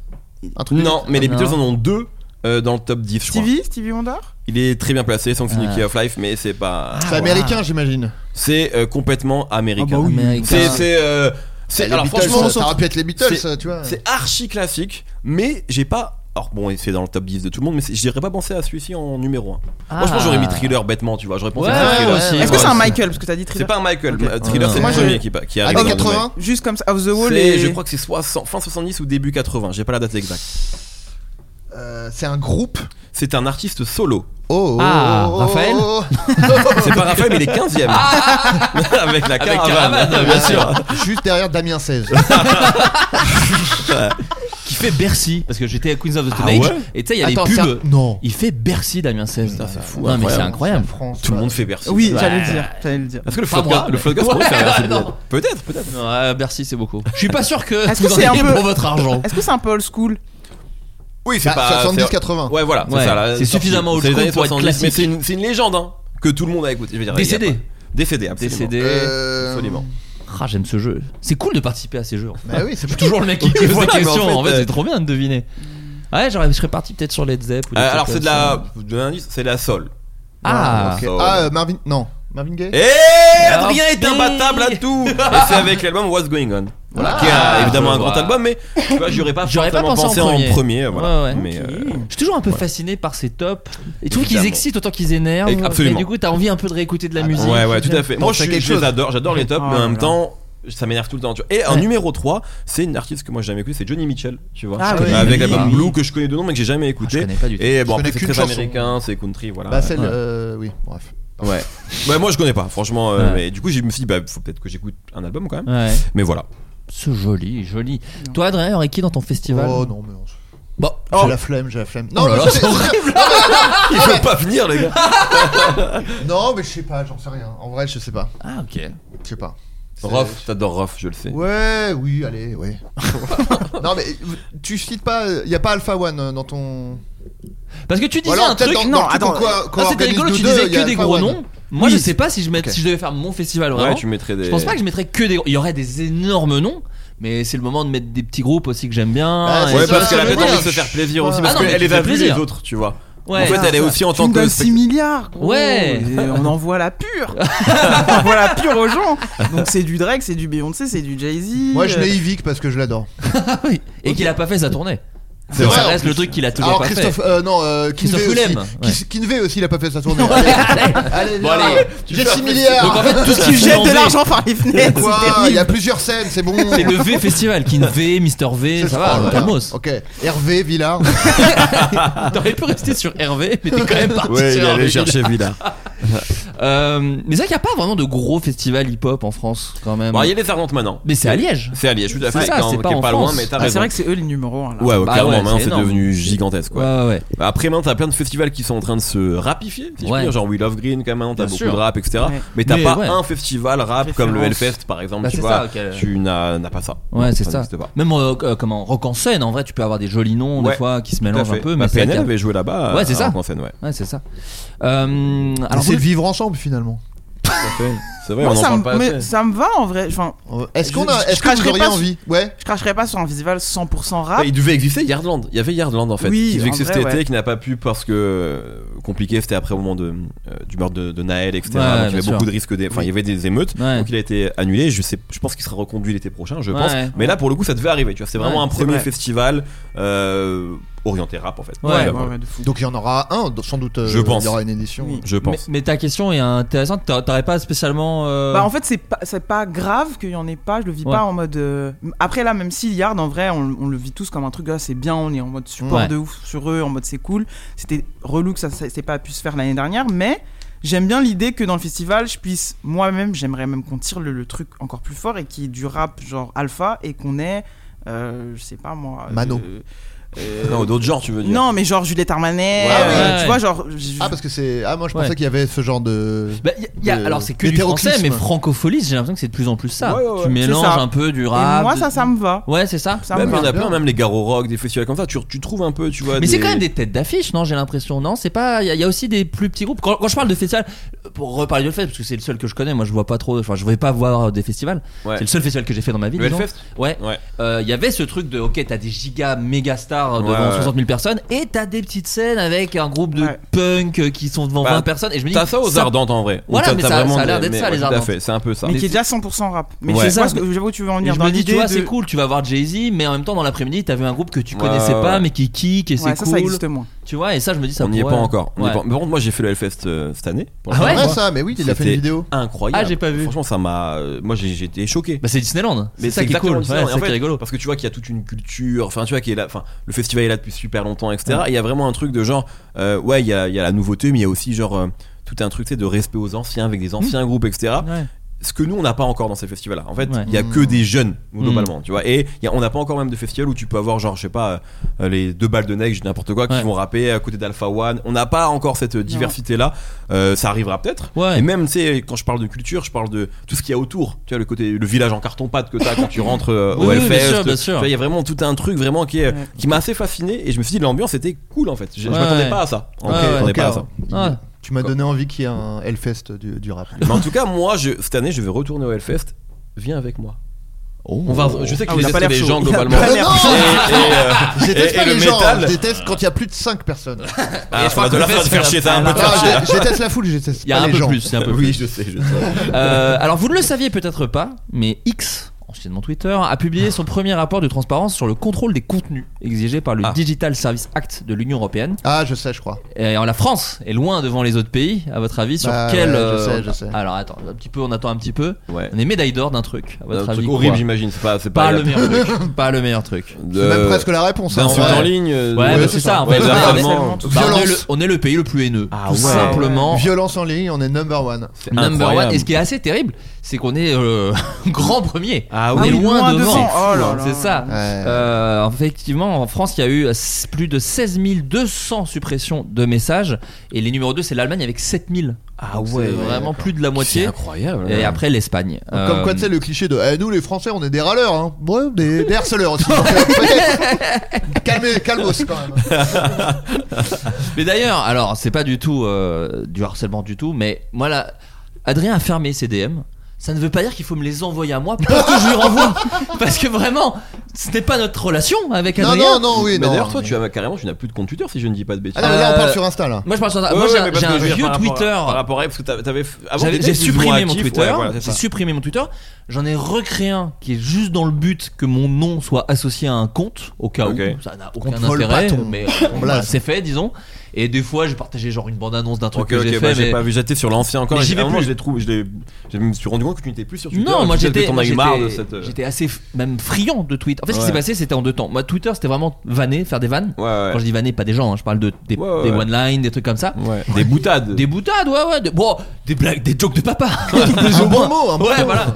S7: Un truc
S8: Non, mais les Beatles en ont deux euh, dans le top 10, je crois.
S2: Stevie, Stevie Wonder
S8: Il est très bien placé, Sanctuary
S5: Ah.
S8: of Life, mais c'est pas.
S7: C'est américain, j'imagine.
S8: C'est euh, complètement américain.
S5: Ah bah oui. Bah,
S8: C'est. c'est, euh, C'est-
S7: Eh, les
S8: alors,
S7: Beatles,
S8: franchement,
S7: ça aurait pu être les Beatles,
S8: c'est-
S7: tu vois.
S8: C'est archi classique, mais j'ai pas. Alors bon, c'est dans le top 10 de tout le monde, mais c'est- j'aurais pas pensé à celui-ci en numéro 1. Franchement, j'aurais mis Thriller bêtement, tu vois. J'aurais pensé
S5: Ah. Ouais,
S8: à Thriller.
S5: ouais, aussi.
S2: Est-ce que c'est un
S5: Ouais,
S2: Michael Parce que t'as dit
S8: C'est
S2: thriller.
S8: pas un Michael.
S2: Ok.
S8: euh, Thriller,
S5: Ouais.
S8: c'est
S2: Moi,
S8: le
S2: j'ai-
S8: premier qui, pa- qui arrive.
S7: Années
S8: dans le domaine.
S7: 80
S2: Juste comme ça, Off the Wall
S8: C'est-
S2: et.
S8: Je crois que c'est 60 fin 70 ou début 80, j'ai pas la date exacte.
S7: Euh, C'est un groupe.
S8: C'est un artiste solo.
S7: Oh, oh,
S5: Ah,
S7: oh, oh,
S5: Raphaël
S7: oh, oh.
S8: C'est pas Raphaël, mais il est 15ème. Avec la caravane.
S5: Ah,
S8: Ah
S5: bien sûr.
S7: Juste derrière Damien 16.
S5: Qui fait Bercy parce que j'étais à Queens of the Stone
S8: Ah
S5: Age
S8: ouais
S5: et tu sais il y a les
S7: Attends, c'est un-
S5: pubs.
S7: Non.
S5: Il fait Bercy Damien 16.
S8: Putain, c'est fou,
S5: Non mais c'est
S8: incroyable.
S5: incroyable.
S7: France,
S8: Tout le
S7: ouais.
S8: monde fait Bercy.
S2: Oui,
S5: Ouais.
S2: j'allais le dire. J'allais le dire.
S8: Est-ce que le
S5: Pas moi,
S8: floodcast, le
S5: mais-
S8: floodcast pourrait
S5: Ouais,
S8: faire Bercy
S5: non.
S8: peut-être Peut-être, peut-être.
S5: Non, euh, Bercy c'est beaucoup. Je suis pas sûr que
S2: Est-ce
S5: vous
S2: que
S5: en
S2: c'est un
S5: ayez
S2: peu-
S5: pour votre argent.
S2: Est-ce que c'est un peu old school
S8: Oui,
S7: Ah, 70-80.
S8: Bah, Ouais, voilà,
S5: Ouais,
S8: c'est ça. la-
S5: c'est
S8: sorti-
S5: suffisamment old
S8: c'est les
S5: school
S8: années
S5: pour être
S8: 70,
S5: classique.
S8: Mais c'est une, c'est une légende, hein, que tout le monde a écouté. Je veux dire, il y a
S5: Décédé.
S8: pas- Décédé, absolument.
S5: Décédé.
S7: Euh,
S8: Absolument.
S5: Ah, j'aime ce jeu. C'est cool de participer à ces jeux. en fait.
S7: Bah oui, c'est
S5: Je suis toujours le mec qui pose
S8: Voilà,
S5: des
S8: mais
S5: questions.
S8: en fait,
S5: En fait,
S8: euh,
S5: c'est trop bien de deviner. Ouais, j'aurais- je serais parti peut-être sur Led Zepp. ou des
S8: Euh,
S5: trucs
S8: alors, c'est
S5: comme
S8: de
S5: ça.
S8: la. je vous donne un indice, C'est de la sol.
S5: Ah,
S7: Ok.
S8: So-
S7: Ah, euh, Marvin. Non. Marvin Gaye
S8: Eh Adrien est
S5: Merci.
S8: imbattable à tout Et c'est avec l'album What's Going On. Voilà, qui est
S5: Ah,
S8: un- évidemment un
S5: je
S8: grand
S5: vois.
S8: album, mais tu vois, j'aurais pas,
S5: J'aurais pas
S8: forcément
S5: pensé en premier.
S8: en premier. euh, voilà.
S5: Ouais, ouais.
S8: Mais, euh,
S5: Je suis toujours un peu fasciné par ces tops. Et je trouve qu'ils
S8: Évidemment.
S5: excitent autant qu'ils énervent.
S8: Et- absolument.
S5: Et du coup, t'as envie un peu de réécouter de la musique.
S8: Ouais, ouais, tout à fait. Moi, je,
S7: Penser
S8: suis-
S7: quelque
S8: je
S7: chose.
S8: les adore, j'adore les tops,
S2: Oh
S8: mais en
S2: là
S8: même
S2: là.
S8: temps, ça m'énerve tout le temps. tu vois. Et en
S5: Ouais.
S8: numéro 3, c'est une artiste que moi j'ai jamais écoutée, c'est Johnny Mitchell, tu vois.
S2: Ah
S8: Avec
S2: oui.
S8: avec
S5: Oui.
S8: l'album Blue que je connais de nom, mais que j'ai jamais
S5: Ah, Je
S8: écouté.
S5: connais pas du tout.
S8: Et bon,
S7: Je connais
S8: après, c'est
S7: qu'une
S8: très
S7: chanson.
S8: américain, c'est country, voilà.
S7: Bah, celle.
S5: ouais.
S7: euh, Oui, bref.
S8: Ouais. ouais, moi je connais pas, franchement. euh,
S5: Ouais.
S8: Mais du coup, je me suis dit, bah, faut peut-être que j'écoute un album quand même.
S5: Ouais.
S8: Mais voilà.
S5: Ce joli, joli.
S2: Non.
S5: Toi, Adrien, aurait qui dans ton festival
S7: Oh non, mais on-
S5: Bon,
S7: j'ai la flemme, j'ai la flemme. Non,
S5: Oh là
S7: mais
S5: là,
S7: c'est-
S5: c'est
S8: Ils veulent pas venir, les gars.
S7: non, mais je sais pas, j'en sais rien. En vrai, je sais pas.
S5: Ah, ok.
S7: Je sais pas. C'est-
S8: Rof, t'adores Rof, je le sais.
S7: Ouais, oui, allez, ouais. non, mais tu cites pas. Il y a pas Alpha One euh, dans ton.
S5: Parce que tu disais
S7: Voilà,
S5: un
S7: peut-être
S5: truc.
S7: dans-
S2: non,
S7: dans le truc
S2: attends,
S7: qu'on co- qu'on
S5: Ah, c'était
S7: organise
S5: rigolo,
S7: nous
S5: tu
S7: deux,
S5: disais
S7: il y a
S5: que des
S7: Alpha
S5: gros
S7: One.
S5: noms. Moi,
S7: Oui.
S5: je sais pas si je, mets-
S7: Ok.
S5: si je devais faire mon festival vraiment.
S8: Ouais, tu mettrais des.
S5: Je pense pas que je mettrais que des. Il y aurait des énormes noms, mais c'est le moment de mettre des petits groupes aussi que j'aime bien.
S7: Ah,
S5: Et
S8: Ouais,
S7: C'est ça,
S8: Bah, parce qu'elle
S7: je
S8: a
S7: veux
S8: peut-être envie de
S7: dire.
S8: se faire plaisir aussi,
S7: Ouais.
S8: parce
S5: Ah non, mais
S8: qu'elle
S5: tu
S8: les a
S5: fais
S8: vus les
S5: plaisir.
S8: autres, tu vois.
S5: Ouais.
S8: En fait, elle est aussi en
S2: Tu
S8: tant
S2: me
S8: que.
S2: donnes
S8: spect-
S2: 6 milliards. gros.
S5: Ouais.
S2: Et On envoie la pure. on envoie la pure aux gens. Donc c'est du Drake, c'est du Beyoncé, c'est du Jay-Z.
S7: Moi, je
S2: euh,
S7: mets Yvick parce que je l'adore.
S5: Ah oui. Et qu'il a pas fait sa tournée.
S8: C'est
S7: Ouais,
S8: vrai.
S5: Ça
S7: en
S5: reste le truc qu'il a toujours
S7: Alors,
S5: pas
S7: Christophe, euh, non, euh,
S5: Christophe
S7: Kinvey aussi.
S5: Willem,
S7: Qui-
S5: ouais.
S7: Kinvey aussi, il a pas fait sa tournée. allez, allez,
S5: Bon,
S7: viens.
S5: allez.
S7: j'ai 6
S5: fait. Donc en
S7: milliards.
S5: fait, tout ce qu'il
S2: Tu jettes de
S5: finlandais,
S2: l'argent par les fenêtres.
S7: Quoi
S2: c'est
S7: Il y
S2: terrible.
S7: a plusieurs scènes, c'est bon.
S5: C'est le V Festival, Kin V, Mister V, ça
S7: Oh là
S5: va,
S7: là.
S5: calmos.
S7: Ok, Hervé Villard.
S5: T'aurais pu rester sur Hervé, mais t'es quand même parti sur
S8: Ouais, il est
S5: Hervé.
S8: allé chercher Villa.
S5: Euh, mais c'est vrai qu'il n'y a pas vraiment de gros festivals hip-hop en France quand même.
S8: Bon, Bah, il y a les Ardentes maintenant.
S5: Mais c'est à Liège.
S8: C'est à Liège, tout à
S5: C'est
S8: fait.
S5: ça,
S8: quand-
S5: c'est
S8: qui
S5: pas
S8: est
S5: en
S8: pas loin,
S5: France.
S8: mais t'as
S2: Ah, c'est
S8: raison.
S2: vrai que c'est eux les numéros 1 là.
S8: Ouais, ouais,
S5: Bah
S8: clairement,
S5: ouais,
S8: maintenant
S5: c'est
S8: c'est
S5: énorme.
S8: devenu gigantesque. Quoi.
S5: Ouais, ouais.
S8: Bah, Après, maintenant t'as plein de festivals qui sont en train de se rapifier, si je
S5: Ouais.
S8: puis dire, genre We Love Green quand même, maintenant t'as
S5: Bien
S8: beaucoup
S5: sûr.
S8: de rap, etc.
S2: Ouais.
S8: Mais t'as
S5: Mais
S8: pas
S5: ouais.
S8: un festival rap comme le
S2: Référence.
S8: Hellfest par exemple,
S5: Bah,
S8: tu
S5: c'est
S8: vois.
S5: ça, ok.
S8: Tu n'as n'as pas ça.
S5: Ouais, c'est ça.
S8: n'existe pas.
S5: Même euh, euh, comment rock en scène, en vrai, tu peux avoir des jolis noms
S8: Ouais,
S5: des fois qui se
S8: Tout à
S5: mélangent
S8: fait.
S5: un peu,
S8: Bah,
S5: mais c'est vrai
S8: PNL
S5: qu'il y
S8: avait joué là-bas.
S5: Ouais,
S8: à-
S5: c'est ça.
S8: à Rock en scène, ouais.
S5: a- Ouais, c'est ça. Euh, alors,
S7: c'est
S5: vous-
S7: le vivre ensemble finalement.
S8: C'est vrai,
S2: Moi,
S8: on en
S2: ça,
S8: parle
S2: me,
S8: pas
S2: mais
S8: assez.
S2: ça me va en vrai. Enfin,
S7: Euh, Est-ce
S2: Je-
S7: qu'on a,
S2: je
S7: est-ce que vous
S2: cracherai
S7: auriez
S2: pas
S7: envie Ouais.
S2: je cracherais pas sur un festival 100%
S5: Ah.
S8: Ouais,
S2: rap.
S8: Bah, Il devait exister Yardland. Il y avait Yardland en fait.
S2: Oui,
S8: qui devait
S2: en
S8: exister
S2: vrai,
S8: cet été,
S2: ouais.
S8: qui n'a pas pu parce que euh, compliqué, c'était après au moment de, euh, du meurtre de, de Naël, etc.
S5: Ouais,
S8: Donc, il y
S5: bien
S8: avait
S5: sûr.
S8: beaucoup de risques. des- Enfin, il y avait des émeutes.
S5: Ouais.
S8: Donc il a été annulé. Je sais, je pense qu'il sera reconduit l'été prochain, je
S5: Ouais,
S8: pense.
S5: ouais.
S8: Mais là, pour le coup, ça devait arriver. Tu vois, c'est vraiment
S5: Ouais,
S8: un
S5: c'est
S8: premier
S2: vrai.
S8: festival euh, orienté rap en fait.
S5: Ouais,
S2: ouais,
S8: voilà.
S2: ouais, de fou.
S7: Donc il y en aura un, sans doute. euh,
S8: Je pense.
S7: Il y aura une édition.
S2: Oui.
S8: Je
S5: mais,
S8: pense.
S5: mais ta question est intéressante. T'a- T'aurais pas spécialement. euh,
S2: Bah en fait c'est pas c'est pas grave qu'il y en ait pas, je le vis
S5: Ouais.
S2: pas en mode euh, après là même si Yard en vrai on, on le vit tous comme un truc là c'est bien on est en mode support
S5: Ouais.
S2: de ouf sur eux en mode c'est cool. C'était relou que ça ça- c'est pas pu se faire l'année dernière mais j'aime bien l'idée que dans le festival je puisse moi-même j'aimerais même qu'on tire le, le truc encore plus fort et qu'il y ait du rap genre alpha et qu'on ait euh, je sais pas moi euh,
S7: Mano.
S2: euh,
S8: Non, d'autres genres, tu veux dire.
S2: non mais genre Juliette Armanet
S7: Ouais,
S2: euh,
S5: ouais.
S2: tu vois genre je-
S7: Ah parce que c'est. Ah moi je
S5: Ouais.
S7: pensais qu'il y avait ce genre de.
S5: bah, y a- y a-
S7: de-
S5: alors c'est que du français,
S7: d'hétéroclisme.
S5: mais francophonie, j'ai l'impression que c'est de plus en plus ça.
S8: Ouais, ouais, ouais.
S5: Tu mélanges
S2: ça.
S5: un peu du
S2: et
S5: rap.
S2: moi
S5: de-
S2: ça ça me va.
S5: Ouais, c'est ça.
S2: Ça me
S8: Même il y
S2: va.
S8: en a plein,
S7: bien.
S8: même les Garo Rock, des festivals comme ça. Tu, tu trouves un peu, tu vois.
S5: Mais c'est quand même des têtes d'affiche, non J'ai l'impression, non C'est pas. Il y, a- il y a aussi des plus petits groupes. Quand, quand je parle de festival, pour reparler de le parce que c'est le seul que je connais. Moi, je vois pas trop. Enfin, je vais pas voir des festivals.
S8: Ouais.
S5: C'est le seul festival que j'ai fait dans ma vie.
S8: Le
S5: disons.
S8: Hellfest
S5: Ouais.
S8: Ouais.
S5: Euh, Il y avait ce truc de ok, t'as des giga méga star devant
S8: Ouais, ouais.
S5: 60 000 personnes et t'as des petites scènes avec un groupe de
S2: Ouais.
S5: punk euh, qui sont devant
S8: Bah,
S5: 20 personnes et je me dis
S8: T'as ça aux Ardentes en vrai. Ou
S5: Voilà,
S8: t'as-
S5: mais
S8: t'as
S5: ça-
S8: vraiment
S5: ça a l'air
S8: des-
S5: d'être
S8: mais
S5: ça, les
S8: ouais, tout à
S5: Ardentes.
S8: fait, C'est un peu ça.
S2: mais qui est déjà 100% rap. Mais
S8: Ouais.
S2: c'est ça,
S5: Ouais.
S2: ce que j'avoue, tu veux en
S5: Et
S2: venir
S5: je
S2: dans
S5: me dis,
S2: l'idée.
S5: tu vois,
S2: de-
S5: c'est cool, tu vas voir Jay-Z, mais en même temps, dans l'après-midi, t'as vu un groupe que tu connaissais
S8: Ouais,
S5: pas,
S8: ouais.
S5: mais qui kick, et
S2: Ouais,
S5: c'est
S2: ça,
S5: cool.
S2: ça existe moins.
S5: Tu vois, et ça, je me dis, ça
S8: On n'y est pas
S5: pourrait-
S8: encore. on y est
S5: Ouais.
S8: pas- Mais par contre, moi j'ai fait le Hellfest euh, cette année. pour la
S5: Ah ouais
S8: première
S7: vrai
S8: fois.
S7: ça, mais oui, il a fait une
S8: C'était
S7: vidéo.
S8: Incroyable.
S5: Ah, j'ai pas vu.
S8: Franchement, ça m'a. euh, Moi j'ai- j'ai été choqué.
S5: Bah, c'est Disneyland. C'est
S8: Mais
S5: ça qui est
S8: exactement
S5: cool.
S8: le Disneyland.
S5: ouais, c'est
S8: Et en
S5: ça qui
S8: fait,
S5: est rigolo.
S8: Parce que tu vois qu'il y a toute une culture, enfin tu vois qu'il est là, enfin le festival est là depuis super longtemps, etc. Et il y a vraiment un truc de genre, euh, ouais, il y a, il y a la nouveauté, mais il y a aussi genre euh, tout un truc tu sais, de respect aux anciens avec des anciens groupes, etc.
S5: Ouais.
S8: Ce que nous on n'a pas encore dans ces festivals-là. En fait, il
S5: Mmh. Ouais. Mmh.
S8: y a que des jeunes globalement, tu vois. Et il y a- on n'a pas encore même de festival où tu peux avoir genre, je sais pas, euh, les deux balles de neige, je dis n'importe quoi, qui
S5: Ouais.
S8: vont rapper à côté d'Alpha One. On n'a pas encore cette diversité-là. Euh, ça arrivera peut-être.
S5: Ouais.
S8: Et même, tu sais, quand je parle de culture, je parle de tout ce qu'il y a autour. Tu vois, le côté, le village en carton pâte que t'as quand tu rentres euh,
S5: Oui,
S8: au
S5: oui,
S8: Hellfest.
S5: bien sûr, bien
S8: Tu
S5: sûr.
S8: vois, il y a vraiment tout un truc vraiment qui, est-
S2: Ouais.
S8: qui m'a assez fasciné. Et je me suis dit, l'ambiance était cool en fait. Je, je
S5: Ouais,
S8: m'attendais
S5: ouais.
S8: pas à ça. En
S5: Ouais,
S8: vrai, je
S5: ouais.
S8: m'attendais pas à ça.
S7: Alors, il-
S5: Ouais.
S7: Tu m'as donné envie qu'il y ait un Hellfest du, du rap.
S8: Mais en tout cas, moi, je, cette année, je vais retourner au Hellfest. Viens avec moi.
S5: Oh.
S8: On va, je sais
S2: Ah,
S8: qu'il
S2: il a pas
S8: déteste
S2: l'air
S8: les
S2: chaud.
S8: gens
S2: Il a
S8: globalement.
S2: pas
S8: Et, et,
S2: l'air
S7: chaud.
S8: euh,
S7: Je déteste
S8: et-
S7: pas
S8: et le
S7: les gens, hein.
S8: métal.
S7: je déteste quand il y a plus de 5 personnes.
S8: Ah,
S5: Et je
S8: ça
S5: crois
S8: va
S5: que
S8: de
S5: le
S8: la faire
S5: fest,
S8: te faire
S5: ça-
S8: chier, t'as un peu de
S5: Ah,
S8: faire
S7: Ah,
S8: chier.
S7: je, je déteste la foule, je déteste
S5: Il y a
S7: pas
S5: un
S7: les
S5: peu
S7: gens.
S5: plus, c'est un peu
S8: Oui,
S5: plus.
S8: je sais, je sais.
S5: Euh, alors vous ne le saviez peut-être pas, mais X, anciennement Twitter, a publié son premier rapport de transparence sur le contrôle des contenus exigés par le
S8: Ah.
S5: Digital Service Act de l'Union européenne.
S7: Ah, je sais, je crois.
S5: Et alors, la France est loin devant les autres pays, à votre avis, sur
S7: Bah
S5: quel
S7: ouais, je
S5: euh,
S7: sais, je sais.
S5: Alors attends, un petit peu, on attend un petit peu.
S8: Ouais.
S5: On est médaille d'or d'un truc, à votre
S8: Un
S5: avis.
S8: truc
S5: quoi
S8: horrible, j'imagine. C'est pas, c'est
S5: Pas
S8: pas
S5: le meilleur truc. Pas le meilleur truc.
S8: De-
S7: C'est même presque la réponse. hein, en
S8: d'insultes
S7: vrai.
S8: en ligne. euh,
S5: Ouais,
S8: de-
S5: bah, c'est ça, en
S8: Ouais,
S5: fait.
S8: d'harcèlement.
S2: harcèlement, tout
S5: Bah, on, est le,
S7: Violence.
S5: on est le pays le plus haineux. tout
S8: Ah ouais.
S5: simplement.
S7: Violence en ligne, on est number one.
S8: C'est
S5: Number
S8: incroyable.
S5: one. Et ce qui est assez terrible, c'est qu'on est euh, grand premier.
S8: Ah
S5: on
S8: oui.
S5: est loin,
S2: Loin
S5: devant.
S2: devant. Oh là là.
S5: c'est ça.
S7: Ouais.
S5: Euh, effectivement, en France, il y a eu euh, s- plus de 16 200 suppressions de messages. Et les numéros 2, c'est l'Allemagne avec 7000.
S8: Ah
S5: Donc, c'est
S8: ouais,
S5: Vraiment plus de la
S8: C'est
S5: moitié.
S8: incroyable.
S5: Et après, l'Espagne. Euh,
S7: Comme quoi, tu sais, le cliché de eh, nous les Français, on est des râleurs, hein. Ouais, des, des harceleurs aussi. Donc, euh, peut-être. Calmez, calmos quand même.
S5: Mais d'ailleurs, alors, c'est pas du tout euh, du harcèlement du tout, mais moi là, Adrien a fermé ses DM. Ça ne veut pas dire qu'il faut me les envoyer à moi pour que je lui renvoie. Parce que vraiment, ce n'est pas notre relation avec
S7: Non,
S5: Adrien.
S7: non, non, oui,
S8: Oh Mais
S7: non.
S8: d'ailleurs, toi, tu as carrément, tu n'as plus de compte Twitter si je ne dis pas de bêtises.
S7: Ah non, mais là, on parle
S5: Euh,
S7: sur Insta là.
S5: Moi, je parle sur-
S8: Ouais,
S5: moi,
S8: ouais,
S5: j'ai
S8: mais
S5: un-
S8: parce
S5: j'ai
S8: que
S5: un
S8: je veux dire,
S5: vieux
S8: par rapport à-
S5: Twitter.
S8: Par rapport à parce que t'avais- t'avais avant,
S5: J'avais-
S8: t'étais
S5: J'ai
S8: plus
S5: supprimé
S8: actif,
S5: mon
S8: ouais,
S5: Twitter.
S8: voilà, c'est
S5: j'ai
S8: ça.
S5: supprimé mon Twitter. J'en ai recréé un qui est juste dans le but que mon nom soit associé à un compte au cas
S8: Ok.
S5: où. Ça n'a
S7: On
S5: aucun
S7: te vole
S5: intérêt,
S7: pas ton-
S5: mais
S7: ton
S5: voilà,
S7: blase.
S5: c'est fait, disons. Et des fois, j'ai partagé genre une bande-annonce d'un truc
S8: Ok,
S5: que j'ai
S8: ok, bah,
S5: fait.
S8: j'ai
S5: mais-
S8: pas vu. J'étais sur l'ancien encore.
S5: Mais
S8: et
S5: j'y vais
S8: à un moment,
S5: plus.
S8: Je l'ai trouvé. Je l'ai. Je me suis rendu compte que tu n'étais plus sur Twitter.
S5: Non,
S8: et
S5: moi
S8: peut-être que
S5: j'étais
S8: T'en as eu
S5: j'étais-
S8: marre de cette. euh,
S5: j'étais assez f- même friand de Twitter. En fait, ce qui
S8: Ouais.
S5: s'est passé, c'était en deux temps. Moi, Twitter, c'était vraiment vanner, faire des vannes.
S8: Ouais, ouais.
S5: Quand je dis vanner, pas des gens, hein, je parle de des,
S8: Ouais, ouais, ouais.
S5: one line, des trucs comme ça.
S8: Ouais. Des boutades.
S5: Des boutades, ouais, ouais. des- bon, des blagues, des jokes de papa.
S7: Un bon mot, un bon
S5: ouais,
S7: mot.
S5: voilà.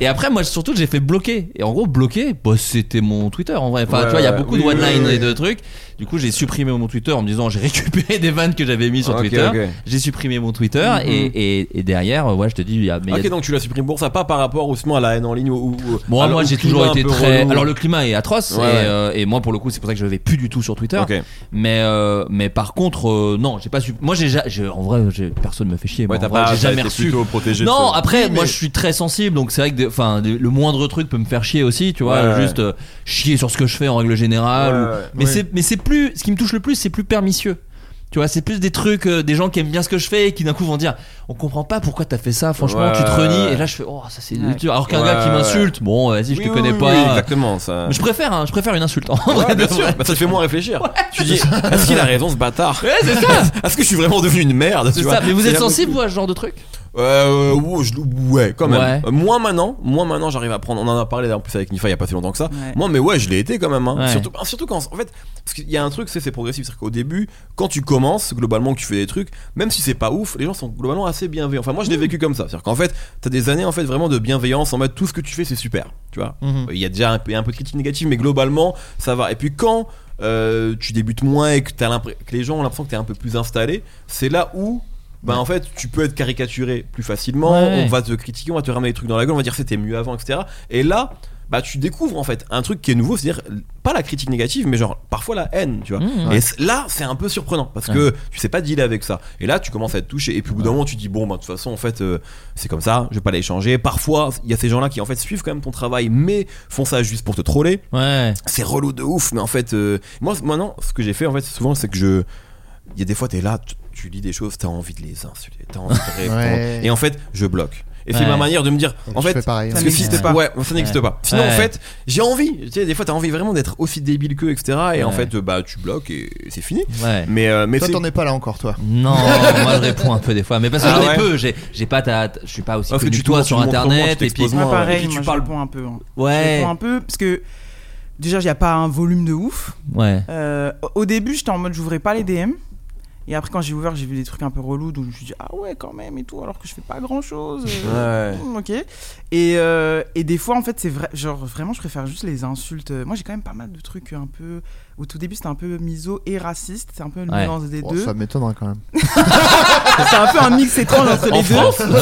S5: Et après, moi, surtout, j'ai fait bloquer. Et en gros, bloquer, bah, c'était mon Twitter en vrai. Enfin,
S8: Ouais,
S5: tu vois, il y a
S8: ouais,
S5: beaucoup
S8: oui,
S5: de one
S8: oui,
S5: line
S8: oui.
S5: et de trucs. Du coup, j'ai supprimé mon Twitter en me disant j'ai récupéré des vannes que j'avais mis sur
S8: Ok,
S5: Twitter.
S8: ok. Mhm.
S5: J'ai supprimé mon Twitter. et, et, et derrière, euh, ouais, je te dis, il y a, mais il y a
S8: Ok, donc tu l'as supprimé pour ça, pas par rapport justement à la haine en ligne ou. ou-
S5: Moi,
S8: à-
S5: moi
S8: au
S5: j'ai
S8: climat
S5: toujours
S8: un
S5: été
S8: peu
S5: très.
S8: relou.
S5: Alors, le climat est atroce,
S8: Ouais,
S5: et,
S8: ouais.
S5: euh, et moi, pour le coup, c'est pour ça que je vais plus du tout sur Twitter.
S8: Ok.
S5: Mais, euh, mais par contre, euh, non, j'ai pas su. Moi, j'ai. ja- j'ai- En vrai, j'ai- personne me fait chier. moi,
S8: Ouais,
S5: en
S8: t'as
S5: vrai,
S8: pas.
S5: J'ai
S8: t'as
S5: jamais
S8: été
S5: reçu.
S8: plutôt protégé. de
S5: Non,
S8: ce-
S5: après, moi je suis très sensible, donc c'est vrai que des- enfin, des- le moindre truc peut me faire chier aussi, tu vois,
S8: Ouais, ouais.
S5: juste euh, chier sur ce que je fais en règle générale.
S8: Ouais,
S5: ou-
S8: ouais.
S5: Mais
S7: Ouais.
S5: c'est mais c'est plus, ce qui me touche le plus, c'est plus pernicieux. Tu vois, c'est plus des trucs, euh, des gens qui aiment bien ce que je fais et qui d'un coup vont dire On comprend pas pourquoi t'as fait ça, franchement,
S8: Ouais,
S5: tu te renies.
S8: ouais.
S5: Et là, je fais Oh, ça c'est
S2: Ouais.
S5: dur. Alors qu'un
S8: Ouais,
S5: gars qui
S8: ouais.
S5: m'insulte, bon, vas-y, je
S8: Oui,
S5: te
S8: oui,
S5: connais
S8: oui,
S5: pas.
S8: oui, Exactement, ça.
S5: Mais je préfère, hein, je préfère une insulte. En vrai,
S8: Ouais, bien
S5: de
S8: sûr.
S5: vrai.
S8: Bah, ça te fait moins réfléchir. Tu dis, est-ce qu'il a raison ce bâtard
S5: Ouais, c'est ça,
S8: Est-ce que je suis vraiment devenu une merde
S5: c'est
S8: tu vois
S5: ça. Mais vous
S8: C'est
S5: êtes
S8: la-
S5: sensible, vous, à ce genre de truc
S8: Euh, ouais, je- ouais, quand même.
S5: Ouais.
S8: Euh, Moins maintenant, moins maintenant, j'arrive à prendre. On en a parlé en plus avec Nifa il y a pas si longtemps que ça.
S2: Ouais.
S8: Moi, mais ouais, je l'ai été quand même. hein.
S5: Ouais.
S8: Surtout, ah, surtout quand, en fait, parce qu'il y a un truc, c'est c'est progressif, c'est qu'au début, quand tu commences, globalement, que tu fais des trucs, même si c'est pas ouf, les gens sont globalement assez bienveillants. Enfin, moi,
S5: Mm.
S8: je l'ai vécu comme ça. C'est-à-dire qu'en fait, t'as des années en fait vraiment de bienveillance en mode tout ce que tu fais, c'est super. Tu vois.
S7: Mhm.
S8: Il y a déjà un, peu- il y a un peu de critique négative, mais globalement, ça va. Et puis quand euh, tu débutes moins et que, t'as l'impr- que les gens ont l'impression que tu es un peu plus installé, c'est là où. Ben en fait, tu peux être caricaturé plus facilement,
S5: Ouais.
S8: on va te critiquer, on va te ramener des trucs dans la gueule, on va dire c'était mieux avant, etc. Et là, bah tu découvres en fait un truc qui est nouveau, c'est-à-dire pas la critique négative, mais genre parfois la haine, tu vois.
S5: Mmh,
S8: et
S5: ouais.
S8: c- là, c'est un peu surprenant parce que tu sais pas dealer avec ça. Et là, tu commences à être touché. Et puis au bout d'un moment, tu dis bon, bah de toute façon, en fait, euh, c'est comme ça. Je vais pas les changer. Parfois, il y a ces gens-là qui en fait suivent quand même ton travail, mais font ça juste pour te troller
S5: Ouais.
S8: c'est relou de ouf mais en fait euh, moi c- maintenant ce que j'ai fait en fait souvent c'est que je il y a des fois t'es là tu, tu lis des choses t'as envie de les insulter t'as envie de ré-
S7: Ouais.
S8: et en fait je bloque et c'est
S5: Ouais.
S8: ma manière de me dire en
S7: je
S8: fait
S7: fais pareil. hein.
S8: parce
S2: Ça
S8: que si
S2: n'existe
S8: c'était
S2: pas.
S8: ouais ça n'existe
S5: Ouais.
S8: pas sinon en
S5: Ouais.
S8: fait j'ai envie tu sais des fois t'as envie vraiment d'être aussi débile que etc et en
S5: Ouais.
S8: fait euh, bah tu bloques et c'est fini
S5: Ouais.
S8: mais euh, mais
S7: Toi,
S8: c'est-
S7: t'en es pas là encore, toi.
S5: Non, moi je réponds un peu des fois, mais parce que
S8: Ah
S5: j'en ai
S8: ouais.
S5: peu, j'ai, j'ai pas ta, ta- je suis pas aussi
S8: Parce que
S5: connu
S8: tu
S5: que toi
S8: te
S5: sur
S8: montres comment, tu
S5: internet et puis
S8: t'exposes
S2: Moi,
S8: Moi,
S2: pareil,
S8: et puis
S2: moi,
S8: tu
S2: je
S8: parles-
S2: réponds un peu. hein. Je
S5: ouais,
S2: réponds un peu parce que déjà, il n'y a pas un volume de ouf.
S5: ouais,
S2: Euh, au- au début, j'étais en mode, j'ouvrais pas les DM. Et après, quand j'ai ouvert, j'ai vu des trucs un peu relous, donc je me suis dit, ah ouais, quand même, et tout, alors que je fais pas grand chose.
S8: ouais
S2: ok. Et, euh, et des fois, en fait, c'est vrai, genre vraiment, je préfère juste les insultes. Moi, j'ai quand même pas mal de trucs un peu. Au tout début, c'était un peu miso et raciste, c'est un peu le
S5: Ouais.
S2: mélange des
S7: Oh,
S2: deux.
S7: ça m'étonnerait quand même.
S2: C'est un peu un mix étrange entre les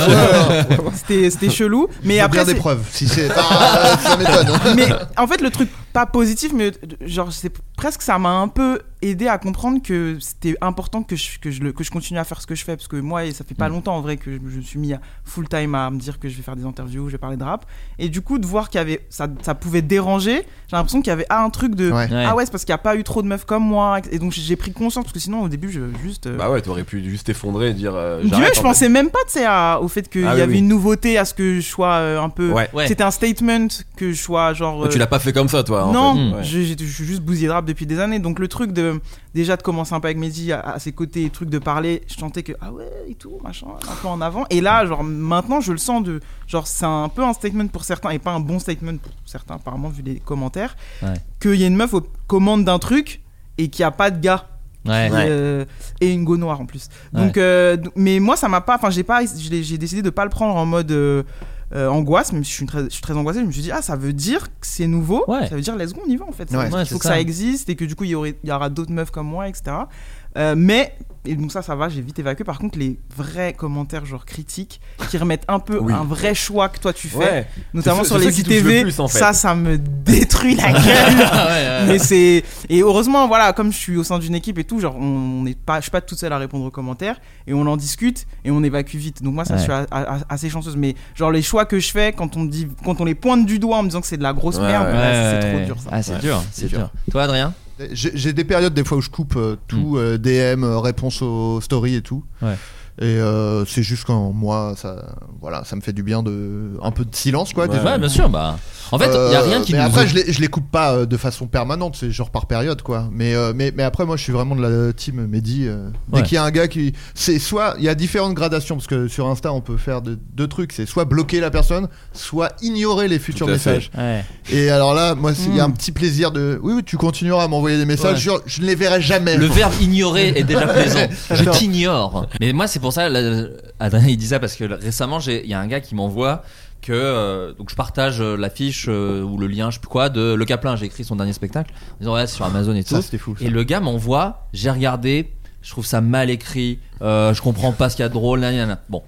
S2: deux. C'était- C'était chelou. Mais
S7: Faut
S2: après,
S7: bien des
S2: c'est-
S7: preuves. Si c'est. Ah, ça m'étonne. hein.
S2: mais en fait le truc pas positif mais genre c'est presque ça m'a un peu aidé à comprendre que c'était important que je, que je le- que je continue à faire ce que je fais parce que moi et ça fait pas
S5: Mm.
S2: longtemps en vrai que je, je me suis mis à full time à me dire que je vais faire des interviews je vais parler de rap et du coup de voir qu'il y avait ça, ça pouvait déranger j'ai l'impression qu'il y avait ah, un truc de
S7: Ouais.
S5: ouais.
S2: ah ouais c'est parce qu'il n'y a pas eu trop de meufs comme moi et donc j'ai pris conscience parce que sinon au début je juste euh,
S8: bah ouais t'aurais pu juste t'effondrer et dire euh,
S2: tu vois,
S8: j'arrête,
S2: je
S8: en
S2: pensais même pas tu sais, à- au fait qu'il
S8: Ah
S2: y
S8: oui,
S2: avait
S8: oui.
S2: une nouveauté à ce que je sois euh, un
S8: fait.
S2: peu
S8: ouais
S5: ouais.
S2: c'était un statement que je sois genre
S8: Toi, tu
S2: euh,
S8: l'as pas fait comme ça toi en
S2: non,
S8: fait. Hmm.
S5: fait.
S8: Ouais.
S2: je, je- je suis juste bousillé de rap depuis des années. Donc le truc de déjà de commencer un peu avec Mehdi à, à ses côtés, le truc de parler, je sentais que ah ouais et tout machin, un peu en avant. Et là, genre maintenant, je le sens de genre c'est un peu un statement pour certains et pas un bon statement pour certains apparemment vu les commentaires.
S5: Ouais.
S2: Qu'il y a une meuf aux commandes d'un truc et qu'il n'y a pas de gars.
S5: ouais,
S2: Et, euh, et une go noire en plus.
S5: Ouais.
S2: Donc, euh, d- mais moi, ça m'a pas. Enfin, j'ai pas. je l'ai- J'ai décidé de pas le prendre en mode euh, euh, angoisse. Même si je suis très, je suis très angoissé, je me suis dit ah, ça veut dire que c'est nouveau.
S5: Ouais.
S2: Ça veut dire let's go, on y va en fait.
S7: Ouais.
S2: Ça veut dire
S5: Ouais,
S2: qu'il faut
S5: c'est
S2: que
S5: ça.
S2: ça. existe et que du coup, il y, aurait, il y aura d'autres meufs comme moi, etc. Euh, mais et donc ça, ça va. J'ai vite évacué. Par contre, les vrais commentaires genre critiques qui remettent un peu
S8: Oui.
S2: un vrai choix que toi tu fais,
S8: Ouais.
S2: notamment
S8: C'est
S2: sur
S8: ceux- c'est
S2: les
S8: ceux qui touchent le
S2: ITV.
S8: plus, en fait.
S2: Ça, ça me détruit la gueule.
S5: Ah ouais, ouais,
S2: Mais c'est et heureusement voilà comme je suis au sein d'une équipe et tout genre on on n'est pas je suis pas toute seule à répondre aux commentaires et on en discute et on évacue vite donc moi ça
S5: Ouais.
S2: je suis a- a- assez chanceuse mais genre les choix que je fais quand on me dit quand on les pointe du doigt en me disant que c'est de la grosse
S8: Ouais,
S2: merde
S8: ouais,
S2: là,
S5: ouais,
S2: c'est
S5: ouais.
S2: trop dur ça
S5: Ah, c'est
S8: Ouais,
S5: dur,
S8: c'est
S5: c'est
S8: dur.
S5: dur. Toi, Adrien
S7: J'ai j'ai des périodes des fois où je coupe euh, tout,
S2: Mm.
S7: euh, DM, euh, réponse aux stories et tout.
S5: Ouais.
S7: Et euh, c'est juste quand moi, ça, voilà, ça me fait du bien de un peu de silence quoi.
S8: Ouais.
S7: déjà.
S5: Ouais, bien sûr, bah. En fait, il y a rien qui
S7: Euh,
S5: nous.
S7: mais après je les, je les coupe pas euh, de façon permanente c'est genre par période quoi mais, euh, mais, mais après moi je suis vraiment de la team Mehdi euh, dès
S5: Ouais.
S7: qu'il y a un gars qui c'est soit il y a différentes gradations parce que sur Insta on peut faire de- deux trucs c'est soit bloquer la personne soit ignorer les futurs
S8: à fait.
S7: messages
S5: Ouais.
S7: et alors là moi c'est- il
S5: Hmm.
S7: y a un petit plaisir de oui oui tu continueras à m'envoyer des messages genre, je ne les verrai jamais
S5: Le verbe ignorer est déjà plaisant. Je
S7: Attends.
S5: t'ignore. Mais moi, c'est pour ça, là, euh, Adrien, il dit ça parce que récemment, j'ai- il y a un gars qui m'envoie que euh, donc je partage euh, l'affiche euh, ou le lien, je sais plus quoi, de Le Caplin. J'ai écrit son dernier spectacle en disant, ouais, c'est sur Amazon et tout.
S7: ça c'était fou ça.
S5: Et le gars m'envoie, j'ai regardé, je trouve ça mal écrit, euh, je comprends pas ce qu'il y a de drôle, nan, nan, nan. Bon.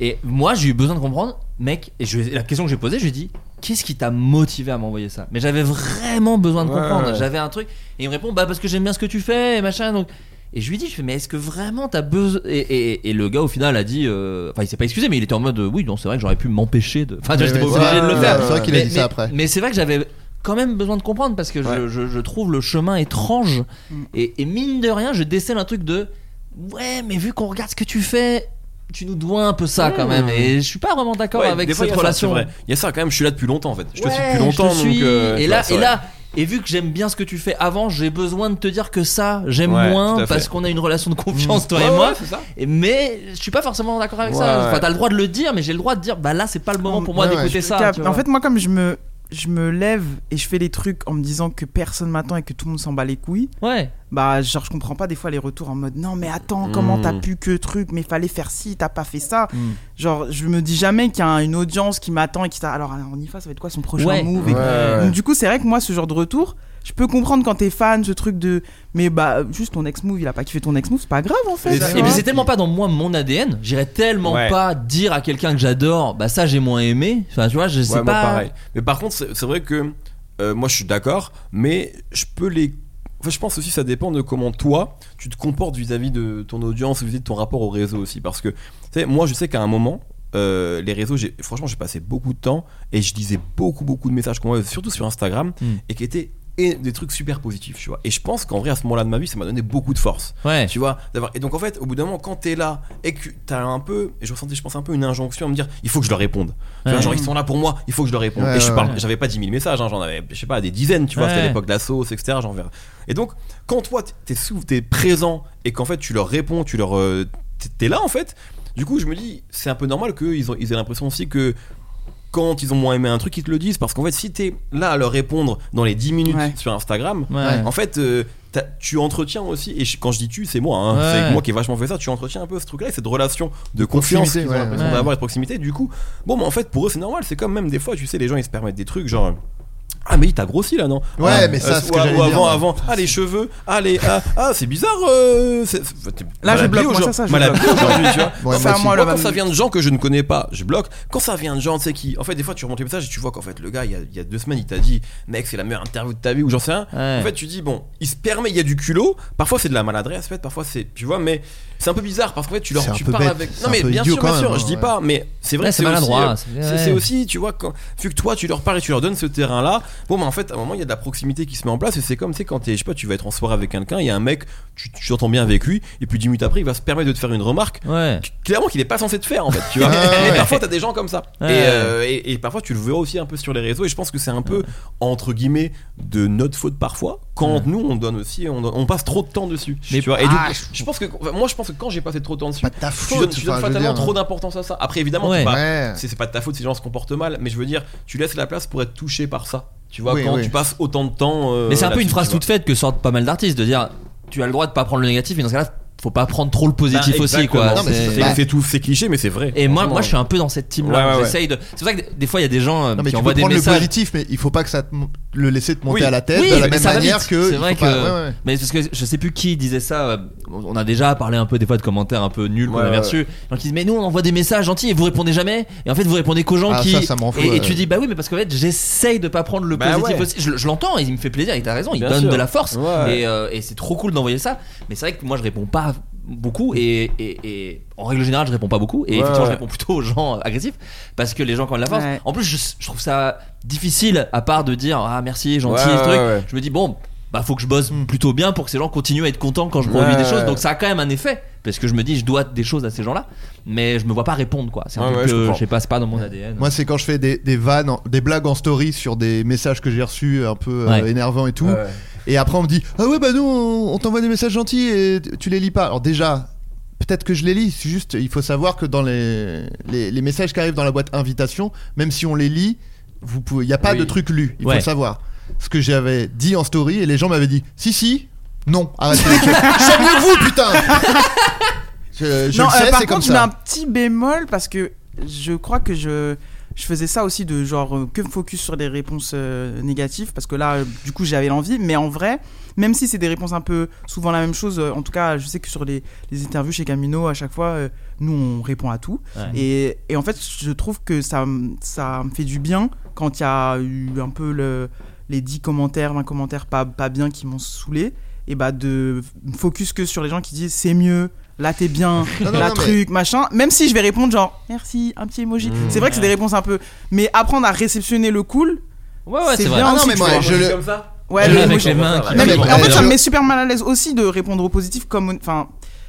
S5: Et moi, j'ai eu besoin de comprendre, mec, et je- la question que j'ai posée, je lui ai dit, qu'est-ce qui t'a motivé à m'envoyer ça Mais j'avais vraiment besoin de
S8: Ouais,
S5: comprendre,
S8: ouais.
S5: j'avais un truc, et il me répond, bah parce que j'aime bien ce que tu fais, et machin, donc. Et je lui dis, je fais, mais est-ce que vraiment t'as besoin et, et- et le gars au final a dit, euh, enfin il s'est pas excusé, mais il était en mode, euh, oui, non, c'est vrai que j'aurais pu m'empêcher de. Enfin,
S7: Ouais,
S5: j'étais pas
S7: ouais,
S5: obligé
S7: ouais,
S5: de le
S7: ouais,
S5: faire.
S7: c'est vrai qu'il a
S5: Mais-
S7: dit
S5: mais-
S7: ça après
S5: mais c'est vrai que j'avais quand même besoin de comprendre parce que je-
S8: Ouais.
S5: je, je trouve le chemin étrange
S2: Mm.
S5: et, et mine de rien je décèle un truc de ouais mais vu qu'on regarde ce que tu fais tu nous dois un peu ça quand même et je suis pas vraiment d'accord
S8: Ouais,
S5: avec
S8: des fois,
S5: cette
S8: il y a ça, c'est
S5: relation
S8: vrai. Il y a ça quand même, je suis là depuis longtemps en fait. Je te
S5: Ouais,
S8: suis depuis longtemps
S5: je te suis.
S8: donc. euh,
S5: et
S8: ouais,
S5: là
S8: c'est
S5: et
S8: vrai.
S5: là et vu que j'aime bien ce que tu fais avant j'ai besoin de te dire que ça j'aime
S8: Ouais, tout
S5: moins
S8: à fait. Mm.
S5: parce qu'on a une relation de confiance toi
S8: Ouais,
S5: et
S8: ouais,
S5: moi
S8: c'est ça.
S5: Et- mais je suis pas forcément d'accord avec ça
S8: Ouais.
S5: enfin t'as le droit de le dire mais j'ai le droit de dire bah là c'est pas le moment pour moi
S7: Ouais, ouais,
S5: d'écouter
S2: Je
S5: ça
S2: capte.
S5: tu
S2: en
S5: vois.
S2: fait moi comme je me je me lève et je fais les trucs en me disant que personne m'attend et que tout le monde s'en bat les couilles
S5: ouais
S2: bah genre je comprends pas des fois les retours en mode non mais attends comment
S8: Mm.
S2: t'as pu que truc mais fallait faire ci t'as pas fait ça
S5: Mm.
S2: genre je me dis jamais qu'il y a une audience qui m'attend et qui t'a alors on y va ça va être quoi son prochain
S5: Ouais.
S2: move et-
S8: Ouais.
S2: donc du coup c'est vrai que moi ce genre de retour Je peux comprendre quand t'es fan, ce truc de. Mais bah, juste ton ex-move, il a pas kiffé ton ex-move, c'est pas grave en fait.
S7: Et
S2: tu
S5: Et puis
S2: vois.
S5: c'est tellement pas dans moi mon ADN, j'irais tellement
S8: Ouais.
S5: pas dire à quelqu'un que j'adore, bah ça j'ai moins aimé. Enfin, tu vois, je sais
S8: Ouais, moi,
S5: pas.
S8: pareil. Mais par contre, c'est c'est vrai que euh, moi, je suis d'accord, mais je peux les. Enfin, je pense aussi que ça dépend de comment toi tu te comportes vis-à-vis de ton audience, vis-à-vis de ton rapport au réseau aussi, parce que tu sais, moi, je sais qu'à un moment. euh, les réseaux, j'ai- franchement, j'ai passé beaucoup de temps et je disais beaucoup, beaucoup de messages qu'on voit, surtout sur Instagram,
S5: Mm.
S8: et qui étaient et des trucs super positifs, tu vois. Et je pense qu'en vrai, à ce moment-là de ma vie, ça m'a donné beaucoup de force.
S5: Ouais.
S8: Tu vois, d'avoir. Et donc en fait, au bout d'un moment, quand t'es là et que t'as un peu, et je ressentais, je pense un peu une injonction à me dire, il faut que je leur réponde. Tu vois,
S5: Ouais.
S8: genre ils sont là pour moi, il faut que je leur réponde.
S7: Ouais,
S8: et je
S7: ouais,
S8: parle,
S5: ouais.
S8: j'avais pas 10 000 messages, hein, j'en avais, je sais pas, des dizaines, tu vois, c'était
S5: Ouais.
S8: à l'époque de la sauce, etc. J'en verrais. Et donc, quand toi t- t'es sous, t'es présent et qu'en fait tu leur réponds, tu leur, euh, t'es- t'es là en fait. Du coup, je me dis, c'est un peu normal qu'ils ont, ils aient l'impression aussi que quand ils ont moins aimé un truc, ils te le disent. Parce qu'en fait, si t'es là à leur répondre dans les 10 minutes
S2: Ouais.
S8: sur Instagram,
S5: Ouais.
S8: en fait, euh, t'as- tu entretiens aussi, et je- quand je dis tu, c'est moi, hein,
S5: Ouais.
S8: c'est moi qui ai vachement fait ça, tu entretiens un peu ce truc-là, et cette relation de
S7: proximité,
S8: confiance qu'ils ont
S7: ouais,
S8: l'impression
S5: ouais.
S8: d'avoir et de proximité. Du coup, bon, mais en fait, pour eux, c'est normal, c'est comme même des fois, tu sais, les gens ils se permettent des trucs genre. Ah mais il t'a grossi là non
S7: Ouais,
S8: Ah,
S7: mais ça,
S8: euh,
S7: c'est ce que
S8: ou-
S7: j'allais
S8: ou
S7: dire,
S8: avant
S7: ouais.
S8: avant ah les cheveux ah les ah, ah, c'est bizarre euh, c'est- c'est-
S2: Là,
S8: mal
S2: je bloque,
S8: habillé
S2: moi,
S8: aujourd'hui-
S2: ça, ça, je
S8: mal
S2: bloque.
S8: habillé aujourd'hui, tu vois
S7: Ouais,
S2: Ça,
S7: moi aussi.
S2: moi,
S8: moi,
S2: le
S8: quand ça
S2: même-
S8: vient de gens que je ne connais pas, je bloque. Quand ça vient de gens, tu sais qui. En fait, des fois, tu remontes les messages et tu vois qu'en fait, le gars, il y a, il y a deux semaines, il t'a dit, mec, c'est la meilleure interview de ta vie, ou j'en sais rien.
S5: Ouais.
S8: En fait, tu dis, bon, il se permet, il y a du culot. Parfois, c'est de la maladresse, en fait, parfois, c'est. Tu vois, mais c'est un peu bizarre parce qu'en fait, tu leur
S7: C'est un
S8: tu
S7: peu
S8: parles
S7: bête,
S8: avec.
S7: c'est
S8: Non,
S7: un
S8: mais
S7: peu
S8: bien
S7: idiot
S8: sûr,
S7: quand
S8: bien sûr,
S7: même, hein.
S8: je dis
S7: ouais.
S8: pas, mais c'est vrai
S5: Ouais,
S8: que
S5: c'est
S8: c'est aussi.
S5: maladroit,
S8: euh,
S5: c'est- ouais.
S8: C'est c'est aussi, tu vois, quand, vu que toi, tu leur parles et tu leur donnes ce terrain-là, bon, mais en fait, à un moment, il y a de la proximité qui se met en place et c'est comme, tu sais, quand t'es, je sais pas, tu vas être en soirée avec quelqu'un, il y a un mec, tu tu t'entends bien avec lui, et puis 10 minutes après, il va se permettre de te faire une remarque
S5: Ouais.
S8: clairement qu'il n'est pas censé te faire en fait tu vois
S7: Ouais,
S8: et
S7: ouais.
S8: parfois t'as des gens comme ça
S5: Ouais.
S8: et, euh, et- et parfois tu le verras aussi un peu sur les réseaux et je pense que c'est un peu entre guillemets de notre faute parfois quand nous on donne aussi on, donne- on passe trop de temps dessus
S5: Mais- Bah,
S8: tu vois et du
S7: Ah,
S8: coup, je pense que enfin, moi je pense que quand j'ai passé trop de temps dessus
S7: Pas de ta
S8: tu donnes,
S7: faute.
S8: tu donnes
S7: enfin, je veux
S8: fatalement
S7: dire.
S8: trop d'importance à ça après évidemment
S5: Ouais.
S8: tu vas-
S7: Ouais.
S8: c'est c'est pas de ta faute si les gens se comportent mal mais je veux dire tu laisses la place pour être touché par ça tu vois
S7: Oui,
S8: quand
S7: oui.
S8: tu passes autant de temps euh,
S5: Mais c'est un peu une
S8: là-dessus,
S5: phrase
S8: tu vois.
S5: toute faite que sortent pas mal d'artistes de dire tu as le droit de pas prendre le négatif, mais dans ce cas-là, faut pas prendre trop le positif
S8: Bah,
S5: aussi quoi.
S8: exactement.
S5: C'est-
S8: c'est c'est tout c'est cliché mais c'est vrai
S5: Et moi, moi,
S8: Franchement.
S5: je suis un peu dans cette team là.
S8: Ouais, ouais, ouais.
S5: J'essaye de. C'est pour ça que des fois, il y a des gens euh,
S7: Non mais
S5: qui
S7: tu
S5: envoient
S7: peux
S5: des
S7: prendre le
S5: messages.
S7: positif, mais il faut pas que ça te mon- le laisser te monter
S8: Oui.
S7: à la tête
S5: Oui,
S7: de la
S5: mais
S7: même
S5: ça va
S7: manière
S5: vite.
S7: que.
S5: C'est
S7: il
S5: vrai
S7: faut pas-
S5: que-
S7: ouais, ouais.
S5: Mais parce que je sais plus qui disait ça. euh, On a déjà parlé un peu des fois de commentaires un peu nuls qu'on
S8: Ouais,
S5: avait
S8: ouais,
S5: reçus. Donc ils disent mais nous on envoie des messages gentils et vous répondez jamais. Et en fait vous répondez qu'aux gens
S7: Ah,
S5: qui.
S7: ça, ça me rend fou,
S5: et, et
S7: ouais.
S5: tu dis bah oui mais parce qu'en fait j'essaye de pas prendre le
S8: Bah
S5: positif
S8: ouais.
S5: aussi. Je, je l'entends et il me fait plaisir. Et t'as raison, il
S8: Bien
S5: donne
S8: sûr.
S5: de la force.
S8: Ouais.
S5: Et, euh, et c'est trop cool d'envoyer ça. Mais c'est vrai que moi je réponds pas beaucoup et, et- et en règle générale je réponds pas beaucoup et
S8: Ouais,
S5: effectivement je
S8: ouais.
S5: réponds plutôt aux gens euh, agressifs parce que les gens quand de la force
S2: Ouais.
S5: en plus je, je trouve ça difficile à part de dire ah merci gentil
S8: Ouais,
S5: ce truc
S8: ouais, ouais.
S5: je me dis bon bah faut que je bosse plutôt bien pour que ces gens continuent à être contents quand je produis
S8: Ouais,
S5: des
S8: ouais,
S5: choses
S8: ouais.
S5: donc ça a quand même un effet parce que je me dis je dois des choses à ces gens là mais je me vois pas répondre quoi c'est un
S8: Ouais,
S5: truc
S8: ouais, je
S5: que
S8: comprends.
S5: je sais pas c'est pas dans mon ADN
S7: Moi, c'est quand je fais des, des vannes, en- des blagues en story sur des messages que j'ai reçus un peu euh,
S5: Ouais.
S7: énervants et tout.
S8: Ouais.
S7: Et après, on me dit Ah ouais, bah nous, on, on t'envoie des messages gentils et t- tu les lis pas. Alors, déjà, peut-être que je les lis. C'est juste, il faut savoir que dans les, les, les messages qui arrivent dans la boîte invitation, même si on les lit, vous pouvez- il n'y a pas
S8: Oui.
S7: de truc lu. Il faut
S5: Ouais.
S7: le savoir. Ce que j'avais dit en story et les gens m'avaient dit Si, si, non, arrêtez. je sors mieux que vous, putain Je, je
S2: non,
S7: le
S2: euh,
S7: sais,
S2: par
S7: c'est comme
S2: contre, je mets
S7: ça.
S2: un petit bémol parce que je crois que je, je faisais ça aussi de genre euh, que me focus sur des réponses euh, négatives parce que là, euh, du coup, j'avais l'envie, mais en vrai, même si c'est des réponses un peu souvent la même chose, euh, en tout cas, je sais que sur les, les interviews chez Camino, à chaque fois, euh, nous, on répond à tout.
S5: Ouais.
S2: Et, et en fait, je trouve que ça, m- ça me fait du bien quand il y a eu un peu le, les 10 commentaires, 20 commentaires pas, pas bien qui m'ont saoulé. Et bah de me focus que sur les gens qui disent c'est mieux, là t'es bien,
S7: Non, non,
S2: là
S7: non, mais-
S2: truc, machin. Même si je vais répondre genre merci, un petit emoji.
S5: Mmh.
S2: C'est vrai que c'est des réponses un peu. Mais apprendre à réceptionner le cool,
S5: ouais ouais
S2: c'est
S5: c'est vrai
S2: bien
S7: Ah non,
S2: aussi,
S7: mais
S2: tu
S7: moi,
S2: vois.
S7: je le.
S8: comme ça
S2: Ouais,
S5: Et
S2: le
S5: avec
S2: emoji.
S5: les mains qui-
S2: Non, mais
S7: Ouais,
S2: en fait,
S7: je-
S2: ça me met super mal à l'aise aussi de répondre au positif comme. Enfin,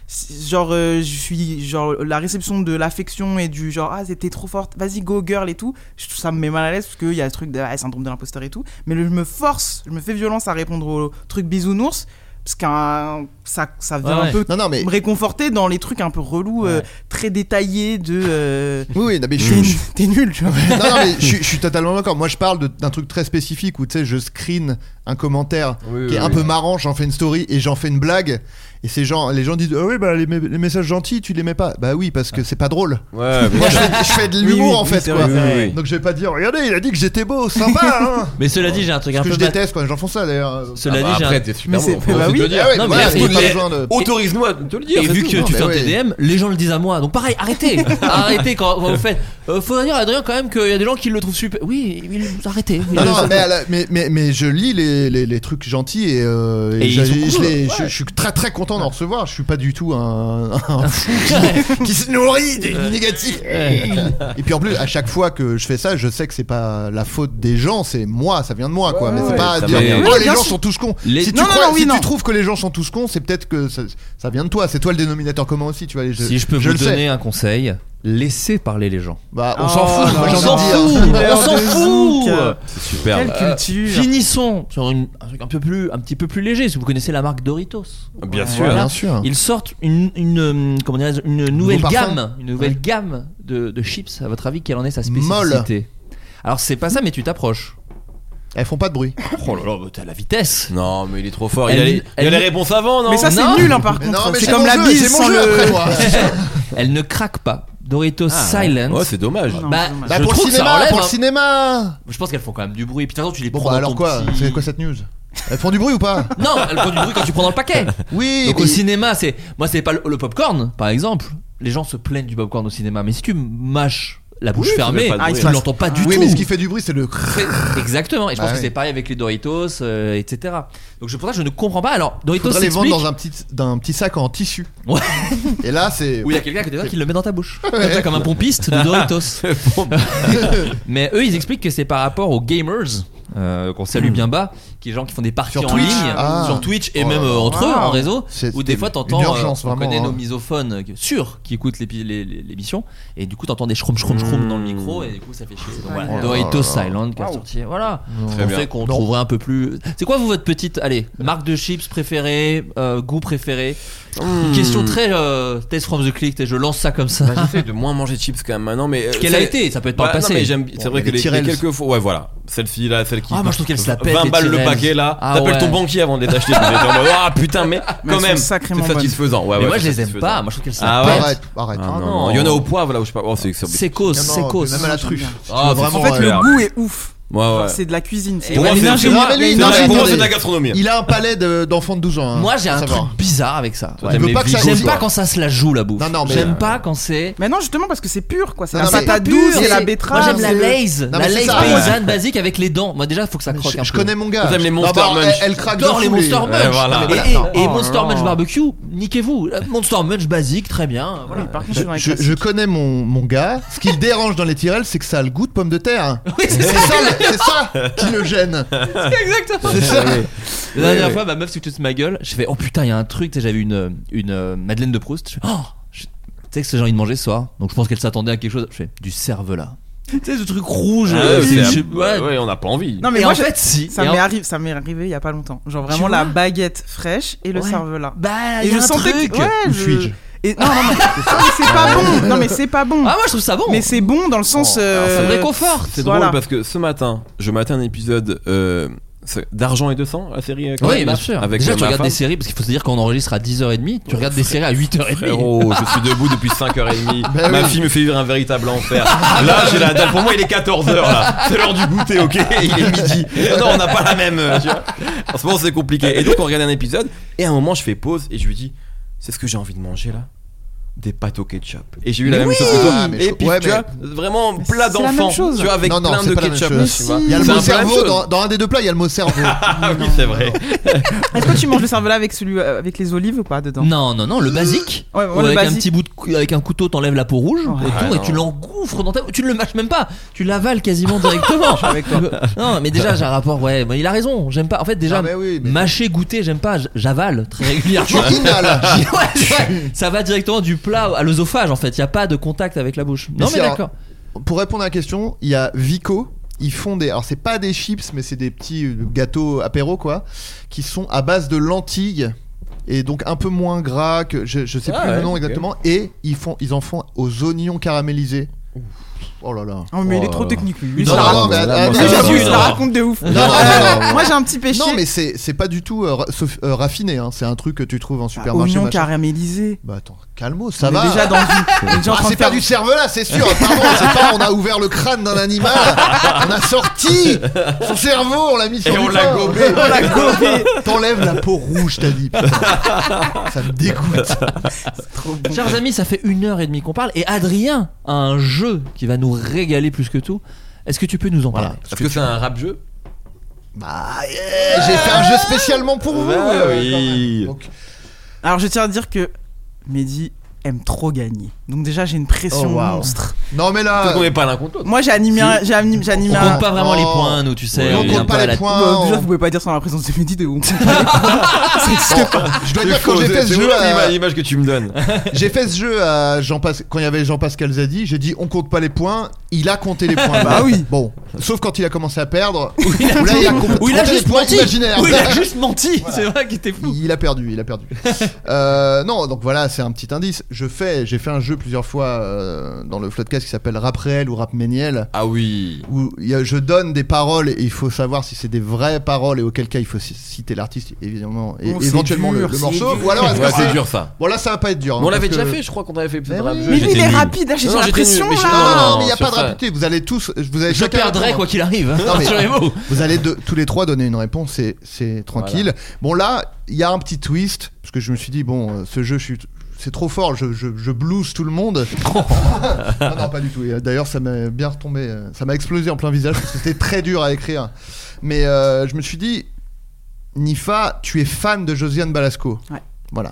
S2: c'est- genre, euh, je suis. Genre, la réception de l'affection et du genre, ah, t'es trop forte, vas-y, go girl et tout. je- Ça me met mal à l'aise parce qu'il y a le truc de ah, syndrome de l'imposteur et tout. Mais le- je me force, je me fais violence à répondre au truc bisounours parce que ça, ça
S5: Ouais,
S2: vient
S5: ouais.
S2: un peu
S7: Non, non, mais.
S2: me réconforter dans les trucs un peu relous, euh,
S5: Ouais.
S2: très détaillés de. euh,
S7: Oui, oui, non, mais je
S2: T'es
S7: suis- je-
S2: t'es nul, tu vois.
S7: non, non, mais je, suis- je suis totalement d'accord. Moi, je parle de- d'un truc très spécifique où tu sais, je screen un commentaire
S6: Oui,
S7: qui est
S6: oui,
S7: un
S6: oui.
S7: peu marrant, j'en fais une story et j'en fais une blague. Et ces gens, les gens disent Ah oui, bah, les, me- les messages gentils, tu les mets pas. Bah oui, parce que c'est pas drôle.
S8: Ouais,
S7: Moi, je fais, je fais de l'humour
S2: oui,
S7: en
S2: oui,
S7: fait.
S2: c'est
S7: quoi.
S2: vrai,
S8: c'est vrai.
S7: Donc je vais pas dire Regardez, il a dit que j'étais beau, sympa. Hein
S5: Mais cela dit, j'ai un truc un
S7: Parce
S5: peu
S7: que je
S5: bâtard.
S7: déteste quand les gens font ça d'ailleurs.
S5: Cela dit, j'ai un-
S8: Ah, après, t'es super
S2: Mais
S8: bon.
S2: c'est-
S8: faut
S2: bah
S8: se
S2: oui.
S8: le dire.
S7: Ah ouais,
S5: Non,
S7: voilà,
S5: mais
S7: c'est
S5: écoute,
S7: pas
S5: les-
S7: besoin de.
S8: Autorise-nous à te le dire.
S5: Et
S8: c'est
S5: vu
S8: tout.
S5: que tu
S7: mais
S5: fais un
S7: ouais.
S5: TDM, les gens le disent à moi. Donc pareil, arrêtez Arrêtez quand, quand vous faites. Euh, faut dire à Adrien quand même qu'il y a des gens qui le trouvent super. Oui, il- arrêtez.
S7: Non, non, mais, à la- mais, mais, mais je lis les, les, les trucs gentils et, euh, et
S5: Et ils
S7: j'ai-
S5: sont
S7: je,
S5: cool,
S7: les- je- je suis très très content d'en recevoir. Je suis pas du tout un, un fou qui, qui se nourrit des négatifs. Et puis en plus, à chaque fois que je fais ça, je sais que c'est pas la faute des gens, c'est moi, ça vient de moi quoi.
S6: Ouais,
S7: mais c'est
S6: ouais,
S7: pas
S5: ça
S7: dire
S5: vient-
S7: oh
S2: Ouais,
S7: les
S2: bien
S7: gens
S2: sûr.
S7: sont tous cons.
S5: Les-
S7: Si, tu,
S2: Non, non,
S7: crois-
S2: non, oui,
S7: si tu
S2: non.
S7: trouves que les gens sont tous cons, c'est peut-être que ça, ça vient de toi. C'est toi le dénominateur commun aussi, tu vois. Je,
S5: Si je peux
S7: je
S5: vous
S7: le sais.
S5: donner un conseil, laissez parler les gens.
S7: Bah, on
S2: Oh,
S7: s'en fout.
S2: non,
S7: moi,
S5: on
S7: j'ai
S2: non,
S7: envie
S5: s'en
S7: de dire.
S5: fout, mais on
S2: Leader
S5: s'en
S2: de
S5: fout.
S2: Zouk.
S8: C'est super.
S2: Quelle culture
S5: Finissons sur une- un truc un peu plus, un petit peu plus léger. Si vous connaissez la marque Doritos,
S8: Bien sûr.
S5: Voilà.
S7: Bien sûr.
S5: ils sortent une, une, euh, comment dirais-je, une nouvelle
S7: Ah. parfum.
S5: gamme, une nouvelle
S7: Ouais.
S5: gamme de, de chips. À votre avis, quelle en est sa
S7: Molle.
S5: spécificité Alors c'est pas ça, mais tu t'approches.
S7: Elles font pas de bruit.
S5: Oh là là, mais t'as la vitesse.
S8: Non, mais il est trop fort. Il
S5: Elle-
S8: a les, il a
S5: elle-
S8: les réponses avant, non
S2: Mais ça,
S5: Non.
S2: c'est nul, hein, par
S7: Mais non,
S2: contre.
S7: mais
S2: C'est
S7: c'est
S2: comme
S7: mon
S2: la
S7: jeu,
S2: bise
S7: c'est mon
S2: sans
S7: jeu après
S2: le.
S7: moi.
S5: Elle ne craque pas. Doritos
S7: Ah,
S5: Silence.
S8: Ah. Ouais, c'est dommage.
S2: Non,
S5: Bah,
S2: c'est dommage.
S7: Bah,
S5: je
S7: pour le
S5: trouve que ça
S7: cinéma,
S5: relève,
S7: pour le
S5: hein.
S7: cinéma.
S5: Je pense qu'elles font quand même du bruit. Puis de toute façon, tu les
S7: Bon
S5: prends
S7: bah
S5: dans
S7: alors
S5: ton
S7: quoi
S5: petit-
S7: C'est quoi cette news Elles font du bruit ou pas
S5: Non, elles font du bruit quand tu prends dans le paquet.
S7: Oui.
S5: Donc
S7: mais-
S5: au cinéma, c'est moi, c'est pas le, le popcorn, par exemple. Les gens se plaignent du popcorn au cinéma, mais si tu mâches la bouche
S8: Oui, ça fait
S5: fermée,
S8: pas de
S5: ah,
S8: bruit.
S5: tu l'entends pas du
S7: oui,
S5: tout.
S7: mais ce qui fait du bruit, c'est le.
S5: C'est- Exactement. Et je pense
S7: Ah
S5: que
S7: oui.
S5: c'est pareil avec les Doritos, euh, etc. Donc je pour ça, je ne comprends pas. Alors Doritos,
S7: Faudrait les vendre
S5: s'explique-
S7: dans un petit, d'un petit sac en tissu.
S5: Ouais.
S7: Et là, c'est.
S5: où il y a quelqu'un à côté de toi qui le met dans ta bouche, comme, ça, comme un pompiste de Doritos. Mais eux, ils expliquent que c'est par rapport aux gamers. euh, qu'on salue bien bas, qui est gens qui font des parties
S7: Sur
S5: en
S7: Twitch.
S5: ligne,
S7: Ah.
S5: sur Twitch et
S7: Oh là
S5: même
S7: là.
S5: euh, entre eux en
S2: Wow.
S5: réseau,
S7: C'est
S5: où des
S7: une-
S5: fois
S7: une
S5: t'entends, euh,
S7: urgence,
S5: on
S7: vraiment,
S5: connaît
S7: hein.
S5: nos misophones euh, sûrs qui écoutent l'épi- les- les- l'émission, et du coup t'entends des chrom chrom chrom dans le micro, et du coup ça fait chier. Donc, voilà,
S7: Oh là
S5: Doritos
S7: là.
S5: Silent qui a sorti, voilà.
S8: Très
S5: On
S8: bien.
S5: sait qu'on
S7: Non.
S5: trouverait un peu plus. C'est quoi vous votre petite, allez, marque de chips préférée, euh, goût préféré Une question très euh, test from the click, t'es- je lance ça comme ça.
S8: Hmm. Bah, J'essaie de moins manger de chips quand même maintenant, mais. euh,
S5: Quelle a
S8: c'est-
S5: été Ça peut être
S8: Ouais,
S5: par le
S8: non,
S5: passé.
S8: mais j'aime- c'est vrai
S7: il y a
S8: que
S7: des
S8: les,
S7: Tyrells.
S8: les quelques fois. Ouais, voilà. Celle-ci là, celle qui.
S5: Ah, moi, je trouve qu'elle se la pète,
S8: 20
S5: les
S8: balles le
S5: Tyrells.
S8: paquet là.
S5: Ah,
S8: T'appelles
S5: ouais.
S8: ton banquier avant de les acheter. T'es en mode, Ah putain, mais
S2: Mais
S8: quand
S2: elles sont
S8: même. C'est
S2: sacrément bonnes.
S8: satisfaisant. Ouais,
S5: Mais
S8: Ah ouais,
S5: moi
S8: c'est
S5: je les aime
S8: satisfaisant.
S5: pas, moi je trouve qu'elles se
S8: Ah
S5: la
S8: ouais.
S5: pètent.
S7: Arrête, arrête. Ah,
S8: Ah,
S5: Ah,
S8: non,
S5: non.
S8: non. Il y en a au poivre là où je sais pas. Oh, c'est c'est
S5: C'est cause,
S7: Non,
S5: c'est
S7: non,
S5: cause.
S7: Même à la
S2: Ça,
S7: truffe.
S2: j'aime bien.
S7: Tu
S8: Ah, c'est-
S7: veux vraiment,
S2: En fait, le
S7: euh,
S2: goût est ouf.
S8: Ah Ouais, ouais.
S2: C'est de la cuisine. c'est-
S8: Pour
S2: Ouais,
S8: moi,
S2: mais
S8: c'est-
S2: l'ingénieur-
S7: Non, mais lui, non,
S2: il y a une
S8: Non,
S7: mais
S8: mais
S2: ingénieur-
S8: Pour moi,
S7: attendez.
S8: c'est de la gastronomie.
S7: Il a un palais de- d'enfant de 12 ans. hein,
S5: Moi j'ai
S7: faut
S5: un
S7: savoir.
S5: truc bizarre avec ça.
S8: Toi,
S5: Ouais.
S8: t'aimes
S7: veux
S8: les
S7: pas que ça
S8: vifs,
S5: J'aime
S7: Toi.
S5: pas quand ça se la joue la bouffe.
S7: Non, non, mais- euh,
S5: J'aime pas quand c'est.
S2: Mais non, justement, parce que c'est pur, quoi. C'est
S7: Non,
S2: la
S7: non, mais-
S2: patate douce, c'est la
S5: c'est-
S2: betterave.
S5: Moi j'aime la
S2: c'est le-
S5: laise,
S7: Non,
S5: la
S7: mais c'est
S5: laise
S7: ça, ouais.
S5: paysanne basique avec les dents. Moi déjà faut que ça croque
S7: Je,
S5: un
S7: je
S5: peu.
S7: connais mon gars.
S8: Vous aimez les
S7: Non,
S8: Monster
S7: bah,
S8: Munch.
S7: elle, elle craque
S5: J'adore
S7: de
S5: les
S7: fou,
S5: Monster
S7: Ouais,
S5: Munch
S8: voilà.
S7: Non, mais
S5: et, et-
S7: attends.
S5: et
S2: Oh
S5: Monster
S2: là
S5: Munch
S2: là.
S5: barbecue, niquez-vous. Euh, Monster Munch basique, très bien. Voilà.
S2: Ah, Oui, par contre, je suis dans les
S7: Je,
S2: classiques.
S7: je connais mon, mon gars. Ce qui le dérange dans les tirelles, c'est que ça a le goût de pomme de terre.
S5: Oui, c'est
S7: C'est
S5: ça,
S7: ça, le- c'est ça qui le gêne.
S5: exactement.
S7: C'est ça.
S5: La dernière fois, ma meuf se foutait de ma gueule. Je fais oh putain, il y a un truc. Tu sais, j'avais une une euh, Madeleine de Proust. Je fais, oh, je- tu sais que j'ai envie de manger ce soir. Donc je pense qu'elle s'attendait à quelque chose. Je fais du cervelas. Tu sais, ce truc rouge. euh,
S8: Ah,
S5: c'est-
S8: c'est-
S5: je-
S8: Ouais,
S5: ouais.
S8: ouais, on n'a pas envie.
S2: Non, mais
S5: Et
S2: moi,
S5: en
S2: je-
S5: fait, si.
S2: Ça
S5: Et en-
S2: m'est arrivé, ça m'est arrivé il y a pas longtemps. Genre
S5: Tu
S2: vraiment la
S5: vois
S2: baguette fraîche et le
S5: Ouais.
S2: cervelas.
S5: Bah,
S2: Et
S5: il y a
S2: je
S5: un
S2: sentais
S5: truc.
S2: que ouais,
S7: Où
S2: je-
S7: suis-je
S2: Et non, non, mais, Non, mais c'est pas bon. Non, mais c'est pas bon.
S5: Ah, moi je trouve ça bon.
S2: mais c'est bon dans le sens.
S5: Alors, ça me
S2: euh,
S5: réconforte.
S8: C'est
S2: Voilà.
S8: drôle parce que ce matin, je matais un épisode euh, c'est- d'Argent et de sang, la série. avec-
S5: Oui, bien sûr.
S8: Avec
S5: Déjà,
S8: euh,
S5: tu
S8: ma
S5: regardes des
S8: femme.
S5: séries parce qu'il faut se dire qu'on enregistre à 10h30. Tu regardes des séries à 8h30.
S8: Frérot, je suis debout depuis 5h30.
S7: Ben
S8: Ma
S7: oui. Ah, ben
S8: fille me fait vivre un véritable enfer. Là, j'ai la dalle. Pour moi, il est 14h là. C'est l'heure du goûter, ok Il est midi. Non, on n'a pas la même. euh, Tu vois en ce moment, c'est compliqué. Et donc, on regarde un épisode. Et à un moment, je fais pause et je lui dis C'est ce que j'ai envie de manger là des pâtes au ketchup et j'ai eu la
S7: Mais
S8: même
S7: oui
S8: chose que toi.
S7: Ah, mais je-
S8: et puis
S7: ouais,
S8: tu
S7: mais-
S8: vois vraiment plat
S2: c'est la même
S8: d'enfant tu
S2: chose.
S8: vois avec
S7: Non, non,
S8: plein
S7: c'est
S8: de
S7: pas la même
S8: ketchup
S7: chose.
S8: tu vois.
S7: Il y a le
S8: C'est
S7: mot
S8: un peu la même chose.
S7: cerveau. Dans, dans un des deux plats, il y a le mot cerveau.
S8: ah oui c'est vrai
S2: Est-ce que tu manges le cervelas avec celui euh, avec les olives ou pas dedans
S5: Non, non, non, le basique.
S2: Ouais, ouais,
S5: Ou
S2: le
S5: avec un
S2: basique.
S5: petit bout de cou- avec un couteau, t'enlèves la peau rouge
S2: Ouais.
S5: et tout,
S8: Ouais,
S5: et tu
S8: non.
S5: l'engouffres dans ta. Tu ne le mâches même pas. Tu l'avales quasiment directement. Non, mais déjà j'ai un rapport. Ouais, mais il a raison. J'aime pas. En fait, déjà
S7: Ah,
S2: bah
S7: mais oui, mais-
S5: mâcher, goûter, j'aime pas. j- J'avale très
S7: Tu
S5: régulièrement.
S7: inhales.
S5: Ouais, c'est vrai. Ça va directement du plat à l'œsophage en fait. Il y a pas de contact avec la bouche. Non,
S7: Mais
S5: mais
S7: c'est-
S5: d'accord.
S7: Pour répondre à la question, il y a Vico. Ils font des. Alors, c'est pas des chips, mais c'est des petits euh, gâteaux apéro, quoi. Qui sont à base de lentilles. Et donc un peu moins gras que je, je sais
S8: Ah
S7: plus le
S8: ouais,
S7: nom
S8: ok.
S7: exactement et ils font ils en font aux oignons caramélisés. Oh là Ah, là.
S2: Oh, mais il
S6: Oh,
S2: est trop
S6: euh,
S2: technique lui.
S7: Non, non,
S2: Il la-
S7: non, mais
S6: non,
S7: attends,
S6: non,
S2: Lui,
S6: non,
S2: j'avoue,
S6: non,
S2: il se
S6: non.
S2: la raconte de ouf.
S7: non, non, non.
S2: Moi j'ai un petit péché.
S7: Non, mais c'est c'est pas du tout euh, ra- sauf- euh, raffiné, hein. c'est un truc que tu trouves en
S2: Ah,
S7: supermarché.
S2: Oignon
S7: machin.
S2: caramélisé.
S7: Bah attends, calme ça
S2: On est
S7: va.
S2: déjà dans une- on est déjà en
S7: Ah,
S2: train de
S7: c'est pas
S2: faire-
S7: du cervelas, c'est sûr. Pardon, c'est pas on a ouvert le crâne d'un animal, on a sorti son cerveau, on l'a mis sur
S8: Et
S7: du
S8: on l'a
S7: pain.
S8: gobé.
S7: on l'a gobé. T'enlèves la peau rouge, t'as dit. Putain, Ça me dégoûte.
S5: Chers amis, ça fait une heure et demie qu'on parle et Adrien a un jeu qui va nous régaler plus que tout. Est-ce que tu peux nous en parler
S8: Est-ce que c'est un rap jeu
S7: Bah, yeah, j'ai fait un jeu spécialement pour vous.
S8: Bah
S7: euh,
S8: oui.
S7: quand même. Donc,
S2: Alors je tiens à dire que Mehdi aime trop gagner. Donc déjà j'ai une pression
S7: Oh, waouh.
S2: monstre.
S7: non mais là,
S8: On est pas l'un contre l'autre.
S2: Moi j'ai animé, un- j'ai animé, j'ai
S5: On
S2: animé un-
S5: compte pas vraiment les
S7: Oh.
S5: points, nous, tu sais.
S7: on
S5: est un
S7: compte
S5: peu à
S7: pas les
S5: la-
S7: points.
S2: Bah, déjà
S7: on-
S2: vous pouvez pas dire ça en la présence de Mehdi de on compte
S7: Je dois dire quand j'ai fait ce
S8: C'est
S7: jeu, euh,
S8: ouf, l'ima-
S7: à-
S8: l'image que tu me donnes.
S7: j'ai fait ce jeu à Jean Pas- quand il y avait Jean-Pascal Zadi, j'ai dit on compte pas les points, il a compté les points.
S2: Bah oui.
S7: Bon, sauf quand il a commencé à perdre. Où là, il a com-
S5: Où il a
S7: compté les
S5: juste
S7: points
S5: menti
S7: imaginaires.
S5: Où il a juste menti C'est vrai qu'il était fou
S7: Il a perdu, il a perdu. Euh, non, donc voilà, c'est un petit indice. Je fais, j'ai fait un jeu plusieurs fois euh, dans le floodcast qui s'appelle Rap réel ou Rap Méniel,
S8: Ah oui.
S7: où il y a- je donne des paroles et il faut savoir si c'est des vraies paroles et auquel cas il faut c- citer l'artiste évidemment et
S2: Oh, c'est
S7: éventuellement le-
S2: dur,
S7: le,
S2: c'est
S7: morceau.
S2: dur.
S7: Ou alors est-ce que
S8: Ouais, c'est
S7: c'est-
S8: dur ça.
S7: Bon là, ça va pas être dur. hein,
S8: Mais on l'avait
S7: parce
S8: déjà
S7: que-
S8: fait, je crois qu'on avait fait.
S7: Mais
S8: un
S7: oui.
S8: rap jeu,
S2: Mais lui il
S8: j'étais
S2: est
S8: nul.
S2: rapide, là j'ai
S8: Non,
S2: sur la
S8: j'étais nul,
S2: pression
S8: mais je-
S7: Non, non,
S2: là.
S7: non,
S8: Non,
S7: Ah, mais il n'y a
S8: sur
S7: pas de
S8: ça.
S7: rapidité. Vous allez tous, vous allez
S5: Je
S7: chacun
S5: perdrai
S7: répondre.
S5: quoi qu'il arrive, hein,
S7: Non, mais-
S5: rassurez-vous.
S7: Vous allez deux- tous les trois donner une réponse, c'est- c'est tranquille. Bon là, il y a un petit twist parce que je me suis dit bon, euh, ce jeu, je suis, c'est trop fort, je, je, je blouse tout le monde. non, non, pas du tout. Et, euh, D'ailleurs, ça m'a bien retombé, euh, ça m'a explosé en plein visage parce que c'était très dur à écrire. Mais euh, je me suis dit, Nifa, tu es fan de Josiane Balasco.
S2: Ouais.
S7: Voilà.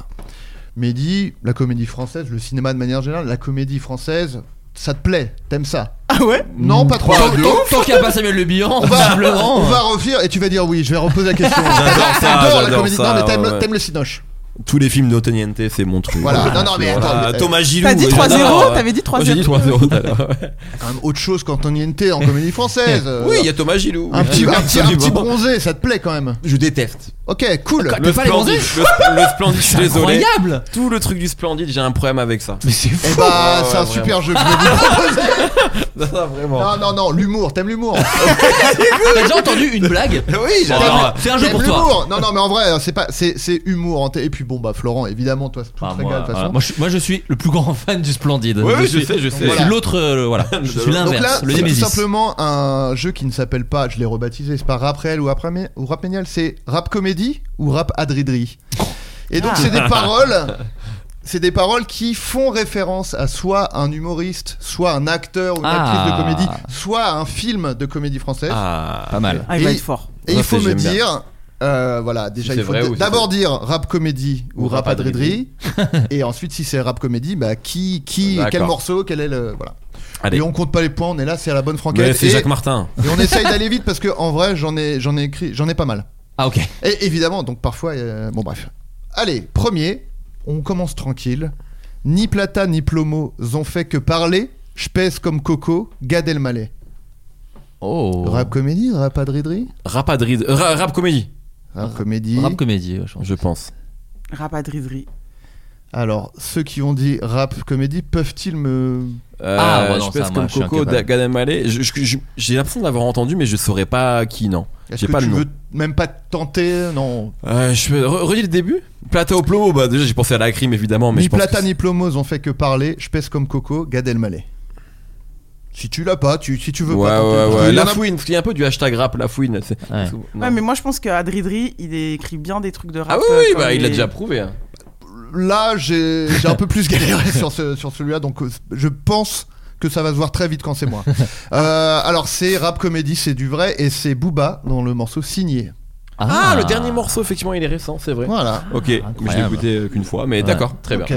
S7: Mehdi, la comédie française, le cinéma de manière générale, la comédie française, ça te plaît, t'aimes ça
S2: Ah ouais
S7: Non, pas trop.
S8: Bah,
S7: Tant-
S8: de
S7: tant-
S8: ouf.
S5: Tant qu'il n'y a pas Samuel Le Bihan, visiblement.
S7: on va refaire et tu vas dire oui, je vais reposer la question.
S8: J'adore ça,
S7: la
S8: j'adore
S7: comédie.
S8: ça,
S7: non, mais t'aimes
S8: ouais.
S7: t'aimes le cinoche.
S8: Tous les films d'Otoniente, c'est mon truc.
S7: Voilà. Non, non, mais
S8: Voilà.
S7: attends, mais- euh,
S8: Thomas Gilou.
S2: T'as dit
S8: ouais,
S2: 3-0
S8: j'adore.
S2: T'avais dit
S8: Ouais, J'ai dit
S2: 3-0
S8: 3-0 tout à l'heure. ouais.
S7: Quand même autre chose quand on y était en comédie française. euh,
S8: Oui, il y a Thomas Gilou.
S7: un petit, un petit, un petit
S8: Absolument. Ah,
S7: bronzé, ça te plaît quand même.
S8: Je déteste.
S7: Ok, cool.
S5: T'es pas allé bronzer
S8: le, le splendide, je suis désolé.
S5: Incroyable
S8: Tout le truc du splendide, j'ai un problème avec ça.
S5: Mais c'est fou
S7: Eh bah,
S8: Ouais,
S7: c'est un
S8: ouais,
S7: super jeu que je vais vous proposer.
S8: Non, non, vraiment.
S7: Non, non, non, l'humour, t'aimes l'humour.
S5: Ah, T'as déjà entendu une blague
S7: oui,
S5: Alors, C'est un jeu
S7: T'aimes
S5: pour toi
S7: l'humour. Non, non, mais en vrai, c'est pas, c'est, c'est humour. en t- Et puis bon, bah Florent, évidemment, toi, tout te
S5: Ah,
S7: régale, de
S5: moi,
S7: toute
S5: voilà.
S7: façon.
S5: moi, je, moi, je suis le plus grand fan du Splendide.
S8: Oui, oui, je
S5: suis-
S8: sais, je
S5: Je
S8: sais.
S5: suis
S7: Voilà.
S5: l'autre, euh, voilà. Je suis
S7: Donc là,
S5: l'inverse, le
S7: c'est tout
S5: Némésis.
S7: simplement un jeu qui ne s'appelle pas, je l'ai rebaptisé, c'est pas Rap Réel ou Rap, Ramé- ou Rap Ménial, c'est Rap Comédie ou Rap Adridri. Et donc
S2: Ah.
S7: c'est des paroles, c'est des paroles qui font référence à soit un humoriste, soit un acteur ou une
S5: Ah.
S7: actrice de comédie, soit un film de comédie française.
S8: Ah.
S5: Pas mal.
S2: Ah il va
S7: Et-
S2: être fort.
S7: Et
S8: Ça,
S7: il faut
S8: c'est-
S7: me
S8: j'aime bien.
S7: dire, euh, voilà, déjà
S8: c'est
S7: il faut
S8: vrai
S7: d-
S8: ou si
S7: d'abord dire Rap Comédie ou,
S8: Ou
S7: Rap
S8: Rap
S7: Adridri, et ensuite si c'est Rap Comédie, bah qui, qui, quel
S8: D'accord.
S7: morceau, quel est le, voilà.
S8: Allez.
S7: Et on compte pas les points, on est là, c'est à la bonne
S8: Mais
S7: franquette.
S8: c'est
S7: Et-
S8: Jacques Martin.
S7: et on essaye d'aller vite parce que en vrai, j'en ai, j'en ai écrit, j'en ai pas mal.
S5: Ah, ok.
S7: Et évidemment, donc parfois, euh, bon bref. Allez, premier, on commence tranquille. Ni Plata ni Plomo ont fait que parler. Je pèse comme Coco, Gad Elmaleh.
S5: Oh.
S7: Rap comédie, rap adridri,
S8: Rap Adrid. euh, ra- Rap comédie,
S7: rap
S8: Ah.
S7: comédie.
S5: Rap comédie, ouais, je pense.
S8: je pense.
S2: Rapadriserie.
S7: Alors, ceux qui ont dit rap comédie, peuvent-ils me
S8: Euh,
S5: Ah, bah non,
S8: je pèse
S5: ça, moi,
S8: comme
S5: je suis
S8: Coco,
S5: incapable.
S8: Da- Gad Elmaleh. Je- je- je- J'ai l'impression de l'avoir entendu, mais je saurais pas qui, non.
S7: Est-ce
S8: J'ai
S7: que
S8: pas
S7: tu
S8: le nom.
S7: veux même pas tenter Non.
S8: Euh, je peux- re- redis le début Plata au plomo, bah déjà j'ai pensé à la crime évidemment, mais
S7: ni
S8: je pense
S7: Plata
S8: que
S7: ni Plomo ont fait que parler. Je pèse comme Coco, Gad Elmaleh. Si tu l'as pas, tu, si tu
S8: c'est-
S7: veux
S8: Ouais,
S7: pas. tenter.
S8: ouais,
S7: Parce
S8: ouais.
S7: qu'il y en
S8: La
S7: a-
S8: fouine, parce qu'il y a un peu du hashtag rap, la fouine. c'est-
S5: Ouais.
S8: Non.
S2: Ouais mais moi je pense qu'Adridri il écrit bien des trucs de rap.
S8: Ah oui,
S2: euh,
S8: oui,
S2: comme
S8: bah, il l'a
S2: les-
S8: déjà prouvé. hein.
S7: là j'ai j'ai un peu plus galéré sur, ce- sur celui-là donc euh, je pense que ça va se voir très vite quand c'est moi. Euh, alors c'est rap comédie, c'est du vrai et c'est Booba dans le morceau signé.
S8: Ah, le dernier morceau, effectivement, il est récent, c'est vrai.
S7: Voilà.
S8: Ok, mais je l'ai
S5: incroyable.
S8: écouté euh, qu'une fois, mais
S5: Ouais.
S8: d'accord, très bien.
S7: Ok.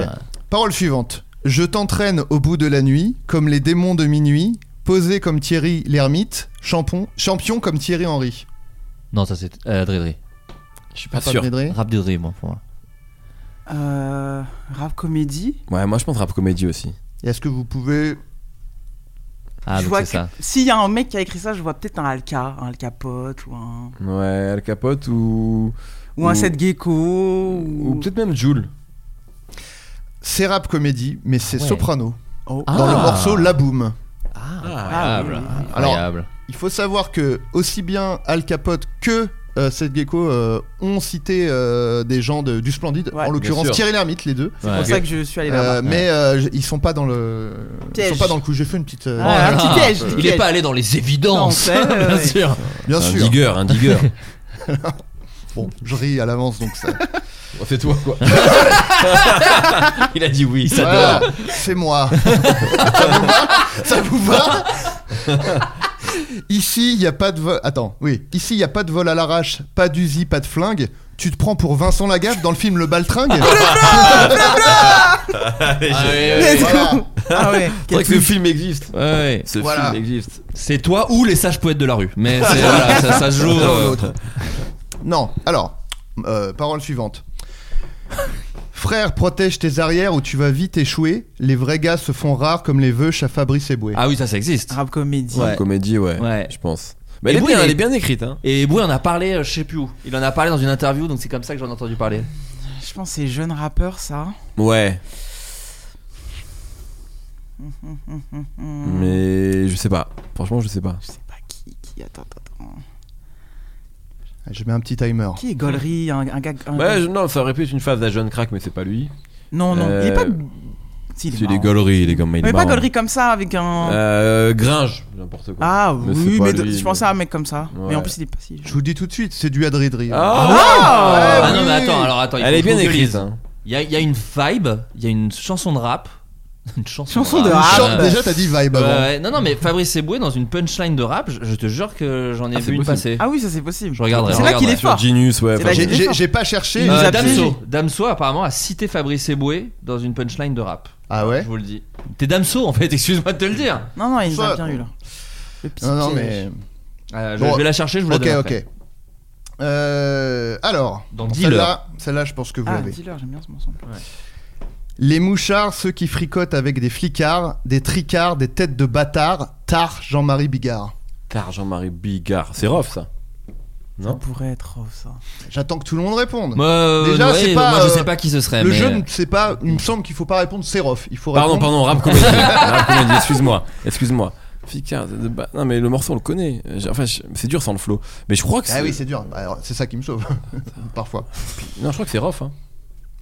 S7: Parole suivante. Je t'entraîne au bout de la nuit comme les démons de minuit, posé comme Thierry l'ermite, champion, champion comme Thierry Henry.
S5: Non, ça c'est euh, Dridri.
S8: Je suis pas
S7: Pas
S8: sûr.
S7: de Médré
S5: Rap Dridri, moi, pour moi.
S2: Euh, rap comédie.
S8: Ouais, moi je pense rap comédie aussi.
S7: Et Est-ce que vous pouvez
S5: Ah,
S2: je
S5: donc
S2: vois
S5: c'est
S2: que
S5: ça.
S2: s'il y a un mec qui a écrit ça, je vois peut-être un Alka, un Al Capote ou un
S8: Ouais, Al Capote ou.
S2: ou un
S8: Ou-
S2: Seth Gecko
S8: Ou
S2: ou
S8: peut-être même Jules.
S7: C'est rap comédie, mais c'est
S5: Ouais.
S7: soprano
S2: Oh.
S5: Ah.
S7: dans le morceau La Boum.
S5: Ah,
S8: Ah,
S5: Incroyable.
S2: Ah, oui, oui, oui.
S5: incroyable.
S7: Il faut savoir que aussi bien Al Capote que euh, Seth Gecko euh, ont cité euh, des gens de- du Splendide,
S2: Ouais.
S7: en l'occurrence
S8: sûr.
S7: Thierry Lhermitte, les deux.
S2: C'est
S5: Ouais.
S2: pour ça que je suis allé là-bas.
S7: Euh, mais euh, j- ils sont pas dans le ils
S2: Piège.
S7: sont pas dans le coup j'ai fait une petite euh,
S2: Ah,
S5: Oh là
S2: un petit
S5: là.
S2: piège, petit
S5: Il est
S2: piège.
S5: pas allé dans les évidences,
S2: Non, on sait,
S5: bien
S2: ouais.
S5: sûr.
S7: bien
S8: Un
S7: sûr
S8: digger, un digger.
S7: bon je ris à l'avance donc ça
S8: C'est toi quoi.
S5: Il a dit oui.
S7: Voilà, c'est moi ça vous va ça vous va ici il y a pas de vol attends oui ici il y a pas de vol à l'arrache pas d'usi pas de flingue tu te prends pour Vincent Lagaffe dans le film Le Baltringue Ah Voilà.
S2: Ah ouais.
S8: C'est vrai que ce film existe.
S5: Ouais.
S8: Ce
S7: Voilà.
S8: film existe.
S5: C'est toi ou les sages poètes de la rue. Mais c'est- voilà, ça, ça se joue.
S7: L'un ou
S5: euh,
S7: l'autre. Non, alors, euh, parole suivante. Frère, protège tes arrières ou tu vas vite échouer. Les vrais gars se font rares comme les vœux à Fabrice Eboué.
S5: Ah oui, ça, ça existe.
S2: Rap comédie.
S5: Ouais.
S8: Comédie, ouais.
S5: Ouais.
S8: Je pense.
S5: Et
S8: Mais elle, est
S5: oui,
S8: bien,
S5: mais-
S8: elle est bien écrite, hein.
S5: Et Boué en a parlé, euh, je sais plus où. Il en a parlé dans une interview, donc c'est comme ça que j'en ai entendu parler.
S2: Je pense que c'est jeune rappeur ça.
S8: Ouais. Mais je sais pas. Franchement, je sais pas.
S2: Je sais pas qui. qui... Attends, attends, attends.
S7: Je mets un petit timer.
S2: Qui est Gollery un, un gars. un-
S8: Ouais, je- non, ça aurait pu être une phase d'un jeune crack, mais c'est pas lui.
S2: Non, non. Il est pas.
S8: Euh,
S2: Si, il est
S8: C'est des
S2: marrant.
S8: gauleries, les gars. mais il est
S2: Mais pas
S8: marrant.
S2: Gollery comme ça avec un.
S8: Euh, Gringe, n'importe quoi.
S2: Ah
S8: Mais c'est
S2: oui,
S8: pas
S2: mais de-
S8: lui,
S2: je pensais à un mec comme ça. Mais
S8: Ouais.
S2: en plus, il est pas si. jeune.
S7: Je vous dis tout de suite, c'est du Adridri.
S5: Ah,
S7: Ah,
S5: non,
S7: oui.
S5: mais attends, alors attends. il
S8: Elle
S5: faut
S8: est
S5: que
S8: bien
S5: je googlise.
S8: écrite. hein.
S5: Il y, a- il y a une vibe, il y a une chanson de rap. Une chanson,
S2: Chanson de rap.
S7: Chante- Ah, déjà, t'as dit vibe
S5: ah, bah, Ouais,
S7: avant.
S5: ouais. Non, non, mais Fabrice Eboué dans une punchline de rap, je, je te jure que j'en ai
S8: Ah, c'est
S5: vu une passer.
S8: possible.
S2: Ah oui, ça c'est possible.
S5: Je regarderai,
S2: C'est là qu'il
S5: regarderai.
S2: est
S8: Sur
S2: fort.
S8: Genius, ouais.
S2: C'est la
S8: enfin,
S7: J'ai-
S2: il est
S7: J'ai
S2: fort.
S7: j'ai pas cherché. Ah,
S2: Il nous
S5: Euh,
S2: a piégés.
S5: Damso, Damso apparemment a cité Fabrice Eboué dans une punchline de rap.
S7: Ah ouais
S5: Je vous le dis. T'es Damso en fait, excuse-moi de te le dire.
S2: Non, non, il nous a
S7: Soit-
S2: bien eu là. Le petit
S7: Non, non,
S2: piège.
S7: mais.
S5: Euh, je,
S7: Bon,
S5: je vais la chercher, je vous la
S7: Ok,
S5: donne. après.
S7: ok. Euh, alors,
S5: Dans
S7: bon,
S5: Dealer.
S7: celle-là, celle-là, je pense que vous
S2: Ah,
S7: l'avez.
S2: dealer, j'aime bien ce morceau.
S7: Les mouchards, ceux qui fricotent avec des flicards, des tricards, des têtes de bâtards, tard Jean-Marie Bigard.
S8: Car Jean-Marie Bigard. C'est rough, ça.
S2: Ça
S8: Non
S2: pourrait être oh, ça.
S7: J'attends que tout le monde réponde.
S5: Moi, euh,
S7: Déjà,
S5: ouais,
S7: c'est
S5: moi
S7: pas,
S5: je
S7: euh,
S5: sais pas qui ce serait.
S7: Le
S5: mais... euh,
S7: jeu ne sait pas, il me semble qu'il faut pas répondre Sérof. Il faut
S8: Pardon, pardon,
S7: répondre.
S8: rap comédie. Rap comédie, excuse-moi. Excuse-moi. Ficard, de- de- bah, non mais le morceau on le connaît. Euh, j'ai- Enfin, je- c'est dur sans le flow. Mais je crois que c'est.
S7: Ah oui, c'est dur. Bah, alors, C'est ça qui me sauve. Parfois.
S8: non, je crois que c'est rough. Hein.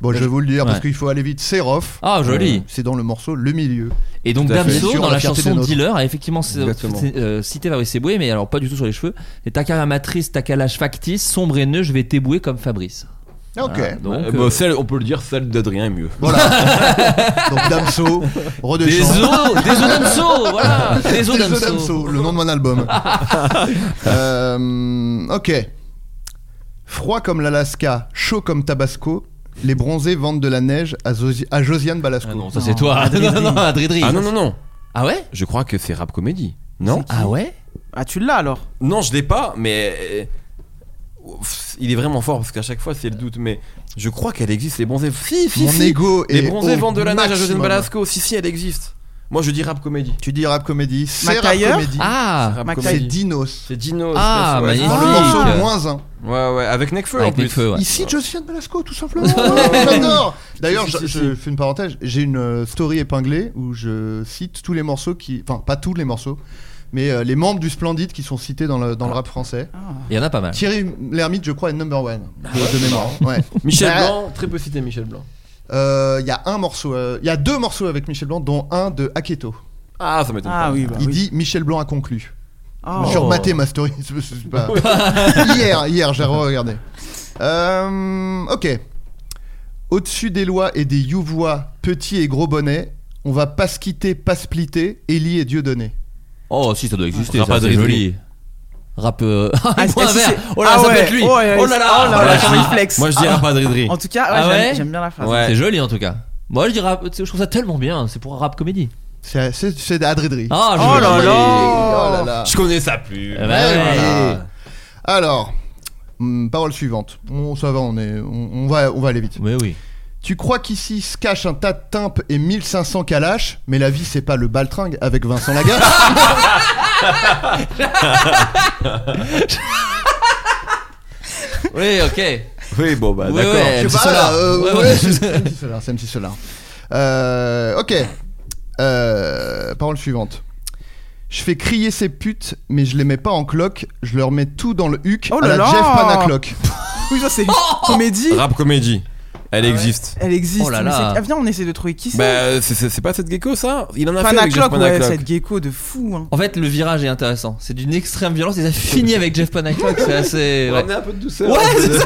S7: Bon, je vais vous le dire parce
S5: Ouais.
S7: qu'il faut aller vite. Sérof.
S5: Ah, joli.
S7: Euh, C'est dans le morceau Le Milieu.
S5: Et donc
S8: Tout à fait.
S5: Damso
S7: Sur
S5: dans
S7: la
S5: la
S7: fierté
S5: chanson
S7: des nôtres.
S5: Dealer a effectivement c-
S8: Exactement.
S5: c- euh, cité Fabrice Eboué, mais alors pas du tout sur les cheveux. Et ta carrière matrice, ta calage factice, sombre et nœud, je vais t'ébouer comme Fabrice.
S7: Ah, Ok.
S5: Voilà, donc, euh,
S8: Euh, bah, celle, on peut le dire, celle d'Adrien est mieux.
S7: Voilà. Donc Damso,
S5: des
S7: Redechamp.
S5: os, des os d'Amso, voilà, des os
S7: Des os
S5: d'Amso.
S7: d'Amso, le nom de mon album. Euh, ok. Froid comme l'Alaska, chaud comme Tabasco, les bronzés vendent de la neige à, Zosi- à Josiane Balasco.
S5: Ah non, ça c'est toi.
S2: Adridri.
S5: Non, non, Adridri.
S8: Ah non, non, non.
S5: Ah ouais
S8: Je crois que c'est rap comédie. Non
S5: Ah ouais
S2: Ah, tu l'as alors
S8: Non, je l'ai pas, mais. euh, ouf, Il est vraiment fort parce qu'à chaque fois c'est le doute, mais je crois qu'elle existe, les bronzés. Si, si,
S7: Mon
S8: si.
S7: ego
S8: Les
S7: est
S8: bronzés
S7: au
S8: vendent de la neige à José
S7: maximum.
S8: Balasco. Si, si, elle existe. Moi je dis rap comédie.
S7: Tu dis rap comédie, c'est rap
S2: Macaire
S7: comédie.
S5: Ah
S8: Rap
S2: Mac-
S7: c'est
S8: comédie.
S7: Dinos.
S8: C'est Dino.
S5: Ah,
S8: je pense,
S7: Dans le
S5: Magnifique.
S7: morceau moins 1.
S8: Ouais, ouais, avec Necfeu en
S5: Avec
S8: plus.
S5: les feux, ouais.
S7: Ici, Josiane Balasco, tout simplement. Ouais, J'adore. D'ailleurs,
S8: Si,
S7: je,
S8: si, si,
S7: je fais une parenthèse. J'ai une euh, story épinglée où je cite tous les morceaux qui. Enfin, pas tous les morceaux, mais euh, les membres du Splendid qui sont cités dans le, dans le rap français.
S5: Il y en a pas mal.
S7: Thierry Lhermitte, je crois, est number one de, de mémoire. Ouais.
S8: Michel
S7: Bah,
S8: Blanc, très peu cité Michel Blanc.
S7: euh, Il y a un morceau. euh, Il y a deux morceaux avec Michel Blanc, dont un de Aketo.
S8: Ah, ça m'étonne
S2: Ah
S8: pas.
S2: oui, bah
S7: Il
S2: oui.
S7: dit Michel Blanc a conclu.
S2: Oh.
S7: J'ai rematé ma story. c'est- c'est pas- hier, hier, j'ai regardé. Euh, ok. Au-dessus des lois et des youvois, petits et gros bonnets, on va pas se quitter, pas se splitter, Élie et Dieu donné.
S5: Oh si ça doit exister,
S8: Rap
S5: ça c'est
S8: Adridri.
S5: joli. Rap euh...
S2: Ah,
S5: il boit un
S2: si, si,
S5: verre.
S2: c'est-
S5: Oh là,
S2: ah
S5: ça
S2: ouais,
S5: peut être lui.
S2: ouais,
S5: Oh
S2: ouais,
S5: là
S2: c'est-
S5: là.
S2: oh là là,
S5: Voilà.
S2: j'ai envie de flex.
S8: Moi je dis
S2: Ah.
S8: rap Adridri.
S2: En tout cas, ouais,
S5: Ah
S2: j'aime-
S5: ouais
S2: j'aime bien la phrase.
S8: Ouais.
S5: C'est joli en tout cas. Moi je dis rap, tu sais, je trouve ça tellement bien, c'est pour un rap comédie.
S7: C'est c'est- c'est Adridri.
S5: Ah
S2: Oh
S5: joli.
S2: là
S7: Oh
S2: là
S7: là Oh là.
S8: Je connais ça plus.
S5: Eh ben,
S7: Ouais,
S5: ouais.
S7: voilà. Alors, hum, parole suivante. On, ça va, on, est, on, on va, on va aller vite.
S5: Oui oui.
S7: Tu crois qu'ici se cache un tas de timpes et 1500 calaches, mais la vie c'est pas le baltringue avec Vincent Lagaffe.
S5: Oui, OK.
S8: Oui, bon bah
S5: Ouais,
S8: d'accord.
S5: ouais.
S7: Je
S5: MC
S7: sais pas,
S5: Solar.
S7: euh,
S5: Ouais,
S7: ouais,
S5: ouais.
S7: c'est c'est MC Solar, c'est MC Solar. Euh, ok. Euh, parole suivante. Je fais crier ces putes, mais je les mets pas en cloque. Je leur mets tout dans le huc
S2: Oh
S7: à
S2: là
S7: la
S2: là
S7: Jeff Panaclock.
S2: Oui, ça c'est une comédie.
S8: Rap comédie. Elle existe.
S2: Elle existe.
S5: Oh là
S2: mais
S5: là.
S2: c'est- Ah, viens, on essaie de trouver qui c'est.
S8: Bah, c'est- c'est c'est pas cette gecko ça Il en a fait avec Jeff
S2: Panaclock, ouais,
S8: Panaclock.
S2: cette gecko de fou. hein.
S5: En fait, le virage est intéressant. C'est d'une extrême violence et ça finit avec Jeff Panaclock. C'est assez. ouais.
S8: Ramenez un peu de douceur. hein.
S5: Ouais, c'est ça.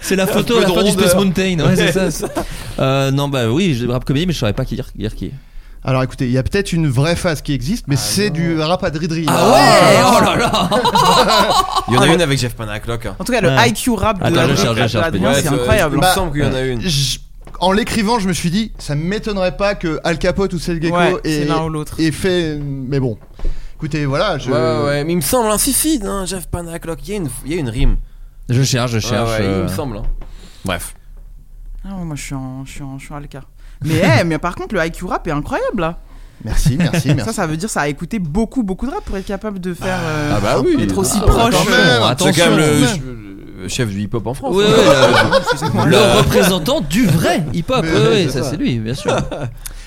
S5: C'est la photo à
S8: peu
S5: la
S8: de
S5: fin du Space
S8: rondeur.
S5: Mountain. Ouais, c'est ça.
S8: C'est ça.
S5: Euh, non, bah oui, je rap comédie, mais je saurais pas qui dire, dire qui.
S7: Alors écoutez, il y a peut-être une vraie phase qui existe,
S2: Ah
S7: mais c'est du rap Ah à dridri.
S5: Oh là là
S8: Il y en a une avec Jeff Panaclock. hein.
S2: En tout cas, le
S5: Ouais.
S2: IQ rap de
S5: Attends, je
S2: de-
S5: cherche, je cherche,
S2: d'Adrien,
S5: Pédias.
S8: Ouais,
S2: c'est
S8: ça- Il
S2: incroyable.
S8: me
S7: Bah,
S8: semble qu'il y en a
S2: oh
S8: une.
S7: Je- En l'écrivant, je me suis dit, ça m'étonnerait pas que Al Capote ou Seth Gecko
S2: Ouais, c'est
S7: aient,
S2: l'un ou l'autre.
S7: aient fait. Mais bon, écoutez, voilà. Je...
S8: Ouais, ouais, ouais, mais il me semble, hein, si, si, hein, Jeff Panaclock, il y, a une- il y a une rime.
S5: Je cherche, je
S8: Ouais,
S5: cherche.
S8: ouais, il
S5: euh,
S8: me semble. hein. Bref.
S2: Ah, moi, je suis en, je suis en, je suis en Alka. Mais, eh, mais par contre, le IQ rap est incroyable là.
S7: Merci, merci, merci.
S2: Ça, ça veut dire ça a écouté beaucoup, beaucoup de rap pour être capable de faire. euh,
S8: Ah bah oui.
S2: Être aussi
S8: Ah,
S2: proche.
S7: quand même,
S8: C'est quand
S5: attention.
S8: même
S7: quand
S8: le,
S7: même.
S8: le chef du hip-hop en France.
S5: Ouais, ouais,
S8: hein.
S5: le,
S2: Excusez-moi.
S5: le représentant du vrai hip-hop.
S7: Mais
S5: Ouais, ouais,
S7: c'est
S5: ça,
S7: ça.
S5: c'est lui, bien sûr.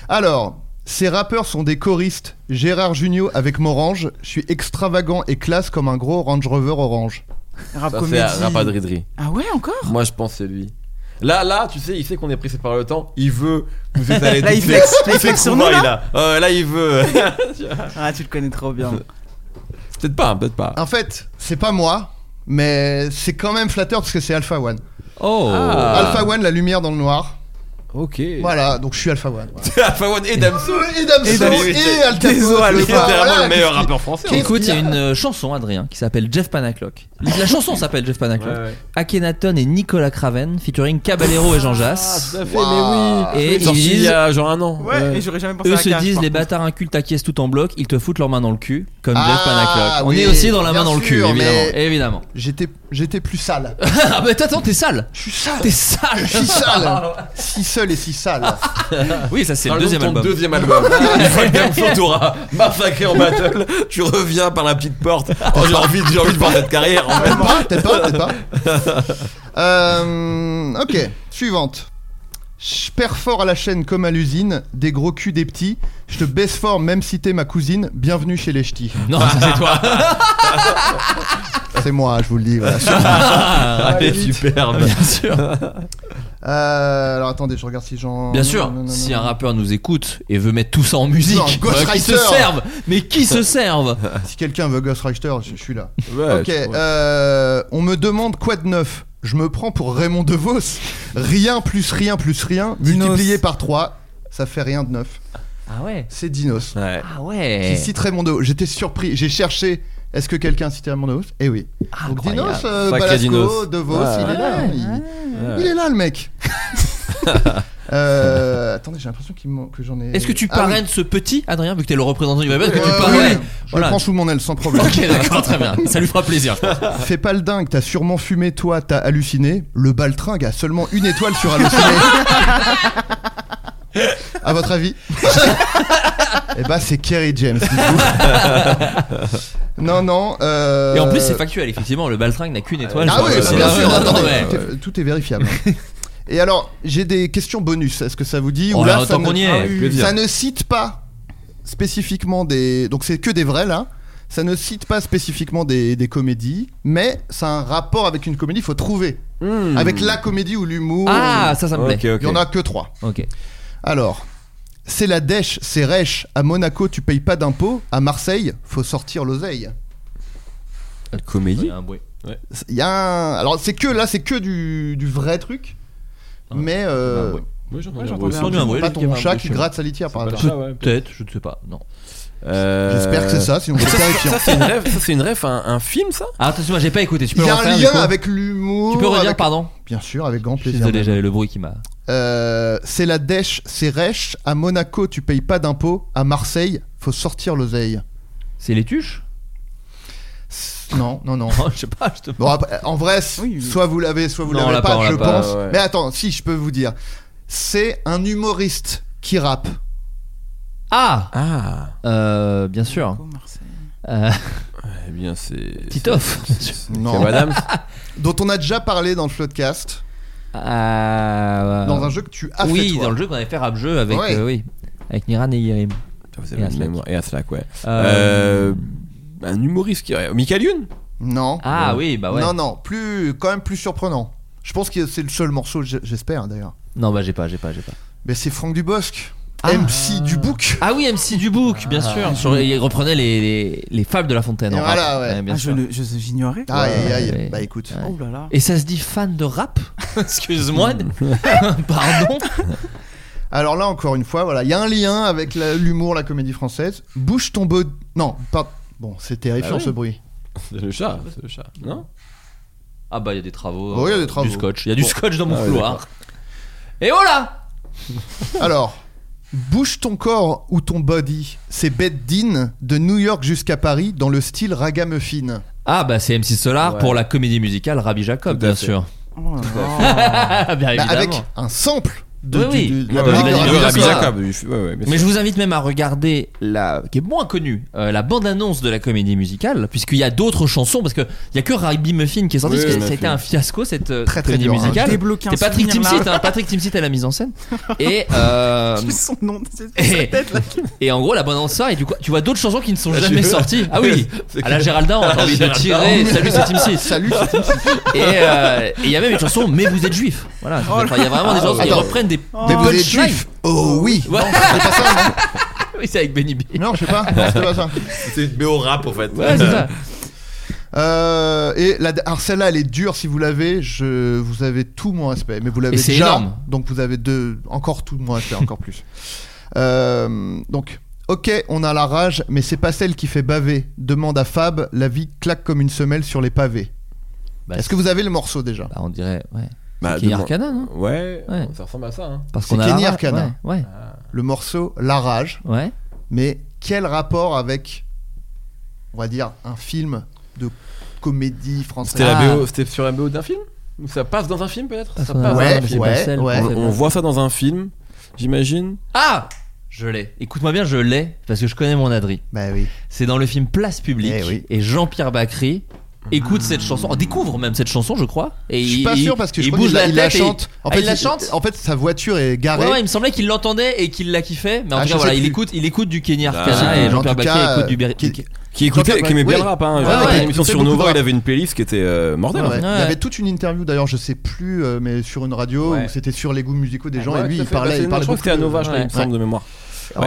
S7: Alors, ces rappeurs sont des choristes. Gérard Junio avec Morange. Je suis extravagant et classe comme un gros Range Rover orange.
S2: Rap
S8: Ça,
S2: comédie.
S8: c'est Rapadridri.
S2: Ah ouais, encore
S8: Moi, je pense que c'est lui. Là, là, tu sais, il sait qu'on est pressé par le temps. Il veut nous étaler
S2: Là,
S8: toutes
S2: il
S8: les-
S2: flex-
S8: toutes
S2: il
S8: les
S2: flex sur
S8: trouvailles,
S2: nous,
S8: là. Euh, là, il veut.
S2: Ah, tu le connais trop bien.
S8: peut-être pas, hein, peut-être pas.
S7: En fait, c'est pas moi, mais c'est quand même flatteur parce que c'est Alpha One.
S5: Oh
S8: Ah.
S7: Alpha One, la lumière dans le noir.
S8: Ok.
S7: Voilà, donc je suis Alpha One. Voilà.
S8: Alpha One et Damso.
S7: Et Damso
S8: Damso.
S7: et Al Capote.
S8: Désolé,
S7: Voilà,
S8: c'est littéralement
S7: qu'est-ce
S8: le meilleur
S7: qui-
S8: rappeur français. hein.
S7: Qu'est-ce
S5: Écoute, il y a
S7: qu'il y a
S5: une euh, chanson, Adrien, qui s'appelle Jeff Panaclock. La chanson s'appelle Jeff
S8: Ouais,
S5: Panaclock.
S8: ouais.
S5: Akhenaton et Nicolas Craven, featuring Caballero et Jean
S8: Ah,
S5: Jass.
S8: tout à fait,
S7: Waouh.
S8: mais oui.
S5: Et ils
S8: Ah, Sorti il y
S5: disent-
S8: a genre un an.
S2: Ouais,
S8: Ouais.
S2: et j'aurais jamais pensé
S5: Eux
S2: à
S5: se
S2: Cash,
S5: disent
S2: par
S5: les
S2: contre.
S5: bâtards incultes t'acquiescent tout en bloc, ils te foutent leurs mains dans le cul, comme
S7: Ah,
S5: Jeff Panaclock. On
S7: oui,
S5: est aussi dans la main
S7: bien
S5: dans le cul,
S7: sûr,
S5: évidemment.
S7: mais-
S5: évidemment.
S7: J'étais, j'étais plus sale.
S5: ah bah attends, t'es sale
S7: Je suis sale.
S5: T'es sale
S7: Je suis sale. si seul et si sale.
S5: Oui, ça c'est
S8: Parle
S5: le
S8: donc
S5: deuxième
S8: de ton
S5: album.
S8: deuxième album. Une fois que Damso t'aura massacré en battle, tu reviens par la petite porte. Oh, j'ai envie, de- j'ai envie de voir cette carrière. En fait.
S7: Peut-être pas, peut-être pas, peut-être pas. Euh, ok, suivante. Je perfore à la chaîne comme à l'usine, des gros culs des petits. Je te baisse fort même si t'es ma cousine. Bienvenue chez les ch'tis.
S5: Non, ça c'est toi.
S7: C'est moi, je vous le dis. voilà.
S5: Ah,
S8: Elle est superbe.
S5: Bien sûr.
S7: Euh, alors attendez, je regarde si j'en.
S5: Bien
S7: non,
S5: sûr,
S7: non, non, non,
S5: si
S7: non.
S5: un rappeur nous écoute et veut mettre tout ça en musique,
S7: Non, Ghost
S5: qui se
S7: Rider.
S5: servent Mais qui se servent
S7: Si quelqu'un veut Ghost Rider, je, je suis là.
S8: Ouais,
S7: ok,
S8: tu- ouais.
S7: euh, on me demande quoi de neuf Je me prends pour Raymond DeVos. Rien plus rien plus rien,
S2: Dinos.
S7: multiplié par 3, ça fait rien de neuf.
S5: Ah ouais
S7: C'est Dinos.
S8: Ouais.
S5: Ah
S7: Qui
S5: ouais
S7: cite Raymond DeVos. J'étais surpris, j'ai cherché. Est-ce que quelqu'un citait Raymond DeVos Eh oui. Donc
S5: Ah, Incroyable.
S7: Dinos, euh,
S8: Sacré
S7: Balasco,
S8: Dinos.
S7: DeVos,
S8: Ouais.
S7: il est là.
S5: Ouais.
S7: Il,
S8: Ouais.
S7: il est là le mec. Euh, attendez, j'ai l'impression qu'il m'en- que j'en ai.
S5: Est-ce que tu
S7: Ah oui.
S5: parraines ce petit, Adrien, vu que t'es le représentant du web, est-ce que
S7: Euh,
S5: tu parraines
S7: oui, Je
S5: Voilà.
S7: le prends sous mon aile sans problème.
S5: Ok, d'accord, très bien. Ça lui fera plaisir. je pense.
S7: Fais pas le dingue, t'as sûrement fumé, toi, t'as halluciné. Le baltringue a seulement une étoile sur halluciné. à votre avis Eh bah, c'est Kerry James. du coup. non, non. euh,
S5: Et en plus, c'est factuel, effectivement, le baltringue n'a qu'une étoile.
S7: Ah
S5: genre,
S7: oui,
S5: euh,
S7: bah,
S5: c'est-
S7: bien sûr.
S5: Ah,
S7: attendez,
S5: ouais.
S7: tout est- Tout est vérifiable. Et alors, j'ai des questions bonus. Est-ce que ça vous dit
S5: Oh
S7: Ou
S5: là,
S7: là, ça
S5: autant qu'on
S7: ne-
S5: y est,
S7: Ah oui,
S5: avec plaisir.
S7: ça ne cite pas spécifiquement des. Donc c'est que des vrais là. Ça ne cite pas spécifiquement des, des comédies, mais ça a un rapport avec une comédie. Il faut trouver
S8: Hmm.
S7: avec la comédie ou l'humour.
S5: Ah, ça, ça me plaît.
S8: Ok, ok.
S7: Il y en a que trois.
S5: Ok.
S7: Alors, c'est la dèche, c'est rêche. À Monaco, tu payes pas d'impôts. À Marseille, faut sortir l'oseille.
S8: Comédie.
S5: un bruit.
S7: Il y a un- Alors c'est que là, c'est que du, du vrai truc,
S5: Ah,
S7: mais euh,
S5: un bruit.
S8: Ouais, j'entends
S2: Ouais,
S8: bien.
S2: j'entends bien.
S8: Ouais,
S5: Entendu un bruit,
S7: pas
S5: il y avait
S7: ton
S5: un
S7: chat
S5: bruit
S7: qui
S5: chez
S7: gratte sa litière par hasard.
S8: pas le chat, ouais.
S5: Peut-être, je ne sais pas. Non.
S8: Euh,
S7: J'espère que c'est ça, sinon c'est terrifiant.
S8: Ça, c'est une rêve, ça, c'est une rêve, un, un film, ça
S5: Ah, attention, moi, j'ai pas écouté. Tu peux
S7: Il y
S5: le
S7: a un
S5: refaire, du
S7: lien
S5: coup
S7: avec l'humour.
S5: Tu peux redire,
S7: avec-
S5: pardon
S7: Bien sûr, avec grand
S5: Je suis
S7: plaisir.
S5: désolé, j'avais le bruit qui m'a.
S7: Euh, c'est la dèche, c'est rêche. À Monaco, tu payes pas d'impôts. À Marseille, faut sortir l'oseille.
S5: C'est les tuches
S7: C'est- Non, non, non.
S5: Oh, Je sais pas, je te.
S7: Bon, après, en vrai, c-
S2: Oui, oui.
S7: soit vous l'avez, soit vous
S5: Non, on
S7: l'avez
S5: l'a
S7: pas,
S5: pas, on l'a
S7: je
S5: pas,
S7: pense.
S8: ouais.
S7: Mais attends, si je peux vous dire, c'est un humoriste qui rappe.
S5: Ah
S8: Ah,
S5: euh, Bien sûr.
S2: Oh, Marseille.
S5: Euh,
S8: eh bien, c'est.
S5: Titoff
S7: Non.
S8: C'est madame.
S7: Dont on a déjà parlé dans le podcast,
S5: Ah,
S7: dans un jeu que tu as
S5: Oui,
S7: fait. toi.
S5: dans le jeu qu'on avait fait rap jeu avec,
S7: Ouais.
S5: euh, oui, avec Niran et Yerim.
S8: Vous
S5: Et
S8: avez
S5: à
S8: une
S5: Slack.
S8: mémoire- Et à Slack, ouais.
S5: Euh,
S8: Euh, un humoriste qui. Michael Youn
S7: Non.
S5: Ah oui, bah ouais.
S7: Non,
S5: Non,
S7: non, plus, quand même plus surprenant. Je pense que c'est le seul morceau, j'- j'espère d'ailleurs.
S5: bah j'ai pas, j'ai pas, j'ai pas.
S7: Mais c'est Franck Dubosc, MC du Book.
S5: Ah oui, MC Dubuc, bien sûr. Ah, Sur- il reprenait les, les, les fables de La Fontaine.
S7: Et
S5: en rap.
S7: voilà, ouais.
S5: bien
S2: Ah, je
S5: sûr.
S2: le- je- J'ignorais.
S7: Aïe, aïe, aïe.
S5: ouais.
S7: Bah écoute.
S5: Ouais.
S2: Oh là là.
S5: Et ça se dit fan de rap Excuse-moi. Pardon.
S7: Alors là, encore une fois, voilà, il y a un lien avec la- l'humour, la comédie française. Bouge ton beau. Non, pas. Bon, c'est terrifiant
S8: Bah oui.
S7: ce bruit.
S8: C'est le chat, c'est le chat. Non
S5: Ah bah il y a des travaux.
S7: Oui, il y a
S5: euh,
S7: des travaux.
S5: Du scotch. Il y a du
S8: Bon.
S5: scotch dans mon
S8: Ah ouais,
S5: couloir. Et voilà
S7: Alors, bouge ton corps ou ton body. C'est Bette Dean de New York jusqu'à Paris dans le style ragamuffin.
S5: Ah bah c'est MC Solar
S8: Ouais.
S5: pour la comédie musicale Rabbi Jacob,
S8: Tout à
S5: bien
S8: fait.
S5: sûr.
S2: Oh là là.
S5: Ah bien
S7: Bah,
S5: évidemment.
S7: avec un sample de,
S5: Oui, oui.
S7: du- de
S5: Ah
S7: la
S5: bah,
S7: musique
S5: il a dit
S7: de
S5: le Rabbi
S7: Rabbi Jacob.
S5: Jacob. Mais
S8: Mais
S5: je vous invite même à regarder la qui est moins connue, euh, la bande-annonce de la comédie musicale, puisqu'il y a d'autres chansons, parce que il y a que Rabbi Muffin qui est sorti,
S8: Oui,
S5: parce que
S8: Muffin.
S5: ça a été un fiasco cette euh,
S7: Très, très
S5: comédie
S7: dur, hein.
S5: musicale.
S2: Débloquer un
S5: C'était Patrick
S2: souvenir, là.
S5: Timsit, hein, Patrick Timsit à la mise en scène. Et euh,
S2: J'ai son nom, c'est
S5: Et-
S2: sa tête là.
S5: Et en gros, la bonne annonce sort et du coup, tu vois d'autres chansons qui ne sont
S8: Ah,
S5: jamais
S8: tu veux
S5: sorties. Ah oui,
S8: C'est
S5: à la Géraldin, on a envie de
S8: Ah, Géraldin.
S5: tirer. Salut, c'est Tim Six.
S7: Salut, c'est Tim Six.
S5: Et euh, et il y a même une chanson, mais vous êtes juif. Voilà, je veux dire, enfin, il y a vraiment des gens qui
S7: Ah, Attends.
S5: reprennent des.
S7: Mais
S2: Oh.
S7: vous êtes
S5: Punchline.
S7: juif Oh oui
S5: Ouais.
S7: C'est pas ça, non
S5: oui, c'est avec Benny B.
S7: Non, je sais pas. Non, c'était pas ça.
S8: c'est une BO rap en fait.
S5: Ouais, c'est ça.
S7: Euh, et la, alors celle-là, elle est dure. Si vous l'avez, je, vous avez tout mon respect. Mais vous l'avez
S5: Et c'est
S7: déjà.
S5: énorme.
S7: Donc vous avez deux, encore tout mon respect, encore plus. Euh, donc, ok, on a la rage, mais c'est pas celle qui fait baver. Demande à Fab, la vie claque comme une semelle sur les pavés.
S5: Bah,
S7: Est-ce que vous avez le morceau déjà
S5: Bah, on dirait, ouais.
S8: Bah,
S5: Qui est
S8: demande-
S5: Arcana, non
S8: Ouais,
S5: Ouais.
S8: ça ressemble à ça. Hein.
S5: Parce
S7: C'est
S5: qu'on a.
S7: Kenny
S5: la-
S7: Arcana.
S5: Ouais, ouais.
S7: Le morceau La rage.
S5: ouais.
S7: Mais quel rapport avec, on va dire, un film de comédie française
S8: C'était la
S5: Ah.
S8: BO, c'était sur la BO d'un film Ou ça passe dans un film peut-être
S5: Parce
S8: Ça
S5: qu'on a
S8: passe
S5: la
S7: Ouais,
S5: barbe, c'est
S7: ouais,
S5: pas celle
S7: ouais.
S5: qu'on
S8: On,
S5: fait.
S8: on voit ça dans un film, j'imagine.
S5: Ah Je l'ai. Écoute-moi bien, je l'ai, parce que je connais mon Adri.
S7: Bah oui.
S5: C'est dans le film Place Publique.
S7: Eh oui.
S5: Et Jean-Pierre Bacry écoute cette chanson, oh, découvre même cette chanson, je crois. Et
S7: Je suis
S5: il-
S7: pas
S5: il-
S7: sûr parce que je
S5: il
S7: crois
S5: bouge
S7: qu'il la,
S5: la
S7: il la
S5: tête et-
S7: chante. En
S5: Ah,
S7: fait,
S5: il la chante
S7: En fait, sa voiture est garée.
S5: Ouais, ouais, il me semblait qu'il l'entendait et qu'il la kiffait. Mais en
S7: Ah,
S5: tout
S7: je
S5: cas, voilà,
S7: sais
S5: il
S7: plus.
S5: écoute, il écoute du Kenny
S7: je sais
S5: Arcana
S7: plus.
S5: et
S7: En
S5: Jean-Pierre
S7: tout
S5: Bacry
S7: cas,
S5: écoute du
S7: euh,
S5: Berry.
S7: qui-
S8: Qui écoutait,
S7: Jean-Pierre
S8: qui aimait bien
S7: Bacri.
S8: le rap. Hein.
S7: Ouais,
S8: Vraiment,
S5: ouais,
S8: il y a
S5: ouais.
S8: une émission
S7: Très
S8: sur
S7: beaucoup de
S8: Nova,
S7: rap.
S8: il avait une playlist qui était euh, mortelle.
S7: Ouais, ouais.
S8: hein.
S7: Il y
S5: Ouais.
S7: avait toute une interview d'ailleurs, je sais plus, euh, mais sur une radio
S8: Ouais.
S7: où c'était sur les goûts musicaux
S5: Ah,
S7: des gens
S8: Ouais,
S7: et lui
S8: tout à
S7: il
S8: fait.
S7: parlait,
S8: Bah, c'est-
S7: il parlait
S8: Je crois que
S7: beaucoup
S8: c'était à
S7: de-
S8: Nova, je crois, il me
S5: Ouais.
S8: semble de mémoire.
S7: Ouais.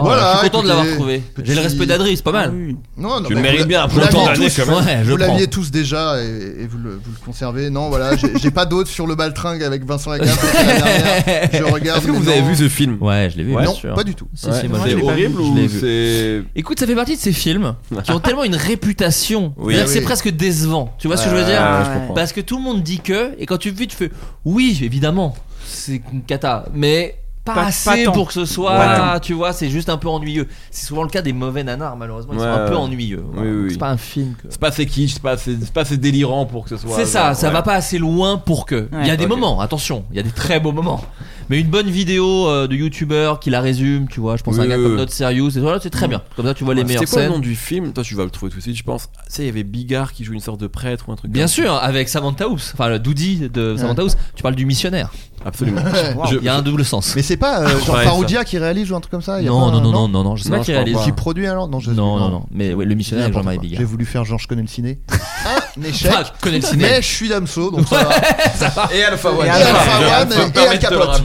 S5: Voilà, Oh, je suis content de l'avoir
S7: écoutez,
S5: trouvé. J'ai le
S7: petit-
S5: respect d'Adri, c'est pas mal.
S2: Ah oui.
S7: Non, non,
S8: Tu
S7: mais
S8: le
S7: vous
S8: mérites
S7: la-
S8: bien après
S7: vous
S8: autant
S7: l'aviez
S8: d'années
S7: tous-
S8: quand même.
S5: Ouais, je
S7: Vous
S5: prends.
S7: l'aviez tous déjà et, et vous, le, vous le conservez. Non, voilà, j'ai j'ai pas d'autres sur le baltringue avec Vincent Lagarde. parce que la dernière, je regarde.
S8: Est-ce que
S7: mais
S8: vous
S7: non.
S8: avez vu ce film
S5: Ouais, je l'ai vu,
S8: Ouais.
S5: bien
S7: Non,
S5: sûr.
S7: pas du tout.
S5: Si,
S8: Ouais.
S5: si, moi, je
S8: C'est
S5: l'ai vu.
S8: horrible
S5: Je l'ai
S8: ou
S5: vu.
S8: c'est.
S5: Écoute, ça fait partie de ces films qui ont tellement une réputation.
S8: Oui.
S5: C'est-à-dire que c'est
S7: Oui. Euh,
S5: presque décevant. Tu vois ce que je veux dire
S8: Ah,
S2: Ouais.
S8: je comprends.
S5: Parce que tout le monde dit que, et quand tu le vis, tu fais oui, évidemment, c'est une cata, mais pas,
S2: Pas-
S5: assez
S2: pas tant.
S5: pour que ce soit,
S8: Voilà.
S5: tu vois, c'est juste un peu ennuyeux. C'est souvent le cas des mauvais nanars, malheureusement, ils
S8: Ouais,
S5: sont un peu
S8: ouais.
S5: ennuyeux.
S8: Oui, oui,
S5: Donc,
S8: oui.
S5: C'est pas un film que.
S8: C'est pas assez kitsch, c'est pas assez, c'est pas assez délirant pour que ce soit.
S5: C'est ça, ça va pas assez loin pour que. il y a des
S8: Ok.
S5: moments, attention, il y a des très beaux moments. Mais une bonne vidéo euh, de youtubeur qui la résume, tu vois, je pense à un
S8: Oui,
S5: gars
S8: oui,
S5: comme
S8: oui.
S5: Not Serious, et voilà, c'est très bien. Comme ça, tu vois les meilleures
S8: Bah, C'était quoi le nom
S5: scènes.
S8: du film Toi, tu vas le trouver tout de suite, je pense. Tu sais, il y avait Bigard qui joue une sorte de prêtre ou un truc.
S5: Bien
S8: comme
S5: sûr, avec Samantha House, enfin le Doody de Samantha House, tu parles du missionnaire.
S8: ça. Absolument.
S7: Wow.
S8: Je-
S5: Il y a un double sens.
S7: Mais c'est pas euh,
S8: Ah,
S7: genre
S8: ouais,
S7: Faroudia qui réalise ou un truc comme ça il y a
S5: non,
S7: pas
S5: non,
S7: un-
S5: non, non, non, non, je sais
S8: Non,
S5: pas qui
S8: je crois
S5: réalise.
S8: pas.
S7: Qui produit alors Non, je
S5: Non, non, non. Mais oui, le missionnaire
S7: N'importe
S5: jean marie
S7: quoi.
S5: Bigard.
S7: J'ai voulu faire genre je connais le ciné. Un échec.
S5: Enfin, Ah, connais le ciné.
S7: mais je suis Damso, donc ça va.
S8: Et Alpha One.
S7: Et Alpha One, et Al Capote.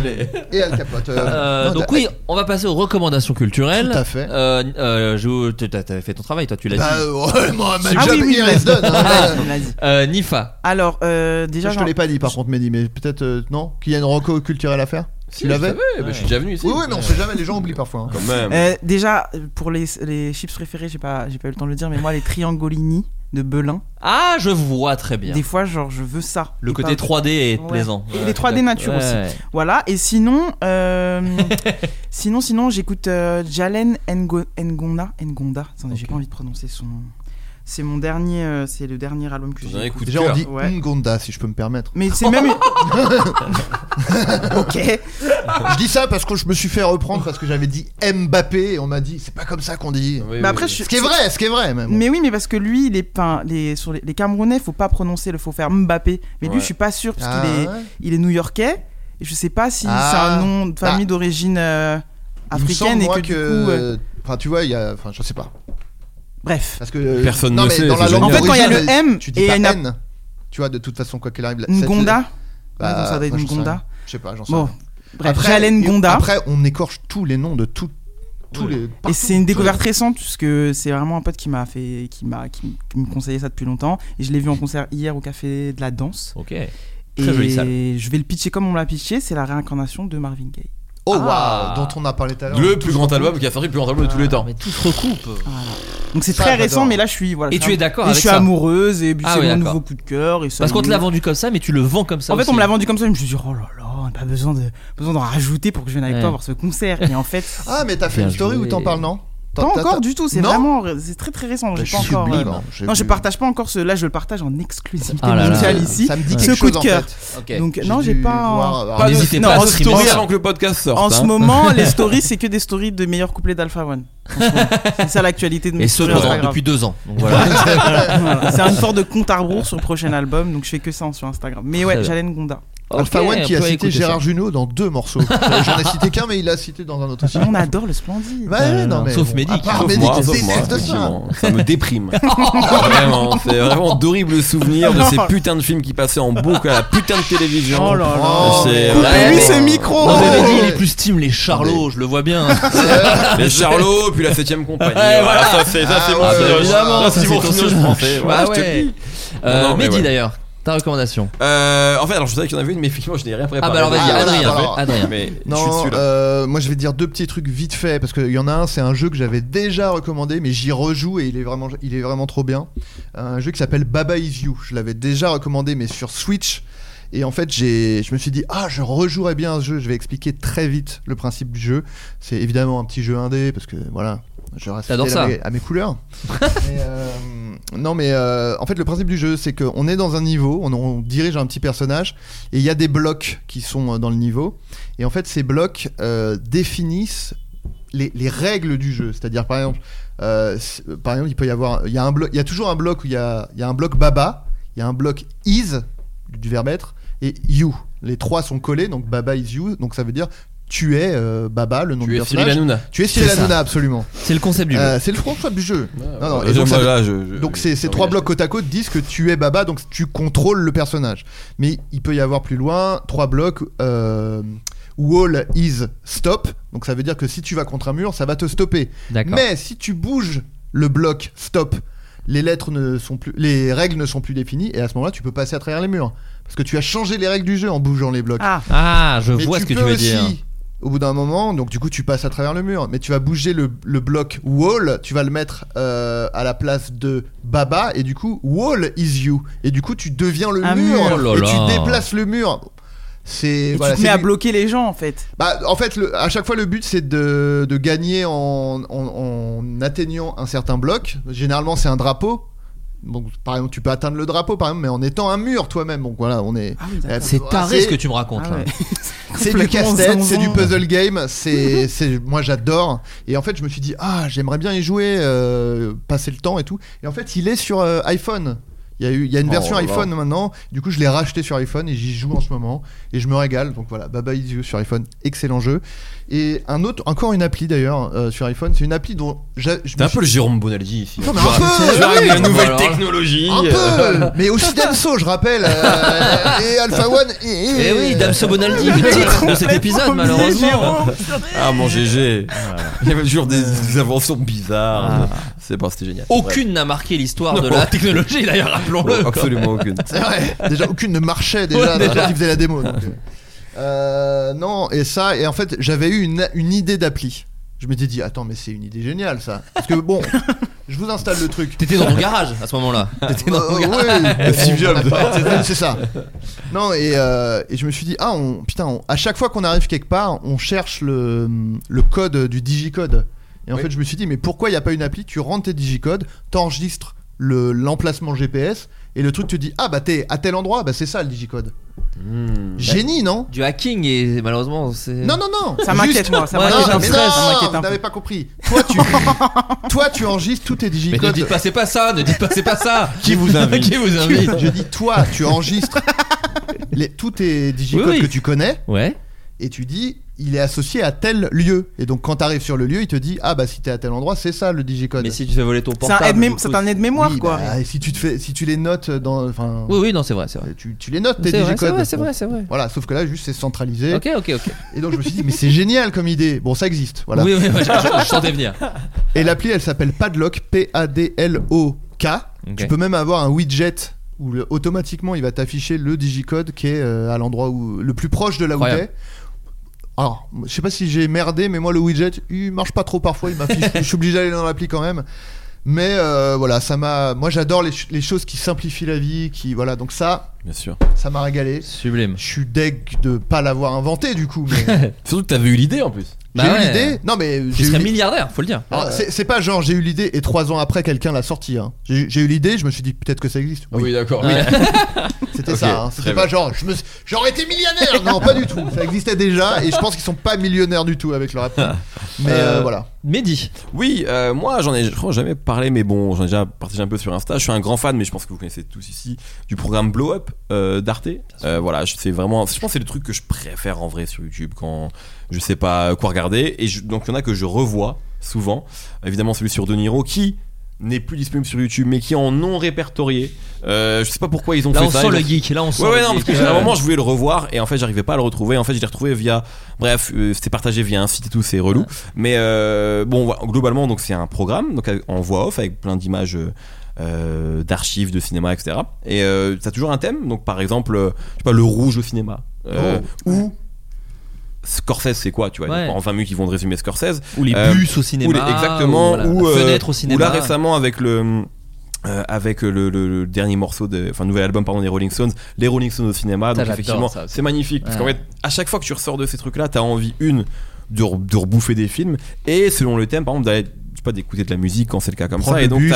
S7: Et Al Capote. euh,
S5: Euh,
S7: non,
S5: donc oui, on va passer aux recommandations culturelles.
S7: Tout à fait.
S5: Euh, euh, je- t'as- t'as- T'avais fait ton travail, toi, tu l'as
S7: Bah,
S5: dit.
S7: euh, ouais, moi, ma
S2: Ah
S7: job,
S2: oui, oui,
S7: il
S2: oui.
S7: reste donne, hein.
S2: Ah, il me l'a dit.
S5: Euh, Nifa.
S2: Alors, euh, déjà,
S7: je te
S2: j'en-
S7: l'ai pas dit par contre, Mehdi, mais peut-être euh, non Qu'il y a une reco culturelle à faire
S8: Tu
S7: Tu l'avais
S8: l'avais Je suis déjà venu ici.
S7: Oui, oui, mais on sait jamais, les gens oublient parfois. hein.
S8: Quand même.
S2: Euh, déjà, euh, pour les, les chips préférés, j'ai pas, j'ai pas eu le temps de le dire, mais moi, les triangolini de Belin,
S5: Ah, je vois très bien.
S2: des fois, genre, je veux ça.
S5: Le
S2: Et
S5: côté
S2: pas-
S5: 3D est
S2: Ouais.
S5: plaisant.
S2: Et les 3D nature aussi. Voilà, et sinon, euh, sinon, sinon, j'écoute euh, Jalen Ngo- Ngonda. Ngonda, attendez, j'ai
S5: Ok.
S2: pas envie de prononcer son. C'est mon dernier, euh, c'est le dernier album que
S8: Ton
S2: j'ai
S8: dernier
S2: écouté.
S8: coup de
S7: Déjà, on
S8: cœur.
S7: dit
S2: Ouais.
S7: Ngonda, si je peux me permettre.
S2: Mais c'est même. ok.
S7: je dis ça parce que je me suis fait reprendre parce que j'avais dit Mbappé et on m'a dit c'est pas comme ça qu'on dit.
S8: Oui,
S2: Mais après,
S8: oui.
S2: je suis.
S7: Ce qui est vrai, ce qui est vrai même.
S2: Mais oui, mais parce que lui, il est peint. Les, sur les, les Camerounais, faut pas prononcer le faut faire Mbappé. Mais lui,
S8: Ouais.
S2: je suis pas sûr parce
S7: Ah,
S2: qu'il est,
S7: ouais.
S2: il est New-Yorkais. Et je sais pas si
S7: Ah.
S2: c'est un nom de famille
S7: Bah.
S2: d'origine euh,
S7: Il me semble,
S2: africaine et
S7: moi,
S2: que, du coup, euh,
S7: euh, Enfin, tu vois, il y a. Enfin, je sais pas.
S2: Bref.
S7: Parce que. euh,
S8: Personne
S7: non,
S8: ne
S7: mais
S8: sait,
S7: Dans la
S8: c'est
S7: langue
S8: génial.
S2: En fait, quand il y a le
S7: originale,
S2: M
S7: tu dis
S2: et
S7: pas
S2: il y en a-
S7: N. Tu vois, de toute façon, quoi qu'il arrive. la- cette-
S2: Ngonda
S7: Bah,
S2: Ouais, donc ça doit être
S7: moi, j'en sais
S2: Ngonda.
S7: rien. Je sais pas, j'en sais
S2: Bon,
S7: rien.
S2: bref,
S7: Après,
S2: Jalen
S7: et-
S2: Gonda.
S7: Après, on écorche tous les noms de tous tous les.
S2: et
S7: partout.
S2: c'est une découverte récente puisque c'est vraiment un pote qui m'a fait, qui m'a, qui, m- qui me conseillait ça depuis longtemps. Et je l'ai vu en concert hier au café de la danse.
S5: Ok.
S2: Et
S5: Très jolie salle.
S2: je vais le pitcher comme on me l'a pitché. C'est la réincarnation de Marvin Gaye.
S7: Oh,
S5: Ah.
S7: waouh Dont on a parlé tout à l'heure.
S8: Le plus grand album qui a sorti le plus grand album de tous les temps.
S5: Ah, Mais tout se recoupe.
S2: Donc c'est
S7: Ça,
S2: très
S7: j'adore.
S2: récent, mais là je suis voilà.
S5: Et
S2: je
S5: tu
S2: suis-
S5: es d'accord
S2: Et
S5: avec
S2: je suis
S5: ça
S2: amoureuse et puis
S5: Ah
S2: c'est
S5: oui,
S2: mon
S5: d'accord.
S2: nouveau coup de cœur. Et ça
S5: Parce qu'on te
S2: y est.
S5: l'a vendu comme ça, mais tu le vends comme ça
S2: En fait, on
S5: aussi.
S2: me l'a vendu comme ça. Je me suis dit, oh là là, on n'a pas besoin de besoin d'en rajouter pour que je vienne avec
S5: Ouais.
S2: toi voir ce concert. Et en fait,
S7: Ah, mais t'as fait
S5: Bien
S7: une story
S5: joué.
S7: où t'en parles, non
S2: pas
S7: T'as- t'as-
S2: encore du tout. C'est
S7: Non Bah,
S2: vraiment, c'est très très récent. J'ai
S7: Je
S2: pas
S7: suis
S2: encore.
S7: sublime,
S2: euh,
S7: hein, j'ai
S2: Non, je
S7: vu.
S2: partage pas encore ce. Là, je le partage en exclusivité
S5: Ah là là.
S2: mondiale
S5: Ça-
S2: ici.
S7: Ça me dit
S5: Ouais.
S7: quelque
S2: Ce coup
S7: chose,
S2: de
S7: en
S2: cœur.
S7: fait.
S5: Ok.
S2: Donc non,
S7: dû
S2: j'ai pas. en-
S7: voir- euh,
S5: Pas
S7: alors,
S5: N'hésitez
S2: non,
S5: pas à
S2: en
S5: streamer
S8: Story
S5: ça.
S8: avant que le podcast sorte.
S2: En
S8: hein.
S2: ce moment, les stories, c'est que des stories de meilleurs couplets d'Alpha One. en ce moment. C'est ça l'actualité de mes
S5: Et ce
S2: stories
S5: pendant
S2: Instagram.
S5: depuis deux ans. Donc voilà.
S2: Voilà. C'est un sorte de compte à rebours sur le prochain album, donc je fais que ça sur Instagram. Mais
S5: Très
S2: ouais,
S5: bien.
S2: Jalen Gonda.
S7: Alpha
S5: Ok,
S7: One qui
S5: on
S7: a
S5: peut
S7: cité
S5: écouter ça.
S7: Gérard Junot dans deux morceaux. J'en ai cité qu'un, mais il l'a cité dans un autre aussi.
S2: On adore le Splendide.
S7: Ouais,
S5: Euh,
S7: non, mais
S5: sauf
S7: bon,
S5: Mehdi
S7: à
S5: qui-
S7: part
S8: Sauf
S7: Mehdi
S8: moi,
S7: qui
S8: sauf moi,
S7: déteste ça.
S8: effectivement. ça me déprime. vraiment, c'est vraiment d'horribles souvenirs de ces putains de films qui passaient en boucle à la putain de télévision.
S2: Oh là là.
S7: Oh,
S8: C'est
S7: mais-
S8: vraiment-
S2: Coupez-lui ce micro
S5: Non, mais
S7: Oh.
S5: Mehdi, il est plus Steam, les Charlots, je le vois bien. Ah,
S8: Les Charlots, puis la 7ème compagnie.
S5: Ouais, voilà.
S8: voilà, ça c'est ça, c'est
S7: Ah,
S8: moi.
S7: ouais,
S8: c'est-
S7: évidemment,
S8: ça,
S5: ça,
S8: c'est mon
S5: c'est
S8: signe,
S5: ton
S8: je
S5: signe.
S8: prends. Ouais,
S5: Bah
S8: voilà, je te
S5: ouais.
S8: le dis.
S5: Euh,
S8: Non, non, mais
S5: Mehdi
S8: ouais.
S5: d'ailleurs, ta recommandation.
S8: Euh, en fait, alors je savais qu'il y en avait une, mais effectivement, je n'ai rien
S5: Ah
S8: préparé.
S5: bah alors vas-y,
S7: Ah, voilà,
S5: Adrien.
S7: voilà.
S5: Adrien.
S8: Mais je suis
S7: Non,
S8: dessus là.
S7: euh, moi je vais dire deux petits trucs vite fait parce qu'il y en a un, c'est un jeu que j'avais déjà recommandé, mais j'y rejoue et il est vraiment, il est vraiment trop bien. Un jeu qui s'appelle Baba Is You. Je l'avais déjà recommandé, mais sur Switch. Et en fait, j'ai, je me suis dit ah, je rejouerais bien à ce jeu. Je vais expliquer très vite le principe du jeu. C'est évidemment un petit jeu indé parce que voilà, je reste
S5: T'adores
S7: fidèle
S5: ça.
S7: à mes, à mes couleurs. Mais, euh, non, mais euh, en fait, le principe du jeu, c'est qu'on est dans un niveau, on- on dirige un petit personnage et il y a des blocs qui sont euh, dans le niveau. Et en fait, ces blocs euh, définissent les, les règles du jeu. C'est-à-dire, par exemple, euh, c'est- euh, par exemple, il peut y avoir, il y a un bloc, il y a toujours un bloc où il y a, il y a un bloc baba, il y a un bloc is du verbe être et you. Les trois sont collés, donc baba is you. Donc ça veut dire tu es euh, baba, le nom
S8: Tu
S7: du
S8: es Cyril
S7: personnage.
S8: Hanouna.
S7: tu es Cyril
S5: C'est ça.
S7: Hanouna, absolument.
S5: C'est le concept du jeu. Ah,
S7: Euh, c'est le français du jeu. Non, non, et
S8: Euh,
S7: donc
S8: moi,
S7: ça-
S8: là, je- je-
S7: donc ces, ces
S8: j'ai
S7: trois
S8: envie
S7: blocs
S8: d'acheter.
S7: côte à côte disent que tu es Baba, donc tu contrôles le personnage. Mais il peut y avoir plus loin trois blocs euh, wall is stop, donc ça veut dire que si tu vas contre un mur, ça va te stopper.
S5: D'accord.
S7: Mais si tu bouges le bloc stop, les lettres ne sont plus, les règles ne sont plus définies et à ce moment-là, tu peux passer à travers les murs parce que tu as changé les règles du jeu en bougeant les blocs.
S2: Ah,
S5: Ah, je
S7: Mais
S5: vois ce que tu
S7: peux
S5: veux dire.
S7: aussi, Au bout d'un moment, donc du coup, tu passes à travers le mur, mais tu vas bouger le, le bloc wall, tu vas le mettre euh, à la place de Baba, et du coup, wall is you. Et du coup, tu deviens le
S2: Un
S7: mur,
S5: mur. Oh là
S7: et
S5: là.
S7: tu déplaces le mur. C'est
S2: et
S7: voilà,
S2: tu te mets
S7: c'est
S2: à
S7: du-
S2: bloquer les gens en fait.
S7: bah, en fait, le- à chaque fois, le but c'est de, de gagner en, en- en atteignant un certain bloc. Généralement, c'est un drapeau. Donc, par exemple, tu peux atteindre le drapeau, par exemple, mais en étant un mur toi-même. Donc voilà, on est.
S2: Ah oui, d'accord.
S7: Euh,
S5: C'est taré
S7: c'est- hein.
S5: ce que tu me racontes
S2: Ah
S5: là.
S2: ouais.
S7: C'est du
S2: Complètement
S7: casse-tête, c'est
S2: zinzin.
S7: du puzzle game,
S8: Mhm.
S7: c'est, c'est, moi j'adore. Et en fait, je me suis dit, ah, j'aimerais bien y jouer, euh, passer le temps et tout. Et en fait, il est sur euh, iPhone. Il y, a eu, il y a une
S8: Oh
S7: version
S8: là là.
S7: iPhone maintenant. Du coup, je l'ai racheté sur iPhone et j'y joue en ce moment. Et je me régale. Donc voilà, Baba Is You sur iPhone, excellent jeu. Et un autre, encore une appli d'ailleurs euh, sur iPhone. C'est une appli dont j'a- je
S8: T'es
S7: me
S8: un
S7: suis-
S8: peu le Jérôme Bonaldi ici.
S7: Non, mais un peu,
S8: Tu arrives
S7: oui.
S8: à une
S5: Ah,
S8: nouvelle
S5: bah Alors Ah, là.
S8: technologie.
S7: un peu, mais aussi Damso, je rappelle, euh, et Alpha One, et, et-
S5: Eh oui, Damso Bonaldi, le titre de cet épisode malheureusement.
S8: Ah mon GG. Il y avait toujours des, des inventions bizarres.
S7: Ah.
S8: C'est pas, c'était génial.
S5: Aucune n'a marqué l'histoire de
S8: Non.
S5: la technologie d'ailleurs,
S8: Bref.
S5: rappelons-le.
S8: Oh, Absolument aucune.
S7: C'est vrai. Déjà, aucune ne marchait déjà,
S5: Ouais,
S7: dans
S5: déjà.
S7: quand ils faisaient la démo. donc, euh. Euh, non, et ça, et en fait, j'avais eu une, une idée d'appli. Je m'étais dit, attends, mais c'est une idée géniale ça. Parce que bon, je vous installe le truc.
S5: T'étais dans ton garage à ce moment-là. T'étais dans
S7: Euh,
S5: ton garage.
S7: ouais,
S8: Le Steve
S7: on- on a
S8: Jobs.
S7: pas- c'est- C'est ça. Non, et, euh, et je me suis dit, ah, on, putain, on- à chaque fois qu'on arrive quelque part, on cherche le, le code du digicode. Et en fait, je me suis dit, mais pourquoi il n'y a pas une appli Tu rentres tes digicodes, t'enregistres le- l'emplacement GPS, et le truc te dit, ah, bah t'es à tel endroit, bah c'est ça le digicode.
S8: Hmm.
S7: Génie, non
S5: Du hacking et malheureusement c'est.
S7: Non, non, non
S2: Ça
S7: juste-
S2: m'inquiète moi, ça
S5: Ouais,
S2: m'inquiète
S7: non,
S2: un
S7: mais
S2: peu,
S7: non,
S2: ça m'inquiète
S7: vous
S2: un
S7: n'avez
S2: peu.
S7: pas compris. Toi, tu, toi, tu enregistres tous tes
S5: Mais ne
S7: digicodes.
S5: dites pas c'est pas ça, ne dites pas c'est pas ça.
S8: Qui vous invite
S5: Qui vous invite
S7: Je dis toi, tu enregistres les, tous tes digicodes
S5: Oui, oui.
S7: que tu connais
S5: Ouais.
S7: et tu dis il est associé à tel lieu. Et donc quand t'arrives sur le lieu, il te dit ah bah si t'es à tel endroit, c'est ça le digicode.
S5: Mais si tu fais voler ton
S2: C'est un
S5: portable.
S2: aide-mémo-
S5: du coup,
S2: c'est un aide-mémoire,
S7: Oui,
S2: quoi.
S7: bah, et si tu te fais, si tu les notes dans, enfin,
S5: Oui, oui, non, c'est vrai, c'est vrai.
S7: tu, tu les notes tes
S5: C'est vrai,
S7: digicodes.
S5: c'est vrai, c'est
S7: Bon.
S5: vrai, c'est vrai.
S7: Voilà, sauf que là juste c'est centralisé.
S5: Ok, ok, ok.
S7: Et donc je me suis dit mais c'est génial comme idée. Bon ça existe, voilà.
S5: Oui, oui, oui, je, je- je sentais venir.
S7: Et l'appli, elle s'appelle Padlock, P-A-D-L-O-K.
S5: Ok.
S7: Tu peux même avoir un widget où le- automatiquement il va t'afficher le digicode qui est euh, à l'endroit où le plus proche de là où
S5: Incroyable.
S7: t'es. Alors, je sais pas si j'ai merdé, mais moi le widget, il marche pas trop parfois, il m'affiche. je suis obligé d'aller dans l'appli quand même. Mais euh, voilà, ça m'a. Moi, j'adore les, ch- les choses qui simplifient la vie, qui voilà. Donc ça,
S8: Bien sûr.
S7: ça m'a régalé.
S5: Sublime.
S7: Je suis deg de pas l'avoir inventé du coup. mais
S8: Surtout que t'avais eu l'idée en plus.
S7: j'ai eu l'idée. Non mais
S5: Bah Tu
S7: j'ai eu
S5: serais
S7: l'idée- Ah
S5: milliardaire, faut le dire.
S7: alors, c'est c'est pas genre j'ai eu l'idée et trois ans après quelqu'un l'a sorti. hein. J'ai j'ai eu l'idée, je me suis dit peut-être que ça existe.
S8: Ah
S7: Oui,
S8: d'accord.
S5: Ouais.
S7: c'était
S8: Ok,
S7: ça. hein.
S8: très
S7: C'était
S8: bien.
S7: pas genre je me suis- j'aurais été millionnaire. non, pas du tout. Ça existait déjà et je pense qu'ils sont pas millionnaires du tout avec leur appli. Mais euh,
S5: Euh,
S7: voilà.
S5: Mehdi.
S8: Oui, euh, moi j'en ai je crois, jamais parlé, mais bon, j'en ai déjà partagé un peu sur Insta. Je suis un grand fan, mais je pense que vous connaissez tous ici du programme Blow Up euh, d'Arte. Euh, voilà, je- c'est vraiment, je pense que c'est le truc que je préfère en vrai sur YouTube quand je sais pas euh, quoi regarder. Et je- donc il y en a que je revois souvent. Évidemment celui sur De Niro qui n'est plus disponible sur YouTube, mais qui est en non répertorié. Euh, je sais pas pourquoi ils ont
S5: Là,
S8: fait
S5: on
S8: ça.
S5: sent
S8: ils
S5: le
S8: ont-
S5: geek. Là, on sent.
S8: Ouais,
S5: le
S8: ouais, non, parce
S5: geek. euh,
S8: que à un moment je voulais le revoir et en fait j'arrivais pas à le retrouver. En fait, je l'ai retrouvé via. Bref, euh, c'était partagé via un site et tout, c'est relou. Mais euh, bon, voilà, globalement, donc c'est un programme donc avec- en voix off avec plein d'images. euh, euh, d'archives de cinéma etc et euh, t'as toujours un thème donc par exemple euh, je sais pas le rouge au cinéma euh, ou Scorsese c'est quoi tu vois
S5: Ouais.
S8: en 20 minutes ils vont te résumer Scorsese
S5: Ou les
S8: euh,
S5: bus au
S8: ou
S5: cinéma.
S8: les- exactement,
S5: voilà,
S8: ou,
S5: la
S8: euh,
S5: fenêtre au
S8: ou
S5: cinéma.
S8: là récemment avec le euh, avec le, le- le dernier morceau de enfin nouvel album pardon des Rolling Stones les Rolling Stones au cinéma donc
S5: j'adore
S8: effectivement
S5: ça aussi.
S8: c'est magnifique parce qu'en
S5: Ouais.
S8: fait à chaque fois que tu ressors de ces trucs là t'as envie une de, re- de rebouffer des films et selon le thème par exemple d'aller je sais pas d'écouter de la musique quand c'est le cas comme
S7: Prendre
S8: ça et
S7: le
S8: donc
S7: bus.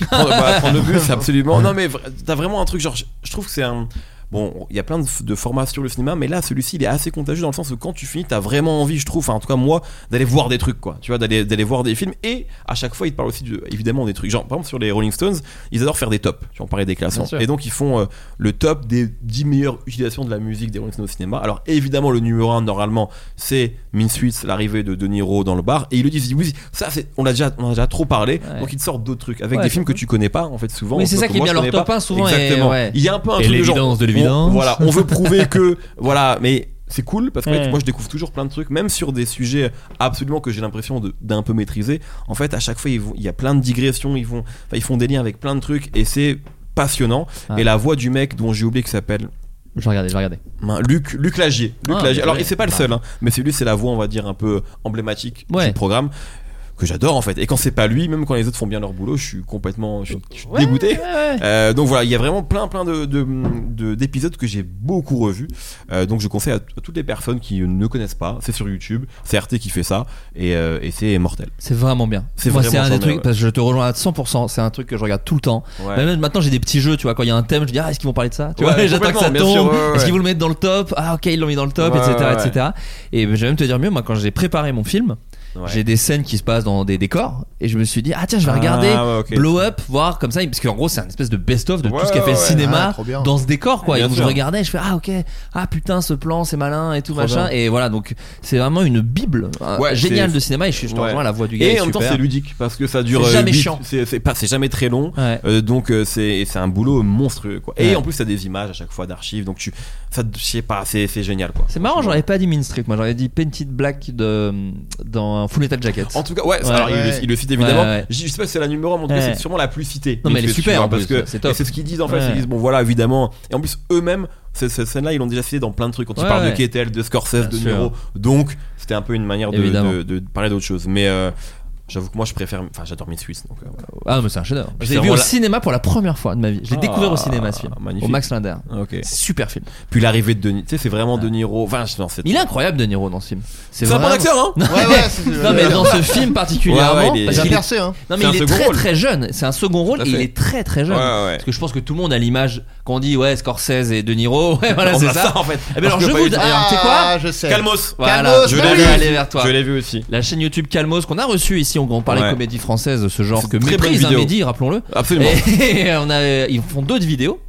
S8: t'as- prendre, bah, prendre le bus absolument non mais vra- t'as vraiment un truc genre je, je trouve que c'est un bon il y a plein de, de formats sur le cinéma mais là celui-ci il est assez contagieux dans le sens où quand tu finis t'as vraiment envie je trouve enfin en tout cas moi d'aller voir des trucs quoi tu vois d'aller d'aller voir des films et à chaque fois ils te parlent aussi de, évidemment des trucs genre par exemple sur les Rolling Stones ils adorent faire des tops tu en parlais des classements
S5: Bien sûr.
S8: et donc ils font euh, le top des 10 meilleures utilisations de la musique des Rolling Stones au cinéma alors évidemment le numéro 1 normalement c'est Mean Streets l'arrivée de De Niro dans le bar et ils le disent ils disent, oui ça c'est on l'a déjà on en a déjà trop parlé
S5: Ouais.
S8: donc ils te sortent d'autres trucs avec
S5: Ouais,
S8: des
S5: c'est
S8: films que
S5: cool.
S8: tu connais pas en fait souvent
S5: Oui, c'est
S8: Donc,
S5: ça qui est
S8: moi,
S5: bien,
S8: je connais
S5: leur top
S8: pas.
S5: un, souvent, est-
S8: exactement
S5: ouais.
S8: il y a un peu un
S5: Et
S8: truc de genre,
S5: l'évidence de
S8: on-
S5: l'évidence.
S8: voilà on veut prouver que voilà mais c'est cool parce que en fait,
S5: Ouais.
S8: moi je découvre toujours plein de trucs même sur des sujets absolument que j'ai l'impression de- d'un peu maîtriser en fait à chaque fois ils vont- il y a plein de digressions ils vont enfin, ils font des liens avec plein de trucs et c'est passionnant
S5: Ouais.
S8: et la voix du mec dont j'ai oublié qui s'appelle
S5: Je vais regarder, je vais regarder.
S8: Mince, Luc, Luc Lagier. Luc
S5: Ah,
S8: Lagier. Alors,
S5: ouais.
S8: et c'est pas le seul, hein, mais c'est lui, c'est la voix, on va dire, un peu emblématique
S5: Ouais.
S8: du programme que j'adore en fait. Et quand c'est pas lui, même quand les autres font bien leur boulot, je suis complètement, je suis, je suis dégoûté. Euh, donc voilà, il y a vraiment plein plein de de- de- d'épisodes que j'ai beaucoup revus. Euh, donc je conseille à, t- à toutes les personnes qui ne connaissent pas. C'est sur YouTube, c'est RT qui fait ça et, euh, et c'est mortel.
S5: C'est vraiment bien.
S8: C'est
S5: Moi,
S8: vraiment
S5: c'est un des
S8: charmant,
S5: trucs,
S8: ouais.
S5: parce que je te rejoins à 100%, c'est un truc que je regarde tout le temps. Même maintenant, j'ai des petits jeux, tu vois, quand il y a un thème, je dis, ah, est-ce qu'ils vont parler de ça Tu
S8: Ouais,
S5: vois, j'attends que ça
S8: complètement, bien
S5: tombe.
S8: sûr, ouais, ouais,
S5: Est-ce qu'ils
S8: ouais.
S5: vont le mettre dans le top Ah, ok, ils l'ont mis dans le top,
S8: Ouais,
S5: etc.,
S8: ouais,
S5: etc. Et ben, je vais même te dire mieux, moi, quand j'ai préparé mon film,
S8: Ouais.
S5: Bah, j'ai des scènes qui se passent dans des décors, et je me suis dit, ah, tiens, je vais regarder
S8: Ah, ouais, ok.
S5: Blow Up, voir comme ça, parce qu'en gros, c'est un espèce de best-of de tout
S8: Ouais,
S5: ce qu'a fait
S8: ouais,
S5: le
S8: ouais.
S7: Ah,
S5: cinéma
S7: trop bien.
S5: dans ce décor, quoi. Et
S8: Bien
S5: donc, je
S8: sûr.
S5: regardais, je fais, ah, ok, ah, putain, ce plan, c'est malin, et tout, machin.
S7: bien.
S5: Et voilà, donc, c'est vraiment une bible euh,
S8: Ouais,
S5: géniale
S8: c'est-
S5: de cinéma, et je, suis- je te
S8: Ouais.
S5: rejoins, la voix du gars.
S8: Et
S5: est
S8: en même temps,
S5: super.
S8: c'est ludique parce que ça dure.
S5: C'est
S8: euh,
S5: jamais
S8: huit-
S5: chiant.
S8: C'est c'est pas, c'est jamais très long.
S5: Ouais.
S8: Euh, donc euh, c'est c'est un boulot monstrueux quoi. Et
S5: Ouais.
S8: en plus t'as des images à chaque fois d'archives donc tu ça je sais pas c'est c'est génial quoi.
S5: C'est marrant,
S8: Franchement.
S5: j'aurais pas dit Mean Street, moi j'aurais dit Painted Black de, dans un Full Metal Jacket.
S8: En tout cas ouais,
S5: Ouais.
S8: alors, il le-
S7: Ouais.
S8: Il, le cite évidemment.
S5: Ouais, ouais.
S8: Je je sais pas si c'est la numéro 1 mais en tout cas
S5: Ouais.
S8: c'est sûrement la plus citée.
S5: Non, mais elle est
S8: Donc,
S5: super,
S8: tu vois,
S5: en
S8: parce
S5: plus,
S8: que
S5: c'est top.
S8: et c'est ce qu'ils disent en fait
S5: Ouais.
S8: ils disent bon voilà évidemment et en plus eux-mêmes cette, cette scène-là ils l'ont déjà cité dans plein de trucs quand
S5: Ouais,
S8: ils parlent
S5: ouais.
S8: de Kettel, de Scorsese,
S5: Bien
S8: de
S5: sûr.
S8: Niro donc c'était un peu une manière de,
S5: Évidemment.
S8: de, de parler d'autre chose mais euh, j'avoue que moi je préfère enfin j'adore Miss Suisse donc euh, voilà.
S5: Ah, mais c'est un chef-d'œuvre. Je l'ai
S8: C'est
S5: vu au
S8: vraiment la-
S5: cinéma pour la première fois de ma vie. Je l'ai
S8: Ah,
S5: découvert au cinéma ce film.
S8: magnifique.
S5: Au Max Linder.
S8: Ok.
S5: C'est Super film.
S8: Puis l'arrivée de Denis, tu sais, c'est vraiment De Niro. Enfin, je- non, c'est.
S5: Mais il est incroyable De Niro dans ce film. C'est
S8: C'est un bon
S5: vraiment-
S8: acteur, hein
S5: Non,
S7: Ouais, ouais, c'est- euh,
S5: non, mais dans ce film particulièrement,
S8: Ouais, ouais, il est-
S5: parce
S7: J'ai
S5: qu'il est-
S7: inversé, hein.
S5: non, mais
S8: C'est
S5: il
S8: un
S5: est
S8: second
S5: très
S8: rôle.
S5: très jeune. C'est un second rôle
S8: à
S5: et il
S8: fait.
S5: est très très jeune.
S8: Ouais, ouais, ouais.
S5: Parce que je pense que tout le monde a l'image quand on dit ouais Scorsese et De Niro, ouais voilà
S8: On
S5: c'est
S8: a
S5: ça.
S8: en fait.
S5: Eh ben alors
S8: Parce
S5: je
S8: que
S5: vous,
S8: pas eu-
S5: alors, tu sais quoi
S7: Ah, je sais.
S8: Calmos.
S5: Voilà,
S8: Je
S5: je
S8: l'ai
S5: vais
S8: vu.
S5: aller vers toi.
S8: Je l'ai vu aussi.
S5: La chaîne YouTube Calmos qu'on a reçue ici, on, on parlait
S8: Ouais.
S5: comédie française, ce genre
S8: C'est
S5: que
S8: une très bonne
S5: méprise un
S8: vidéo.
S5: midi, rappelons-le.
S8: Absolument.
S5: Et on a, ils font euh, d'autres vidéos.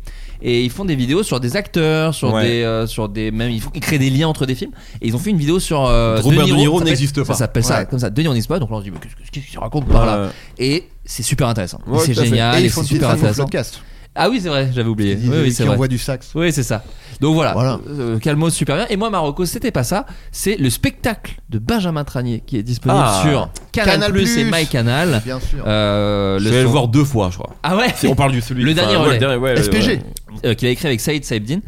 S5: et ils font des vidéos sur des acteurs, sur
S8: Ouais.
S5: des, euh, sur des, même ils, font- ils créent des liens entre des films. Et ils ont fait une vidéo sur euh,
S8: Robert
S5: De
S8: De Niro
S5: ça s'appelle-
S8: n'existe pas.
S5: Ça s'appelle ça
S8: Ouais.
S5: comme ça. De Niro n'existe pas. Donc là on se dit mais qu'est-ce qu'est-ce qu'il raconte par là
S8: Euh,
S5: Et c'est super intéressant. Et
S8: Ouais,
S5: c'est
S8: tout à fait.
S5: génial.
S7: et
S5: Et,
S7: ils font
S5: c'est
S7: une petite
S5: super
S7: femme au
S5: intéressant.
S7: podcast.
S5: Ah oui c'est vrai. J'avais oublié.
S7: Ils-
S5: Oui oui c'est
S7: qui
S5: vrai.
S7: envoie du sax.
S5: Oui, c'est ça. Donc voilà.
S7: Voilà.
S5: Euh, Calmos, super bien. Et moi, Marocco, c'était pas ça. C'est le spectacle de Benjamin Tranier qui est disponible
S8: Ah.
S5: sur Canal,
S7: Canal+.
S5: Plus et MyCanal.
S7: Bien sûr.
S5: Euh,
S8: Je vais
S5: son-
S8: le voir deux fois, je crois.
S5: Ah ouais
S8: Si on parle du celui
S5: Le dernier relais.
S8: ouais,
S7: SPG.
S8: ouais.
S5: Euh, Qu'il a écrit avec Saïd Saïbdin.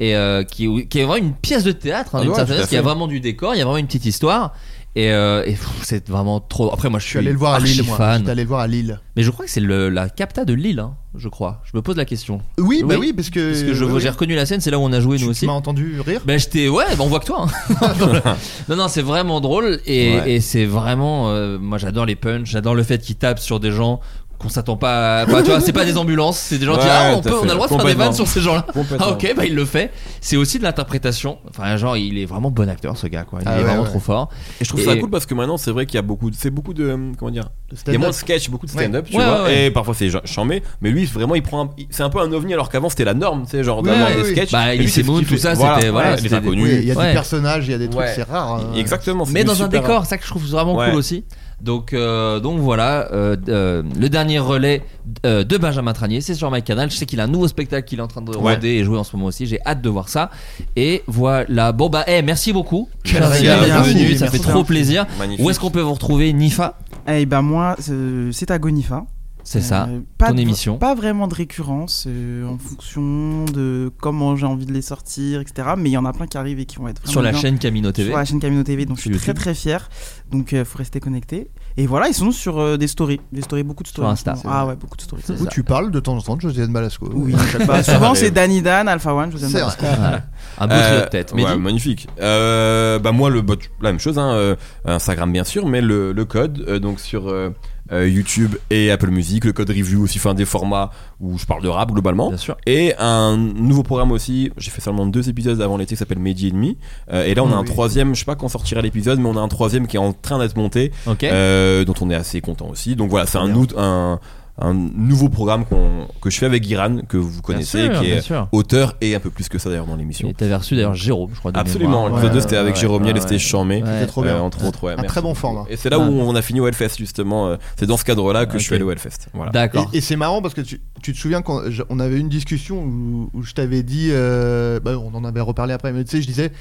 S5: Et euh, qui, qui est vraiment une pièce de théâtre, hein,
S8: Ah
S5: d'une
S8: ouais,
S5: certaine
S8: tout à
S5: manière. Il y a
S8: fait.
S5: vraiment du décor, il y a vraiment une petite histoire. Et, euh, et pff, c'est vraiment trop. Après, moi, je
S7: Je
S5: suis,
S7: suis allé le voir à
S5: archi
S7: Lille, moi. Je
S5: fan.
S7: suis allé le voir à Lille.
S5: Mais je crois que c'est le- la capta de Lille, hein, je crois. Je me pose la question.
S7: Oui, bah
S5: Oui.
S7: oui, parce que.
S5: Parce que je-
S7: oui,
S5: j'ai reconnu la scène, c'est là où on a joué,
S7: Tu
S5: nous
S7: tu
S5: aussi.
S7: m'as entendu rire
S5: Ben j'étais ouais, ben, on voit que toi. hein. non non, c'est vraiment drôle et,
S8: Ouais.
S5: et c'est vraiment euh, moi j'adore les punchs, j'adore le fait qu'ils tapent sur des gens qu'on s'attend pas à... enfin, tu vois, c'est pas des ambulances, c'est des gens qui
S8: Ouais,
S5: disent, ah, on,
S8: tout à
S5: peut- on a
S8: fait,
S5: le droit de faire des
S8: complètement.
S5: vannes sur ces gens-là.
S8: Complètement.
S5: Ah OK, bah il le fait. C'est aussi de l'interprétation. Enfin genre il est vraiment bon acteur ce gars quoi. Il
S7: Ah
S5: est
S7: ouais,
S5: vraiment
S7: ouais.
S5: trop fort.
S8: Et je trouve ça
S5: Et-
S8: cool parce que maintenant, c'est vrai qu'il y a beaucoup de. C'est beaucoup de. euh, Comment dire Il y a
S7: Stand-up.
S8: moins de sketch, beaucoup de stand-up, tu
S5: Ouais,
S8: vois.
S5: ouais, ouais.
S8: Et parfois, c'est chambé. Mais lui, vraiment, il prend. un- il- C'est un peu un ovni alors qu'avant, c'était la norme, tu sais, genre
S7: Oui,
S8: d'avoir
S7: oui,
S8: des
S7: oui.
S8: sketchs.
S5: Bah,
S8: Et lui,
S5: Elise
S8: c'est ce
S5: Moon,
S8: qu'il
S5: tout
S8: fait.
S5: ça,
S8: Voilà,
S5: c'était- voilà,
S8: ouais, il est
S5: c'était des-
S8: inconnu.
S7: Oui, il y a
S5: Ouais.
S7: des personnages, il y a des trucs,
S8: Ouais.
S7: c'est rare. hein.
S8: Exactement.
S5: Mais
S8: c'est
S5: dans un
S8: super-
S5: décor, ça que je trouve vraiment
S8: Ouais.
S5: cool aussi. Donc, euh, donc voilà, euh, euh, le dernier relais euh, de Benjamin Tranier, c'est sur MyCanal. Je sais qu'il a un nouveau spectacle qu'il est en train de
S8: Ouais.
S5: roder et jouer en ce moment aussi. J'ai hâte de voir ça. Et voilà, bon bah, eh, merci beaucoup.
S7: Quel
S5: Merci
S7: régal.
S5: d'être
S7: Merci,
S5: venu, ça
S7: merci.
S5: fait trop plaisir.
S8: Magnifique.
S5: Où est-ce qu'on peut vous retrouver, Nifa
S2: Eh ben moi, euh, c'est à Gonifa.
S5: C'est ça,
S2: Euh, pas
S5: ton
S2: de-
S5: émission.
S2: Pas vraiment de récurrence euh, en fonction de comment j'ai envie de les sortir, etc. Mais il y en a plein qui arrivent et qui vont être vraiment
S5: sur la
S2: bien.
S5: chaîne Camino TV.
S2: Sur la chaîne Camino TV, donc je suis
S5: Sur
S2: très
S5: YouTube.
S2: très fier. Donc il faut rester connecté. Et voilà, ils sont sur euh, des stories, des stories, beaucoup de stories.
S5: Insta,
S2: en ce
S5: c'est
S2: moment. Ah ouais, beaucoup de stories.
S5: C'est
S7: Où
S5: ça.
S7: tu parles de temps en temps de Josiane Balasco.
S2: Oui, bah, souvent
S8: Allez.
S2: c'est Danny Dan, Alpha One, je vous aime
S7: C'est
S2: pas.
S7: vrai.
S5: Voilà. Un beau
S8: Euh,
S5: trio de tête.
S8: ouais,
S5: Mehdi
S8: magnifique. Euh, bah moi le bah, tu- la même chose hein, euh, Instagram bien sûr, mais le, le code euh, donc sur euh, euh, YouTube et Apple Music, le code review aussi, enfin des formats où je parle de rap globalement.
S5: Bien sûr.
S8: Et un nouveau programme aussi, j'ai fait seulement deux épisodes avant l'été qui s'appelle Mehdi et demi. Euh, et là on a
S7: Ah
S8: un
S7: oui.
S8: troisième, je sais pas quand sortira l'épisode, mais on a un troisième qui est en train d'être monté,
S5: Ok.
S8: euh, dont on est assez content aussi. Donc voilà, c'est un,
S7: bien.
S8: nou- un, un nouveau programme qu'on- que je fais avec Guiran, que vous connaissez,
S5: bien sûr,
S8: qui
S5: bien
S8: est euh,
S5: sûr.
S8: auteur et un peu plus que ça d'ailleurs dans l'émission.
S5: Et t'avais reçu d'ailleurs Jérôme, je crois. de
S8: Absolument,
S5: mémoire.
S8: l'épisode
S7: Ouais,
S8: 2 c'était avec
S5: ouais,
S8: Jérôme Niel
S5: ouais,
S8: et c'était
S5: ouais.
S8: Chambé.
S5: Ouais.
S7: C'était trop bien.
S8: Euh, entre autres, ouais,
S7: Un
S8: merci.
S7: très bon format. Ah,
S8: Et c'est là
S5: Ah.
S8: où on a fini au Hellfest justement. euh, C'est dans ce cadre-là que je suis
S5: Ok.
S8: allé au Hellfest. Voilà.
S5: D'accord.
S7: Et, et c'est marrant parce que tu, tu te souviens qu'on je- on avait eu une discussion où, où je t'avais dit, euh, bah, on en avait reparlé après, mais tu sais, je disais,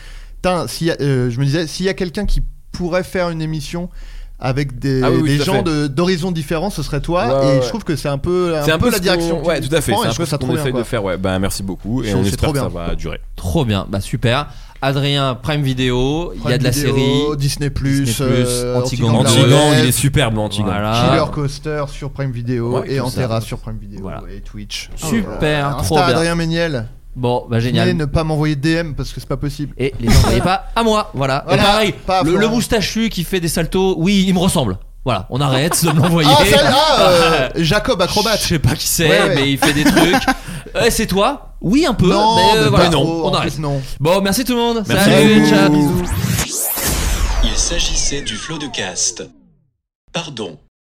S7: Tain, s'il y a- euh, je me disais, s'il y a quelqu'un qui pourrait faire une émission avec des,
S8: Ah oui, oui,
S7: des
S8: tout à
S7: gens
S8: fait.
S7: de- d'horizons différents, ce serait toi.
S8: Ouais,
S7: et
S8: ouais,
S7: je
S8: ouais.
S7: trouve que c'est un peu, un
S8: C'est un peu
S7: la
S8: ce
S7: direction.
S8: qu'on- Ouais,
S7: que tu
S8: tout à fait.
S7: prends,
S8: C'est
S7: et
S8: un
S7: je
S8: peu
S7: trouve
S8: ce
S7: ça trop
S8: qu'on
S7: bien,
S8: essaye
S7: quoi.
S8: de faire. Ouais, bah merci beaucoup et
S7: C'est-
S8: on
S7: c'est
S8: espère
S7: trop
S8: que ça
S7: bien.
S8: va durer.
S5: Trop bien, bah super. Adrien, Prime Video, il y a
S7: Prime
S5: de la
S7: Video,
S5: série.
S7: Disney+,
S5: Disney+,
S7: euh,
S5: Antigone.
S7: Antigone,
S5: Antigone,
S8: Antigan,
S7: Black,
S8: il est superbe l'Antigan.
S5: Voilà.
S7: Killer Coaster sur Prime Video
S8: Ouais,
S7: et
S8: tout ça.
S7: Antera sur Prime Video
S5: Voilà.
S7: et Twitch. Oh
S5: Super,
S7: Insta,
S5: trop bien.
S7: Adrien Méniel.
S5: Bon, bah
S7: Venez
S5: génial.
S7: ne pas m'envoyer de DM parce que c'est pas possible.
S5: Et les envoyez pas à moi, voilà.
S7: Voilà,
S5: et pareil,
S7: pas à
S5: le,
S7: Florent.
S5: le moustachu qui fait des saltos, oui, il me ressemble. Voilà, on arrête de me l'envoyer.
S7: Ah, ça, ah, euh, Jacob
S5: Je
S7: acrobate.
S5: sais pas qui c'est,
S7: Ouais, ouais.
S5: mais il fait des trucs. Euh, c'est toi Oui, un peu,
S7: non,
S5: mais, euh,
S7: mais
S5: voilà,
S7: pas trop,
S5: on
S7: en
S5: arrête.
S7: plus, non.
S5: Bon, merci tout le monde.
S8: Merci
S5: Salut,
S8: beaucoup.
S5: ciao.
S7: Bisous.
S1: Il s'agissait du flot de caste. Pardon.